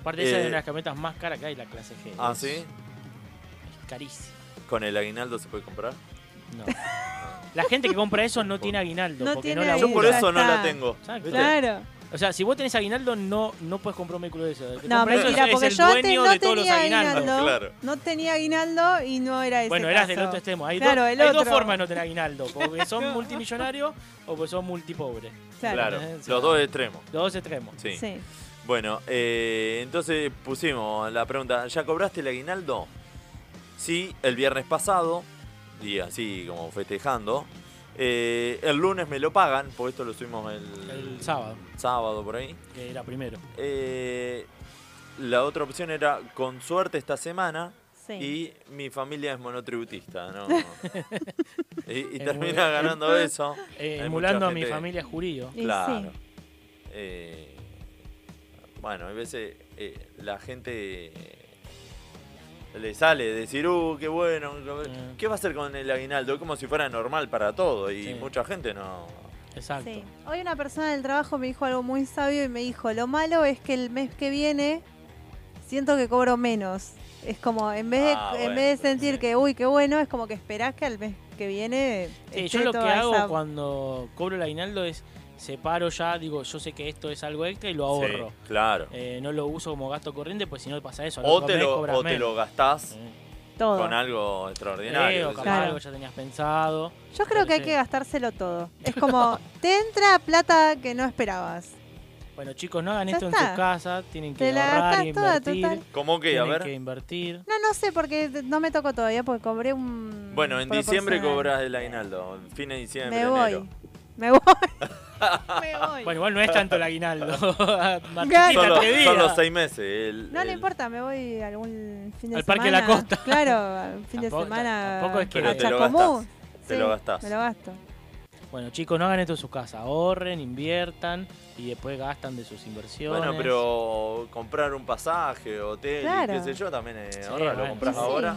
Aparte esa es
Eh,
de las camionetas más caras que hay, la clase G.
¿Ah,
Es
sí?
Carísima.
¿Con el aguinaldo se puede comprar?
No. La gente que compra eso no tiene aguinaldo.
No
porque
tiene
no la
Yo por
usa.
eso no la tengo.
Exacto.
¿viste?
Claro.
O sea, si vos tenés aguinaldo, no, no puedes comprar un vehículo de eso. El que
No,
compra eso
mentira,
es-
porque
es el
yo antes
dueño
no
de todos los
tenía
aguinaldos.
aguinaldo. No tenía aguinaldo y no era ese
Bueno, eras del este.
caso.
otro extremo. Hay,
Claro,
dos,
el
hay dos
otro.
formas de no tener
[LAUGHS]
aguinaldo. Porque son multimillonarios o porque son multipobres.
Claro.
Claro,
Eh,
los dos extremos.
Los dos extremos.
Sí.
Sí.
Bueno, eh, entonces pusimos la pregunta, ¿ya cobraste el aguinaldo? Sí, el viernes pasado, y así como festejando. Eh, el lunes me lo pagan, porque esto lo subimos el,
El sábado.
sábado por ahí.
Que era primero.
Eh, la otra opción era, con suerte esta semana,
Sí.
y mi familia es monotributista, ¿no? y y
Emu-
termina ganando eso.
Eh,
Hay
emulando
mucha
a mi
gente que-
familia jurío.
Y
Claro.
sí.
Eh, bueno, a veces eh, la gente eh, le sale decir, uh, qué bueno, ¿qué va a hacer con el aguinaldo? Como si fuera normal para todo y
Mm. Sí.
mucha gente no.
Exacto.
Sí. Hoy una persona del trabajo me dijo algo muy sabio y me dijo, lo malo es que el mes que viene siento que cobro menos. Es como, en vez de,
Ah,
en
bueno,
vez de sentir que, uy, qué bueno, es como que esperás que al mes que viene...
Sí,
esté
yo lo que
toda
hago
esa-
cuando cobro el aguinaldo es separo ya, digo, yo sé que esto es algo extra y lo ahorro.
Sí, claro.
Eh, no lo uso como gasto corriente, pues si no pasa eso. al
O
otro
te,
mes
lo,
cobras
o te
menos.
lo gastás
Todo.
con algo
Eh,
extraordinario.
o
es
capaz
decir,
algo ya tenías pensado.
Yo creo
Pero
que hay
sí.
que gastárselo todo. Es como, [LAUGHS] te entra plata que no esperabas.
Bueno, chicos, no hagan
Ya
esto en
está.
sus casas. Tienen que
Te la
ahorrar
gastás
y
toda,
invertir.
total.
¿Cómo que? A
Tienen
ver.
que invertir.
No, no sé, porque no me tocó todavía, porque cobré un...
Bueno, en diciembre
proporcional.
cobras el aguinaldo. Fin de diciembre,
Me
enero.
voy. Me voy. [LAUGHS]
Bueno, igual no es tanto el aguinaldo. [LAUGHS]
Son
Martiquita,
los,
te
son los
diga.
seis meses. el-
No, no
el-
importa, me voy algún fin de semana.
Al Parque de la Costa. [LAUGHS]
Claro, un fin de
Tampoco-
semana.
tampoco es que-
a
Pero te lo
Chacomú.
gastás, te lo gastás.
Me lo gasto.
Bueno, chicos, no hagan esto en sus casas. Ahorren, inviertan y después gastan de sus inversiones.
Bueno, pero comprar un pasaje, hotel, y
Claro.
qué sé yo, también es
Sí,
ahora lo
bueno,
compras
sí.
ahora.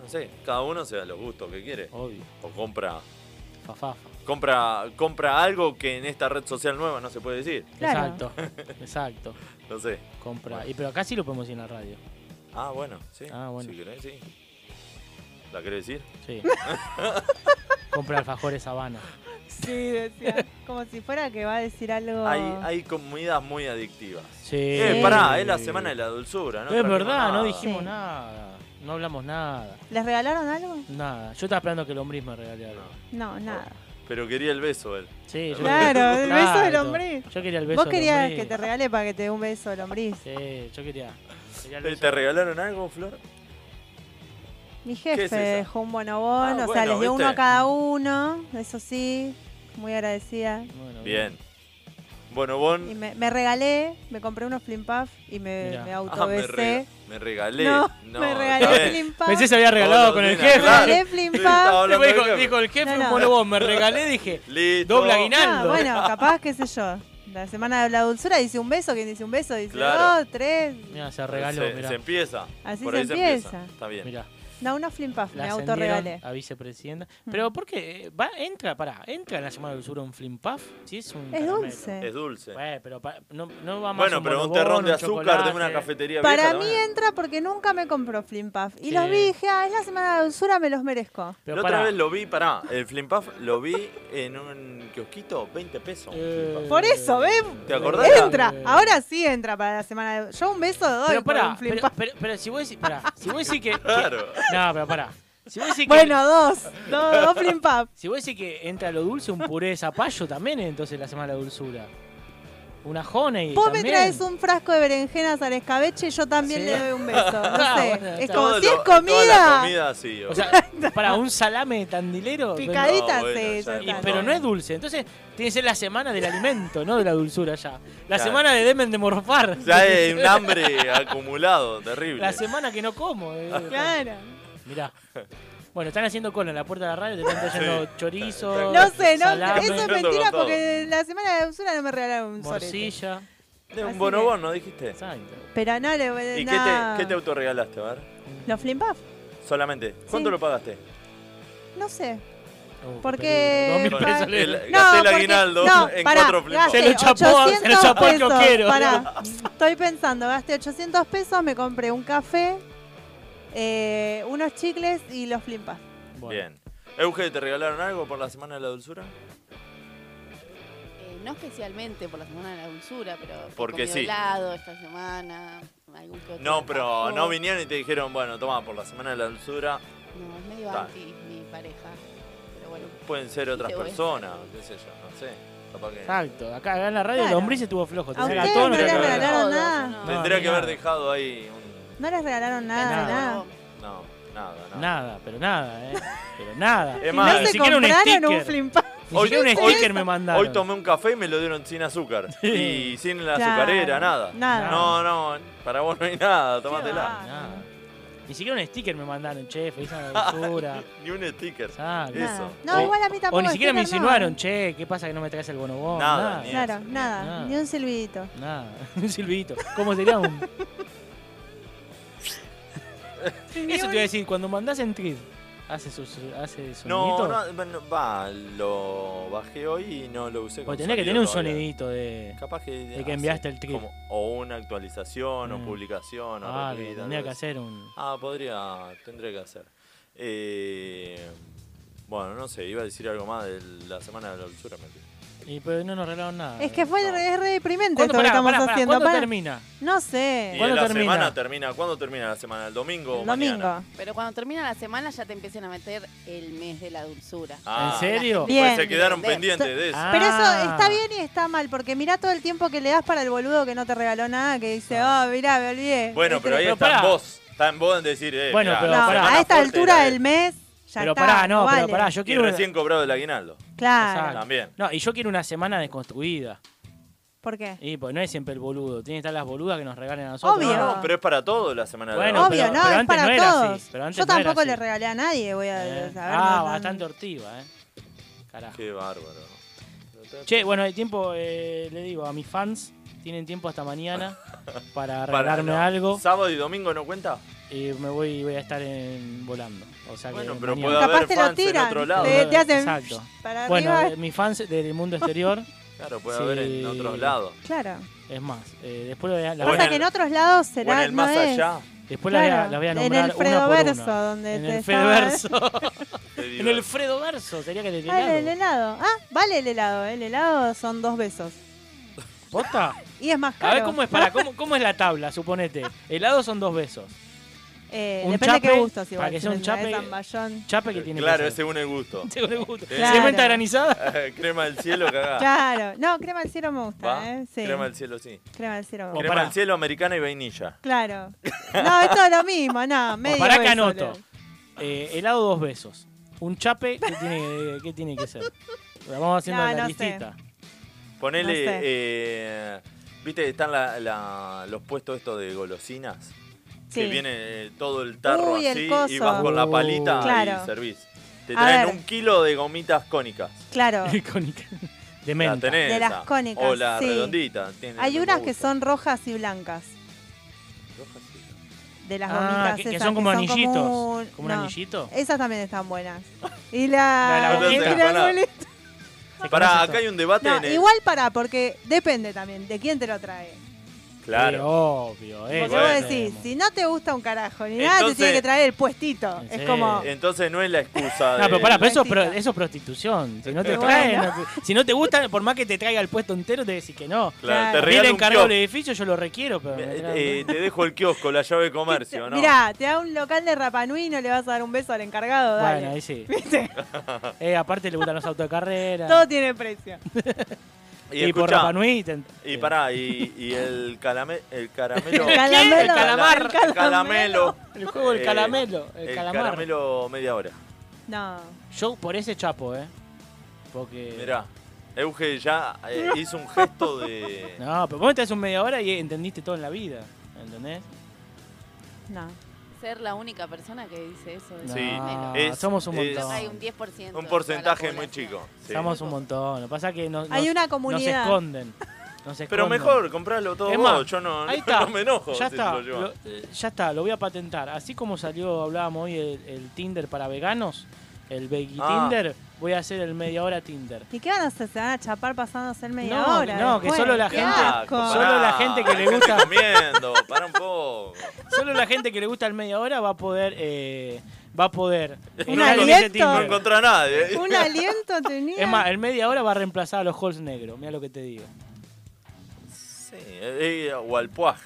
No sé, cada uno se da los gustos que quiere.
Obvio.
O compra,
Fafafa.
compra, compra algo que en esta red social nueva no se puede decir. [LAUGHS]
Exacto. Exacto.
No sé.
Compra. Y, pero acá sí lo podemos decir en la radio.
Ah, bueno, sí.
Ah, bueno.
Si querés, sí. ¿La querés decir?
[LAUGHS]
Sí. Compra alfajores Habana.
Sí, decía. Como si fuera que va a decir algo.
Hay, hay comidas muy adictivas.
Ah. Sí.
Eh, pará, es la semana de la dulzura, ¿no?
es
trajimos
verdad, no
nada.
dijimos nada. No hablamos nada.
¿Les regalaron algo?
Nada. Yo estaba esperando que el hombriz me regale algo.
No, nada.
Pero quería el beso él.
Sí, yo-
Claro, el beso del
Claro.
hombre.
Yo quería el beso
Vos
del
querías
hombriz.
que te regale para que te dé un beso el hombre.
Sí, yo quería. quería el
¿Te,
beso.
te regalaron algo, Flor?
Mi
¿Qué
jefe
es eso?
dejó un bonobón,
Ah,
o sea,
bueno,
les dio
¿viste?
uno a cada uno, eso sí, muy agradecida.
Bien. Bueno, Bon.
Y me, me regalé, me compré unos flimpuff y me,
Mirá.
me
Ah, me,
autobesé.
rega- me regalé.
No,
No,
me regalé
está bien.
flimpa.
Pensé se había regalado
Todos
con
los
el
nenes,
jefe.
claro.
[LAUGHS]
Me regalé
Sí,
flimpa.
estaba hablando
Dijo,
del jefe.
dijo el jefe,
No, no.
un monobón, me regalé, dije,
Listo.
doble aguinaldo.
Ah, bueno,
[LAUGHS]
capaz, qué sé yo. La semana de la dulzura dice un beso, quien dice un beso, dice
Claro.
dos, tres.
Mirá, se regaló,
se,
mirá.
se empieza.
Así
Por
se
ahí
empieza.
Está bien.
Mirá,
No, unos flimpuff,
la
me
ascendieron
autorregalé.
a vicepresidenta.
Mm.
Pero ¿por qué? Eh, Va, entra, pará, entra en la semana de dulzura un flimpuff. Si es un
Es
caramelo.
dulce.
Es dulce.
Bueno, pero pa- no, no va más
Bueno,
un
pero un
bonobón,
terrón de
un
azúcar de una
chocolate.
cafetería
Para
vieja
mí
también.
entra porque nunca me compró flimpuff. Y
Sí.
los vi y dije, ah, es la semana de la dulzura, me los merezco.
La otra vez lo vi, pará, el Flimpaf lo vi en un kiosquito, 20 pesos. un
Eh,
Flimpaf.
Por eso, ¿ves?
¿Te acordás?
Entra, ahora sí entra para la semana de... Yo un beso doy
Pero
por
pará,
un flim
pero,
puff.
pero- pero si vos decís, pará, si vos decís que... que-
Claro.
no, pero pará. Si vos decís que-
Bueno, dos, dos, dos
[LAUGHS]
flim puff.
Si vos decís que entra lo dulce, un puré de zapallo también, entonces la semana de la dulzura. Una honey
Vos
también.
me traes un frasco de berenjenas al escabeche y yo también
Sí.
le doy un beso. No
[LAUGHS] Ah,
sé,
bueno,
es
está.
como
Todo
si
lo-
es
Toda la
comida.
comida sí.
O
[LAUGHS]
sea, para un salame de tandilero.
Picadita,
No, bueno,
sí,
ya
ya
Y-
está.
pero no es dulce, entonces tiene que ser la semana del alimento, no de la dulzura ya. La
Claro.
semana de demen de morfar.
ya
[LAUGHS]
hay un hambre acumulado, terrible.
La semana que no como. eh.
[LAUGHS] Claro.
Mirá. Bueno, están haciendo cola en la puerta de la radio, te están trayendo chorizo.
No sé, no,
salame,
eso es
Yendo
mentira
con todo.
porque la semana de la dulzura no me regalaron un sorete.
morcilla.
De
así
un bonobón, ¿no dijiste?
Pero no le voy a
¿Y qué
nada.
te, qué te autorregalaste? A ver,
¿Los flimpuff?
solamente. ¿Cuánto
Sí.
lo pagaste?
No sé.
Uh, [LAUGHS]
Porque-
qué peligro. Dos mil pesos
Con el-
le-
el- gasté el Eh, aguinaldo
no,
en
pará,
cuatro flipas.
gasté
Se lo chapó, se lo
800
chapó al
pesos,
coquero.
pará. Estoy pensando, gasté 800 pesos, me compré un café, eh, unos chicles y los flimpas.
Bien. Euge, ¿te regalaron algo por la semana de la dulzura?
Eh, no especialmente por la semana de la dulzura, pero.
Porque
he comido
sí.
helado esta semana. algún que otro
No, pero
alfajor.
no vinieron y te dijeron, bueno, toma, por la semana de la dulzura
No, es medio
Ta.
anti mi pareja. Pero bueno.
pueden ser
¿qué
otras
te voy a hacer?
personas, qué sé yo, no sé. Capaz que-
Exacto, acá, acá en la radio el
Claro.
hombre se estuvo flojo.
A
tenía
ustedes
gatón,
no
tenía
les
que haber-
regalaron
no,
nada.
no.
Tendría que haber
nada.
dejado ahí un...
No les regalaron nada,
Nada.
nada.
No, nada, nada.
Nada, pero nada, eh. Pero nada.
Es
Y no
más,
se
ni
siquiera un
compraron un
sticker.
flimpa.
Ni siquiera un sticker me mandaron.
Hoy tomé un café y me lo dieron sin azúcar. Y sin la
Claro,
azucarera, nada.
nada.
No, no, para vos no hay nada, tómatela.
Nada. Ni siquiera un sticker me mandaron, che, feliz a la
[LAUGHS]
dulzura.
Ni un sticker.
Exacto.
Eso.
No, igual a mí tampoco.
O ni siquiera me
sticker no.
insinuaron, che, ¿qué pasa que no me traes el bonobón?
Nada,
Nada,
ni-
Claro, nada,
Nada.
ni un silbidito.
nada. [LAUGHS] Un silbidito. ¿Cómo sería
[LAUGHS]
un...? Eso te iba a decir, cuando mandás en Trid, hace su, su- hace sonidito.
No, no, bueno, va, lo bajé hoy y no lo usé con
o Pues tenés que
sonido
tener un
todavía.
sonidito de...
Capaz que,
de que enviaste el trip.
Como, o una actualización, o
Mm.
publicación, o
Ah,
retweet, algo
tendría que
así.
hacer un...
Ah, podría, tendría que hacer. Eh, bueno, no sé, iba a decir algo más de la semana de la dulzura. me olvidé.
Y pero no nos regalaron nada.
Es que fue re, es re deprimente esto
¿Cuándo,
que
pará,
estamos
pará, pará,
haciendo.
¿cuándo
pará.
termina?
No
Y
sé.
¿Cuándo
la
termina?
semana termina, ¿cuándo termina la semana? ¿El domingo o
Domingo.
mañana?
Pero cuando termina la semana ya te empiezan a meter el mes de la dulzura.
Ah,
¿En serio?
pues
Bien.
se quedaron
Bien.
pendientes de eso.
Ah.
Pero eso está bien y está mal, porque mirá todo el tiempo que le das para el boludo que no te regaló nada, que dice,
Ah.
oh, mirá, me olvidé.
Bueno, pero ahí
Pero
está en
pará.
vos. Está en vos en decir, eh,
Bueno,
mirá,
pero
la
No,
pará.
semana
a esta
fuerte
altura
era
del
esta.
mes, ya
pero
está.
pará, no,
vale.
pero pará, yo
Y
quiero... una- Ah.
recién cobrado el aguinaldo.
Claro.
Exacto.
También.
No, y yo quiero una semana desconstruida.
¿Por qué?
Y pues no es siempre el boludo, tiene que estar las boludas que nos regalen a nosotros. Ah,
Obvio.
No, pero es para todo la semana de
Bueno,
la
Obvio,
pero-
no,
pero
es
antes
para
no era así,
todos.
pero antes
yo
no era
tampoco
así.
le regalé a nadie, voy a
Eh,
saber.
Ah,
no, no.
bastante hortiva, eh. Carajo.
Qué bárbaro.
Che, bueno, hay tiempo, eh, le digo a mis fans, tienen tiempo hasta
[LAUGHS]
mañana para
Para,
regalarme
no.
algo
¿Sábado y domingo no cuenta?
y me voy voy a estar en, volando. O sea que
Bueno, pero
mañana-
puede
Capaz
haber
te lo
fans en
tiran,
otro lado.
te- te hacen
Exacto.
Para
Bueno,
arriba.
eh, mis fans del mundo exterior,
Claro, puede
Sí.
haber en otros lados.
Claro.
es más, eh, después la, la-
O
Pasa
en
que
el-
en otros lados
o en
será.
el
no
más
es.
allá.
después la voy a-
Claro,
la voy a
en
nombrar
el
una por
Fredoverso,
una.
donde
En
te
el
[LAUGHS] estaba-
Fedeverso. en el Fredo Verso sería que el
Ah, el
helado.
helado. Ah, vale el helado. El helado son dos besos.
¿Posta?
Y es más caro.
A ver cómo es, para, cómo, cómo es la tabla, suponete. Helado son dos besos.
Eh,
un
depende de qué
chape,
gustos. Igual,
para que
si
sea un
me traes
chape-
zamballón.
Chape que tiene
Claro,
que
es
ser.
según
[LAUGHS]
el gusto.
Según el gusto.
Eh,
¿Cementa granizada?
eh, crema del cielo, cagá.
Claro. No, crema al cielo me gusta.
¿Va?
Eh. Sí.
Crema del cielo, sí.
Crema al cielo.
Crema del cielo, americana y vainilla.
Claro. No, es todo lo mismo. No, medio
Para que
beso,
anoto.
Leo.
Eh, helado dos besos. Un chape, ¿qué tiene, qué tiene que ser? La vamos haciendo
No,
la
no sé.
listita.
Ponele,
No sé.
eh, viste, están la- la- los puestos estos de golosinas.
Sí.
Que viene eh, todo el tarro
Uy, el
así y
coso.
vas con la palita
Uh. Claro.
y servís. Te
A
traen
ver.
un kilo de gomitas cónicas.
[LAUGHS]
Claro.
De
menta. tenés
De las
esa.
cónicas,
O la
sí.
redondita. tiene
Hay
el
unas
mismo
que son rojas y blancas.
gusto.
De las
Ah,
gomitas.
que- que
esas
son como anillitos.
un-
¿Como un anillito?
Esas también están buenas. Y
La de la
la. y
bolita.
la
Pará.
bolita.
Pará, acá hay un debate
No,
en el...
igual para, porque depende también de quién te lo trae.
Claro.
obvio, eh.
Porque vos decís, si no te gusta un carajo ni nada, te
Entonces-
tiene que traer el puestito. Es como.
Eh, Entonces no es la excusa de...
No, pero pará, pero eso, es pro- eso es prostitución. Si no te
Bueno.
traen, no te- si no te gusta, por más que te traiga el puesto entero, te decís que no.
Claro, te
Bill
regalo un
encargó el
kiosco.
edificio, yo lo requiero, pero. me traen-
Eh, te dejo el kiosco, la llave de comercio, ¿no?
Mirá, te da un local de Rapanui y no le vas a dar un beso al encargado, dale. [LAUGHS]
Bueno, ahí sí.
Ah.
Eh, aparte le gustan los autos de carrera.
[LAUGHS] Todo tiene precio.
Y,
Y, por
escuchá,
Rapa Nui te-
Y pará, y, y el, calame- el caramelo.
El calamelo. ¿Qué? El calamar.
El calamelo.
El juego del
Eh,
calamelo, el
el
calamar.
caramelo media hora.
No.
Yo por ese chapo, eh. Porque.
Mirá, Euge ya eh, hizo un gesto de.
[LAUGHS] No, pero vos te haces un media hora y entendiste todo en la vida. ¿Entendés?
No.
Ser la única persona que dice eso. de
Sí,
primero.
es-
somos un
es-
montón.
Hay un 10%.
Un porcentaje muy chico. sí.
Somos un montón. Lo que pasa es que nos,
Hay
nos-
una
Nos
comunidad. [LAUGHS]
esconden. Nos esconden.
Pero mejor, comprarlo todo
Es
vos,
más,
yo no,
ahí
no-
está.
[LAUGHS] no me enojo.
Ya
si
está,
lo llevas.
lo- eh, ya está, lo voy a patentar. Así como salió, hablábamos hoy, el, el Tinder para veganos, el Veggie
Ah.
Tinder, voy a hacer el media hora Tinder.
¿Y qué van a hacer? ¿Se van a chapar pasándose el media
No,
hora?
no, que
después?
solo la
Qué
gente-
asco.
Solo la gente que le
hay
gusta-
comiendo, para un poco.
Solo la gente que le gusta el media hora va a poder. eh, va a
[LAUGHS]
poder.
no,
entrar en ese
encontré- no
Tinder.
encontré
[LAUGHS]
a nadie.
Un
[LAUGHS]
aliento tenía.
Es más, el media hora va a reemplazar a los halls negros. Mira lo que te digo.
Sí, eh, eh, o al puaj.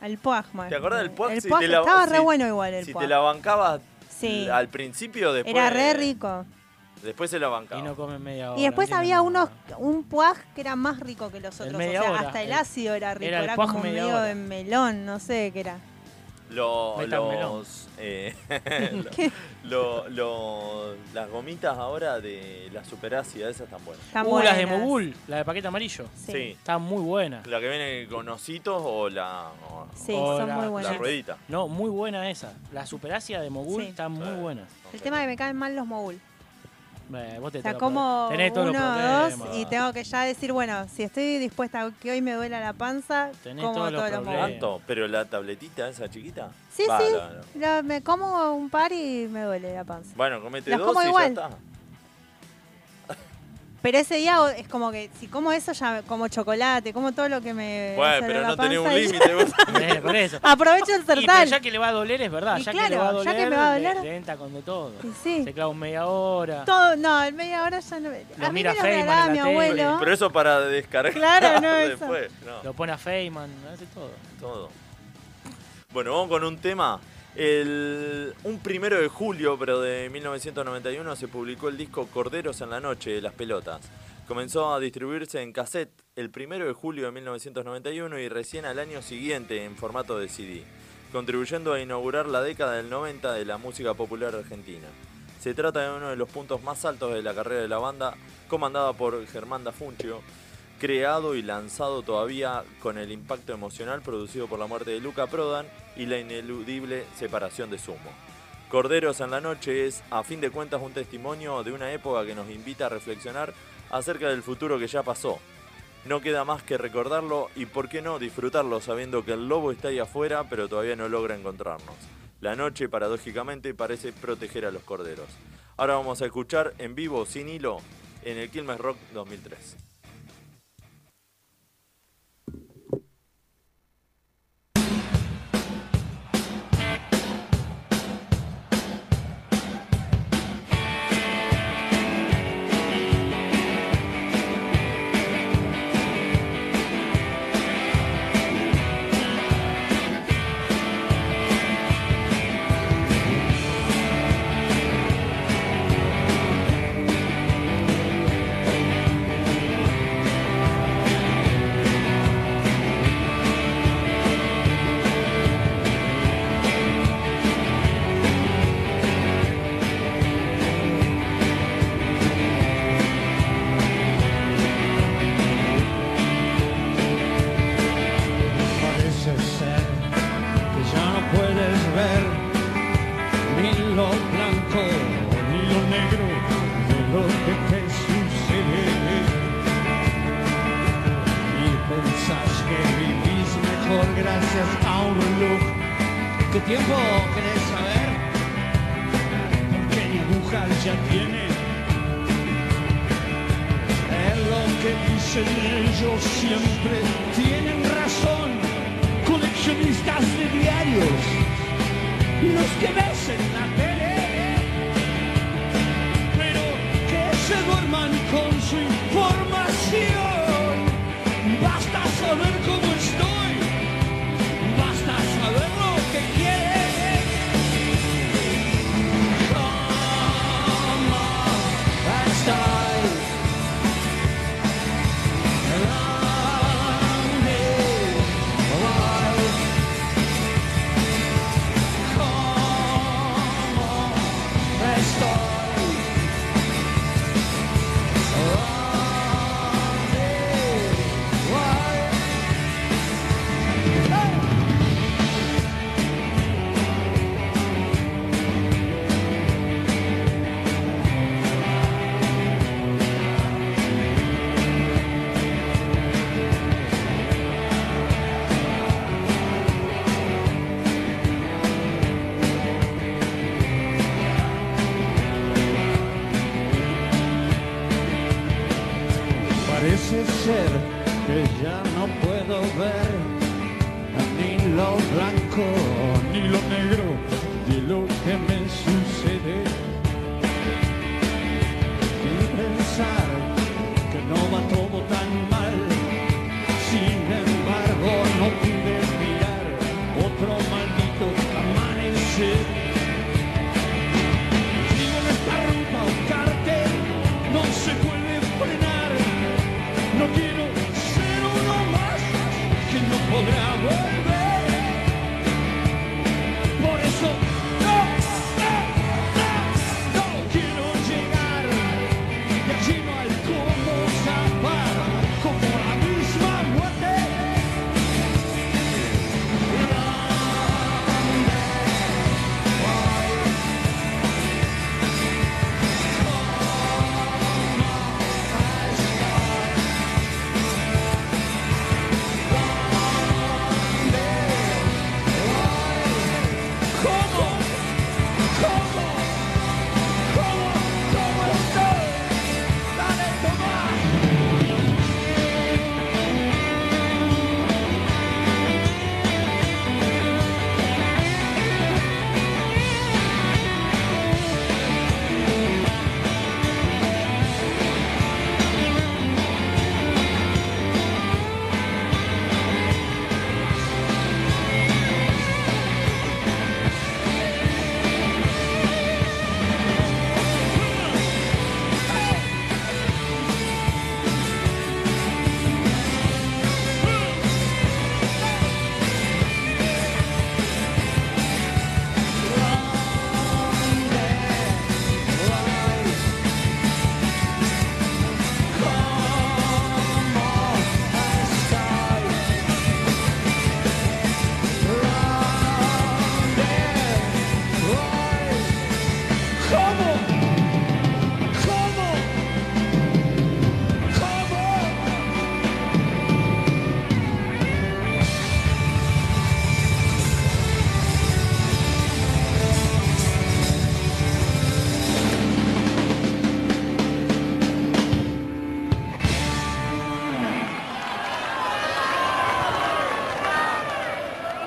El puaj, man.
¿Te acordás del puaj?
El
Si
puaj
te la-
estaba re
si-
bueno igual el
Si
puaj.
te la bancabas
Sí.
al principio, después.
Era re rico.
Después se la bancaba. Y no
comen media
Y después había unos, un puaj que era más rico que los otros. O
media
sea,
hora,
hasta el,
el-
ácido era rico.
era
Era,
el puaj
como
media
medio
hora.
de melón, no sé qué era.
Lo-
Metal melón.
los, eh, lo- lo- lo- las gomitas ahora de la superácida, esas están buenas.
Uh, las de Mogul, la de paquete amarillo.
Sí. Sí.
Están muy buenas.
La que viene con ositos o la, o-
Sí,
o
son
la-
muy buenas.
la ruedita.
No, muy buena esa. La superasia de Mogul
Sí.
están muy buenas.
El tema es que me caen mal los mogul.
Eh, vos te
O sea,
te lo
como
podés- tenés todos los
uno, dos,
problemas.
y tengo que ya decir, bueno, si estoy dispuesta a que hoy me duela la panza,
Tenés
como todos, los mogul.
¿Cuánto? ¿Pero la tabletita esa chiquita?
Sí,
Va,
sí.
la- la-
La- me como un par y me duele la panza.
Bueno, comete
Las
dos
como
y
igual. Eh,
ya está.
Pero ese día o- es como que si como eso ya como chocolate, como todo lo que me
Bueno,
sale
pero
la
no tenés un
panza y-
límite vos.
Eh, por
[LAUGHS]
eso.
Aprovecho el
Y, pero
sertal.
ya que le va a doler, es verdad.
Y
ya que
claro,
le va a
ya
doler,
que me va a
le-
doler.
le entra con de todo.
Y sí.
Se clava un media hora.
Todo, no, el media hora ya no.
Lo
a mí
mira
me lo
Feynman
regalaba
en
mi
la tele.
abuelo.
[LAUGHS] Pero eso para descargar
Claro,
[LAUGHS]
no, eso.
después. No,
Lo pone a Feynman, hace todo.
todo. Bueno, vamos con un tema. El, un primero de julio, pero de 1991, se publicó el disco Corderos en la Noche de las Pelotas. Comenzó a distribuirse en cassette el primero de julio de 1991 y recién al año siguiente en formato de CD, contribuyendo a inaugurar la década del 90 de la música popular argentina. Se trata de uno de los puntos más altos de la carrera de la banda, comandada por Germán da Funchio, creado y lanzado todavía con el impacto emocional producido por la muerte de Luca Prodan y la ineludible separación de Sumo. Corderos en la Noche es, a fin de cuentas, un testimonio de una época que nos invita a reflexionar acerca del futuro que ya pasó. No queda más que recordarlo y, por qué no, disfrutarlo sabiendo que el lobo está ahí afuera pero todavía no logra encontrarnos. La noche, paradójicamente, parece proteger a los corderos. Ahora vamos a escuchar en vivo, sin hilo, en el Quilmes Rock 2003.
Corderos
gracias a un reloj. ¿Qué tiempo querés saber? Porque ni agujas ya tiene. Es lo que dicen ellos siempre. Tienen razón, coleccionistas de diarios. Los que ves en la tele. Pero que se duerman con su información. Basta saber cómo estoy. Basta saber lo que quieres. ¿Cómo estoy? ¿Dónde voy? ¿Cómo estoy? ¿Dónde voy? Parece ser que ya no puedo ver ni lo blanco ni lo negro de lo que me sucede. Y pensar que no va todo tan mal, sin embargo no pude mirar otro maldito amanecer. Sigo en esta rumba, un cartel no se puede frenar. No quiero ser uno más que no podrá volver. Por eso no, no, no, no quiero llegar. Y allí no hay cómo escapar, como la misma muerte. ¿Cómo? ¿Cómo? ¿Cómo? ¿Cómo estoy? Dale, toma. ¿Cómo? ¿Cómo? ¿Cómo?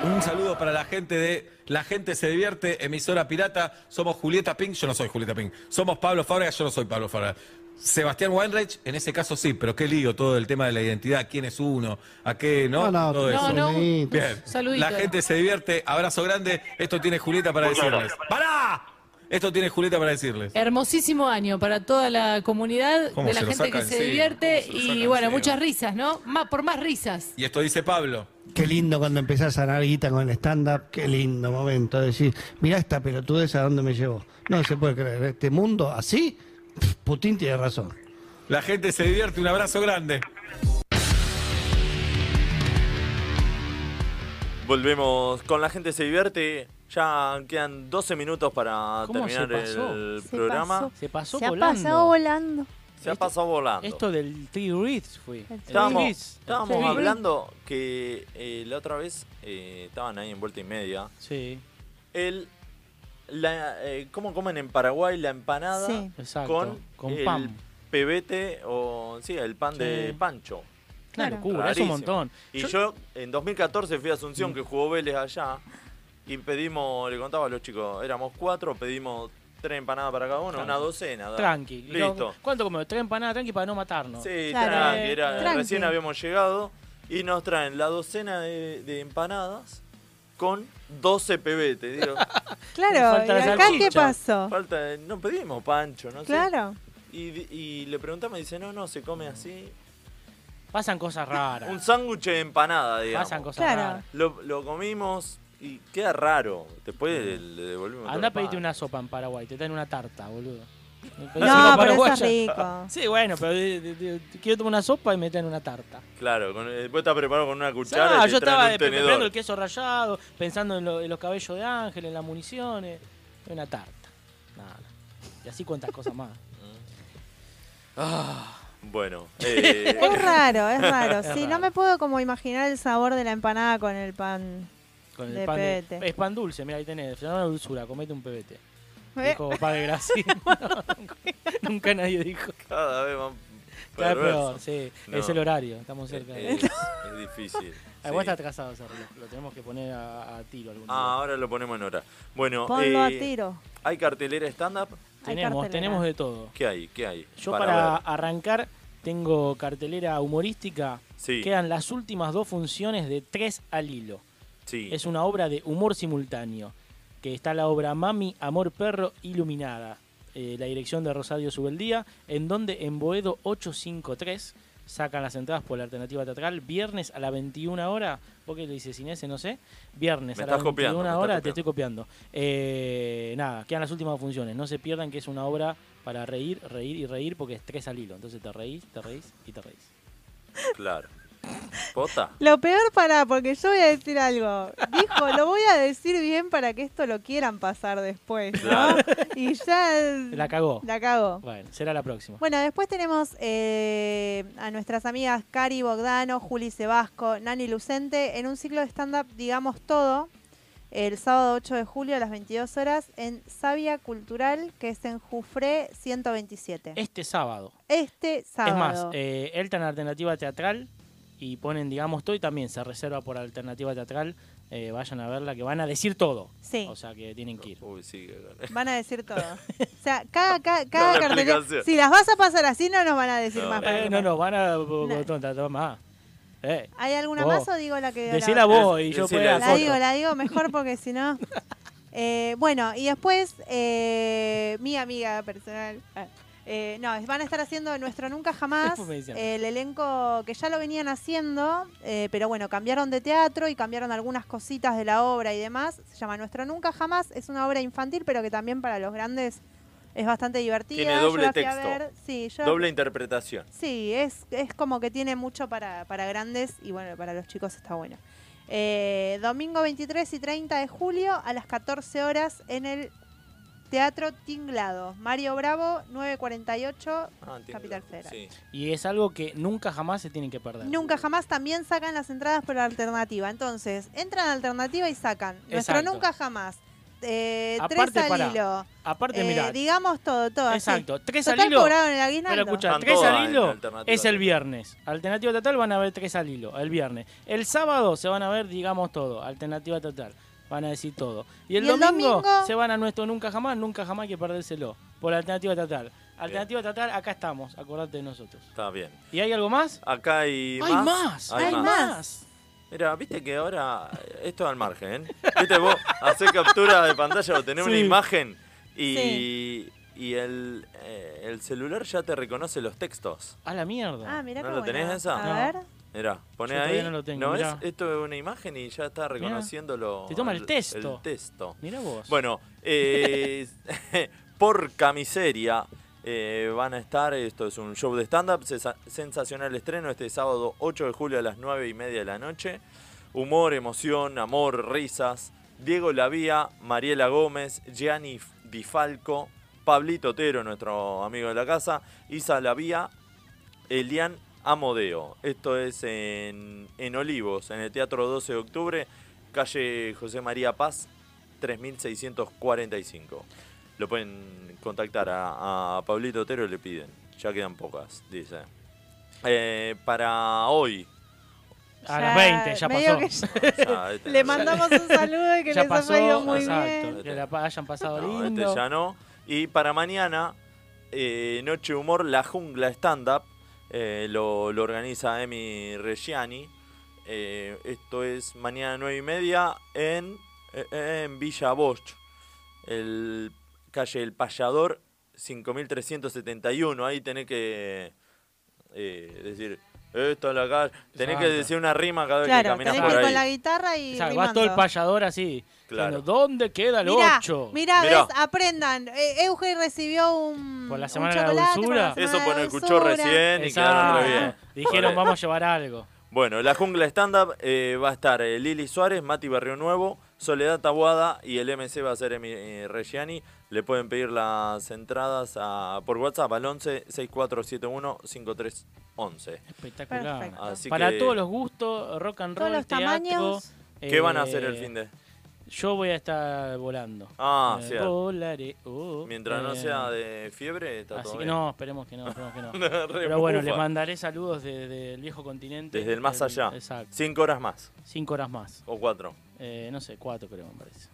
Un saludo para la gente de La Gente Se Divierte, Este, emisora pirata. Somos Julieta Pink, yo no soy Julieta Pink. Somos Pablo Fábrega, yo no soy Pablo Fábrega. Sebastián Weinreich, en ese caso sí, pero qué lío todo el tema de la identidad, quién es uno, a qué no,
No, no,
todo
no,
eso.
no, un
Bien.
saludito.
La gente se divierte, abrazo grande. Esto tiene Julieta para
Muchas
decirles. ¡Pará! Esto tiene Julieta para decirles.
Hermosísimo año para toda la comunidad,
¿Cómo
de la
se lo
gente
saca
que se
encima?
divierte
¿Cómo se lo
y
saca
bueno,
encima?
muchas risas, ¿no? Más, por más risas.
Y esto dice Pablo.
Qué
lindo cuando empezás a ganar guita con el stand-up, qué lindo momento. Decir, mirá esta pelotudez a dónde me llevó. No se puede creer, este mundo así, pf, Putin tiene razón.
La gente se divierte, un abrazo grande.
Volvemos con la gente se divierte. Ya quedan 12 minutos para
¿Cómo se
terminar
pasó?
el
Se
programa.
pasó. Se pasó
Se ha pasado volando.
Se ha pasado volando.
Esto del Three Reads fui. El
Estábamos,
Three Reads.
estábamos
Sí.
hablando que eh, la otra vez eh, estaban ahí en vuelta y media.
Sí.
El, la, eh, ¿Cómo comen en Paraguay la empanada
Sí. Exacto,
con,
con
el
pan.
pebete o sí, el pan de
Sí.
pancho?
Una locura, es un
Rarísimo.
montón.
Y
Yo- Mm.
yo, en 2014 fui a Asunción, que jugó Vélez allá, y pedimos, le contaba a los chicos, éramos cuatro, pedimos tres empanadas para cada uno,
Tranqui.
una docena. dale.
Tranqui. Y
Listo.
luego, ¿Cuánto comemos? Tres empanadas tranqui para no matarnos.
Sí, tranqui, era- recién habíamos llegado y nos traen la docena de, de empanadas con 12 pebetes. Digo,
Claro,
Falta
¿y
la
acá qué
salchicha.
pasó?
Falta de- no pedimos pancho, no sé.
Claro.
Y, di- y le preguntamos, dice, no, no, se come así.
Pasan cosas raras.
[LAUGHS] Un sándwich de empanada, digamos.
Pasan cosas Claro. raras.
Lo, lo comimos y queda raro. Después le, le devolvimos todo
Anda a
el pan.
pedirte una sopa en Paraguay, te traen una tarta, boludo.
pero
sopa
eso es
paraguaya. Sí, bueno, pero de- de- de- quiero tomar una sopa y me traen una tarta.
Claro, con, eh, vos estás preparado con una cuchara
Ah,
y te
yo
traen
estaba
un
de- pe-
tenedor.
preparando el queso rallado, pensando en, lo- en los cabellos de Ángel, en las municiones, en una tarta. Nada. Y así cuantas cosas
[LAUGHS]
más.
Ah,
[LAUGHS]
bueno. eh,
Es raro, es raro.
Es
Sí, no me puedo como imaginar el sabor de la empanada con el pan
Con el
de
pan de-
pebete.
es pan dulce, mira ahí tenés. Fernando dulzura, comete un pebete.
Eh.
Dijo Padre
[LAUGHS]
Graci. [LAUGHS] nunca nadie dijo.
Cada vez más
Cada vez
perverso.
peor, sí.
No. Eh,
Es el horario, estamos cerca. de-
Es, es
[LAUGHS]
difícil.
Ah, vos
sí.
estás atrasado, ese reloj. Lo tenemos que poner a, a tiro algún
Ah, ahora lo ponemos en hora. Bueno,
Ponlo a
eh,
tiro.
¿Hay cartelera stand-up?
día. Tenemos, tenemos de todo.
¿Qué hay? ¿Qué hay?
Yo para
ver.
arrancar tengo cartelera humorística.
Sí.
Quedan las últimas dos funciones de Tres al Hilo.
Sí.
Es una obra de humor simultáneo. Que está la obra Mami, Amor Perro, Iluminada. eh, la dirección de Rosario Subeldía. En donde en Boedo 853 sacan las entradas por la alternativa teatral. Viernes a la 21 hora. ¿Vos qué le dices, Inés? Eh, No sé. Viernes
Me
a la
estás copiando,
21
me estás
hora. Te
copiando.
estoy copiando. Eh, nada, quedan las últimas funciones. No se pierdan que es una obra para reír, reír y reír porque es tres al hilo. Entonces te reís, te reís y te reís.
Claro. ¿Pota?
Lo peor para, porque yo voy a decir algo. Dijo, lo voy a decir bien para que esto lo quieran pasar después, ¿no?
Claro.
Y ya
La cagó.
la cago.
Bueno, será la próxima.
Bueno, después tenemos eh, a nuestras amigas Cari Bogdano, Juli Sebasco, Nani Lucente en un ciclo de stand-up, digamos todo, el sábado 8 de julio a las 22 horas en Sabia Cultural, que es en Jufré 127.
Este sábado.
Este sábado.
Es más, eh, Eltan Alternativa Teatral y ponen, digamos, todo y también se reserva por Alternativa Teatral. Eh, vayan a verla que van a decir todo.
Sí.
O sea que tienen que ir.
Uy, sí.
Van a
[LAUGHS]
decir todo. O sea, cada, cada, cada
la
cartelera-
explicación.
Si las vas a pasar así, no nos van a decir más.
Eh, no, no, van a... tonta, toma. Eh,
¿Hay alguna
vos.
más o digo la que.?
Decila vos y yo
la,
Decila, puedo-
la
decila.
digo, la digo mejor porque si no. Eh, bueno, y después, eh, mi amiga personal. ah, eh, no, es- van a estar haciendo nuestro Nunca Jamás,
Después me dicen.
el elenco que ya lo venían haciendo, eh, pero bueno, cambiaron de teatro y cambiaron algunas cositas de la obra y demás. Se llama Nuestro Nunca Jamás, es una obra infantil, pero que también para los grandes es bastante divertida.
Tiene
Yo
doble
la fui a
texto.
ver, sí, yo-
Doble interpretación.
Sí, es, es como que tiene mucho para, para grandes y bueno, para los chicos está bueno. Eh, domingo 23 y 30 de julio a las 14 horas en el Teatro Tinglado. Mario Bravo, 948,
Ah,
Capital Federal.
Y es algo que nunca jamás se tienen que perder.
Nunca jamás también sacan las entradas por alternativa. Entonces, entran a alternativa y sacan. Nuestro
Exacto.
nunca jamás. Eh,
Aparte,
tres al
pará.
hilo.
Aparte,
Eh,
mirá.
digamos todo, todo. así.
Exacto. Tres al
Total,
hilo.
cobraron el aguinaldo.
Pero escucha,
Están
tres
todas
al
en
hilo
alternativa
es el viernes. Alternativa total van a ver tres al hilo el viernes. El sábado se van a ver, digamos, todo. Alternativa total. Van a decir todo. Y el,
Y el
domingo,
domingo-
se van a nuestro nunca jamás, nunca jamás hay que perdérselo. Por alternativa total. Alternativa total, acá estamos. Acordate de nosotros.
Está bien.
¿Y hay algo más?
Acá hay
Hay más, hay más.
Mira, viste que ahora esto es al margen, ¿eh? Viste vos hacer captura de pantalla o tener una
Sí.
imagen y, y el, eh, el celular ya te reconoce los textos.
A la mierda.
Ah, mirá
¿No
qué
lo
bueno.
tenés esa?
A ver.
Mirá, poné
Yo todavía
ahí.
no lo tengo,
ves?
mirá.
Esto es una imagen y ya está reconociendo lo-
Te toma el texto.
El texto.
Mirá vos.
Bueno, eh, [LAUGHS] por camiseria eh, van a estar, esto es un show de stand-up, sesa- sensacional estreno este sábado 8 de julio a las 9 y media de la noche. Humor, emoción, amor, risas. Diego Lavía, Mariela Gómez, Gianni F- Di Falco, Pablito Otero, nuestro amigo de la casa, Isa Lavía, Elian Amodeo. Esto es en, en Olivos, en el Teatro 12 de Octubre, calle José María Paz, 3645. Lo pueden contactar a, a Pablito Otero, le piden. Ya quedan pocas, dice. Eh, para hoy.
A las 20, ya
medio
pasó.
que ya-
este,
le mandamos un saludo y
[LAUGHS]
que
Ya
les
pasó,
haya ido muy
exacto,
bien.
Que la hayan pasado
No,
lindo.
este ya no. Y para mañana, eh, Noche de Humor, La Jungla Stand Up, eh, lo, lo organiza Emi Reggiani. Eh, esto es mañana 9 y media en, eh, en Villa Bosch, el calle El Payador 5371. Ahí tenés que eh, decir, esto es la calle. Tenés que
Exacto.
decir una rima cada vez que
Claro,
caminás
tenés que
por
ir
ahí.
con la guitarra y
O sea, va todo el
rimando.
payador así.
Claro.
diciendo, ¿Dónde queda el
Mirá,
8?
mirá, ves, aprendan. Eh, Euge recibió un,
Por la
un
semana de la
chocolate por
dulzura.
la semana
Eso
de
por
la
el escuchó
dulzura.
recién y quedaron re bien.
Dijeron,
Por-
vamos a llevar algo.
Bueno, la jungla stand-up eh, va a estar eh, Lili Suárez, Mati Barrio Nuevo, Soledad Tabuada y el MC va a ser Emi eh, Reggiani. Le pueden pedir las entradas a- por WhatsApp al 11 6471 5311.
Espectacular.
Perfecto. Así
Ah, Para
que-
todos los gustos, rock and
Todos
roll,
los
teatro, eh,
tamaños.
¿Qué van a hacer el fin de?
Yo voy a estar volando.
Ah,
Eh,
cierto.
Volaré. oh,
Mientras no
eh,
sea de fiebre, está
Así
todo
que
bien. [LAUGHS]
no, esperemos que no, esperemos que no.
Re
Pero bueno,
bufa.
les mandaré saludos desde el viejo continente.
Desde el más allá.
Exacto.
Cinco horas más.
Cinco horas más.
O cuatro.
Eh, no sé, cuatro creo, me parece.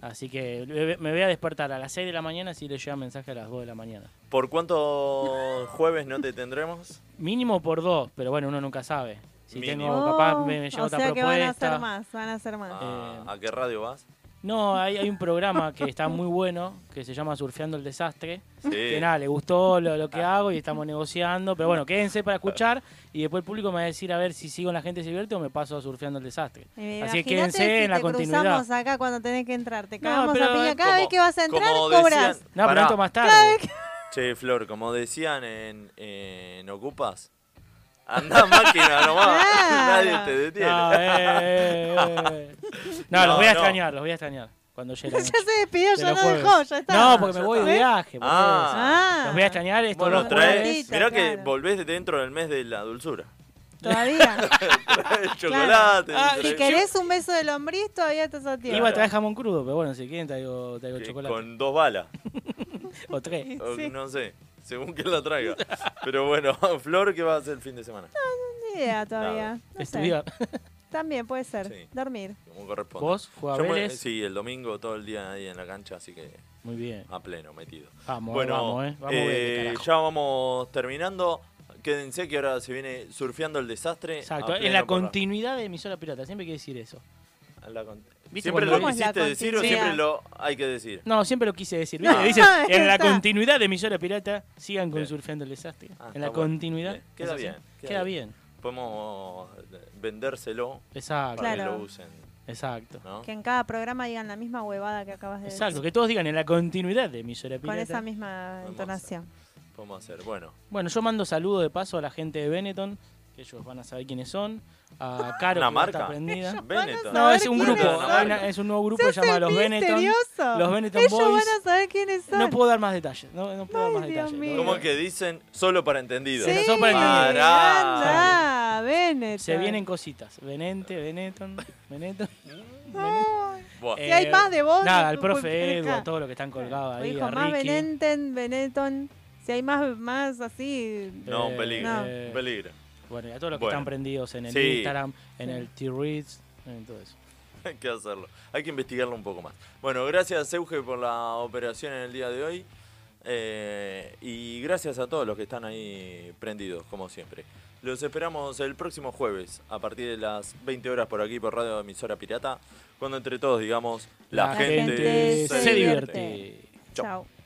Así que eh, me voy a despertar a las 6 de la mañana si le llega mensaje a las 2 de la mañana.
¿Por
[LAUGHS]
cuántos jueves no te
Eh,
tendremos?
Mínimo por dos, pero bueno, uno nunca sabe. Si
Mínimo.
tengo,
Oh,
capaz me, me llega
o
otra
sea que van a
propuesta.
hacer más, van a hacer más.
Ah, ¿A qué radio vas?
No, hay, hay un programa que está muy bueno, que se llama Surfeando el Desastre.
Sí.
Que nada, le gustó lo, lo que hago y estamos negociando. Pero bueno, quédense para escuchar y después el público me va a decir a ver si sigo en la gente se divierte o me paso a Surfeando el Desastre.
Eh,
Así que
imaginate
quédense
si
en la
te
continuidad.
cruzamos acá cuando tenés que entrar. Te cagamos
pero
a piña.
es
Cada vez que vas a entrar,
como
cobras.
decían-
No, pero
Pará.
esto más tarde.
Che, Flor, como decían en, en Ocupas, anda máquina
[LAUGHS]
nomás, nadie te detiene.
No, eh, eh, eh.
[LAUGHS]
No, los voy a extrañar, los voy a extrañar.
[LAUGHS]
Cuando llegue la
[LAUGHS] Ya
noche.
se despidió,
De
ya
los
no
jueves.
dejó, ya está.
No, porque
Ya
me voy de
está.
viaje. por
Ah.
eso. Los voy a extrañar estos
Bueno,
dos
traes,
jueves.
mirá que volvés dentro del mes de la
[LAUGHS]
dulzura.
Todavía.
Traes chocolate.
Claro. Ah,
traes-
si querés un beso de lombriz, todavía estás a tiempo.
Iba a traer jamón crudo, pero bueno, si quieren traigo, traigo chocolate.
Con dos balas,
[LAUGHS]
O tres.
o no sé, según que la traiga. Pero bueno, [LAUGHS] Flor, ¿qué va a hacer el fin de semana?
Ah. Ni idea todavía.
Nada.
No sé.
Estudiar.
También puede ser.
Sí.
Dormir.
Como corresponde.
¿Vos? ¿Juega
Yo me-
Vélez?
Sí, el domingo todo el día ahí en la cancha, así que...
[LAUGHS] Muy bien.
A pleno, metido.
Vamos,
bueno,
vamos, eh. Vamos,
eh,
Vélez, carajo.
ya vamos terminando. Quédense que ahora se viene surfeando el desastre.
Exacto,
a
en
pleno
la
por-
continuidad de emisora pirata, siempre hay que decir eso.
a la con-
¿Viste
Siempre
cuando
lo
¿Cómo es la
quisiste decir o
continuidad?
siempre lo hay que decir.
No, siempre lo quise decir. ¿viste?
Ah.
Dicen, en la
Está.
continuidad de emisora pirata, sigan con Surfeando el Desastre. en la
Ah, está bueno.
continuidad.
Bien, Queda
¿es así?
bien.
Queda bien.
Podemos eh, vendérselo
Exacto.
para
Claro.
que lo usen.
Exacto.
¿no?
Que en cada programa digan la misma huevada que acabas de decir.
Exacto, que todos digan en la continuidad de emisora pirata.
Con esa misma entonación.
Podemos hacer. Bueno,
Bueno, yo mando saludos de paso a la gente de Benetton, que ellos van a saber quiénes son. A Caro,
¿Una
que marca?
marca?
está prendida.
Ellos van a Benetton.
No, es un
saber
grupo.
quiénes
hay
son.
una- es un nuevo grupo que se llama Los Benetton.
misterioso.
Los Benetton
Ellos
Boys.
van a saber quiénes son.
No puedo dar más detalles. No, no puedo dar más detalles.
¿cómo que dicen? Solo para entendidos.
Sí, Solo para entendidos.
Pará.
Anda, Benetton.
Se vienen cositas. Venente, Benetton,
[LAUGHS]
Benetton.
Buah.
Eh,
Si hay más de vos,
Nada, al
pu-
profe
publicá.
Edu, a todos los que están colgados
O
ahí.
Dijo
a
más
Ricky.
Benenten, Benetton. Si hay más, más así.
No, un
Eh,
peligro.
no.
un peligro.
Bueno, y a todos los que
Bueno.
están prendidos en el
Sí.
Instagram, en
Sí.
el T-Reads, en todo eso.
Hay que hacerlo. Hay que investigarlo un poco más. Bueno, gracias Euge por la operación en el día de hoy. Eh, y gracias a todos los que están ahí prendidos, como siempre. Los esperamos el próximo jueves, a partir de las 20 horas por aquí por Radio Emisora Pirata, cuando entre todos digamos, la, gente, se, divierte.
divierte.
Chau.
Chao.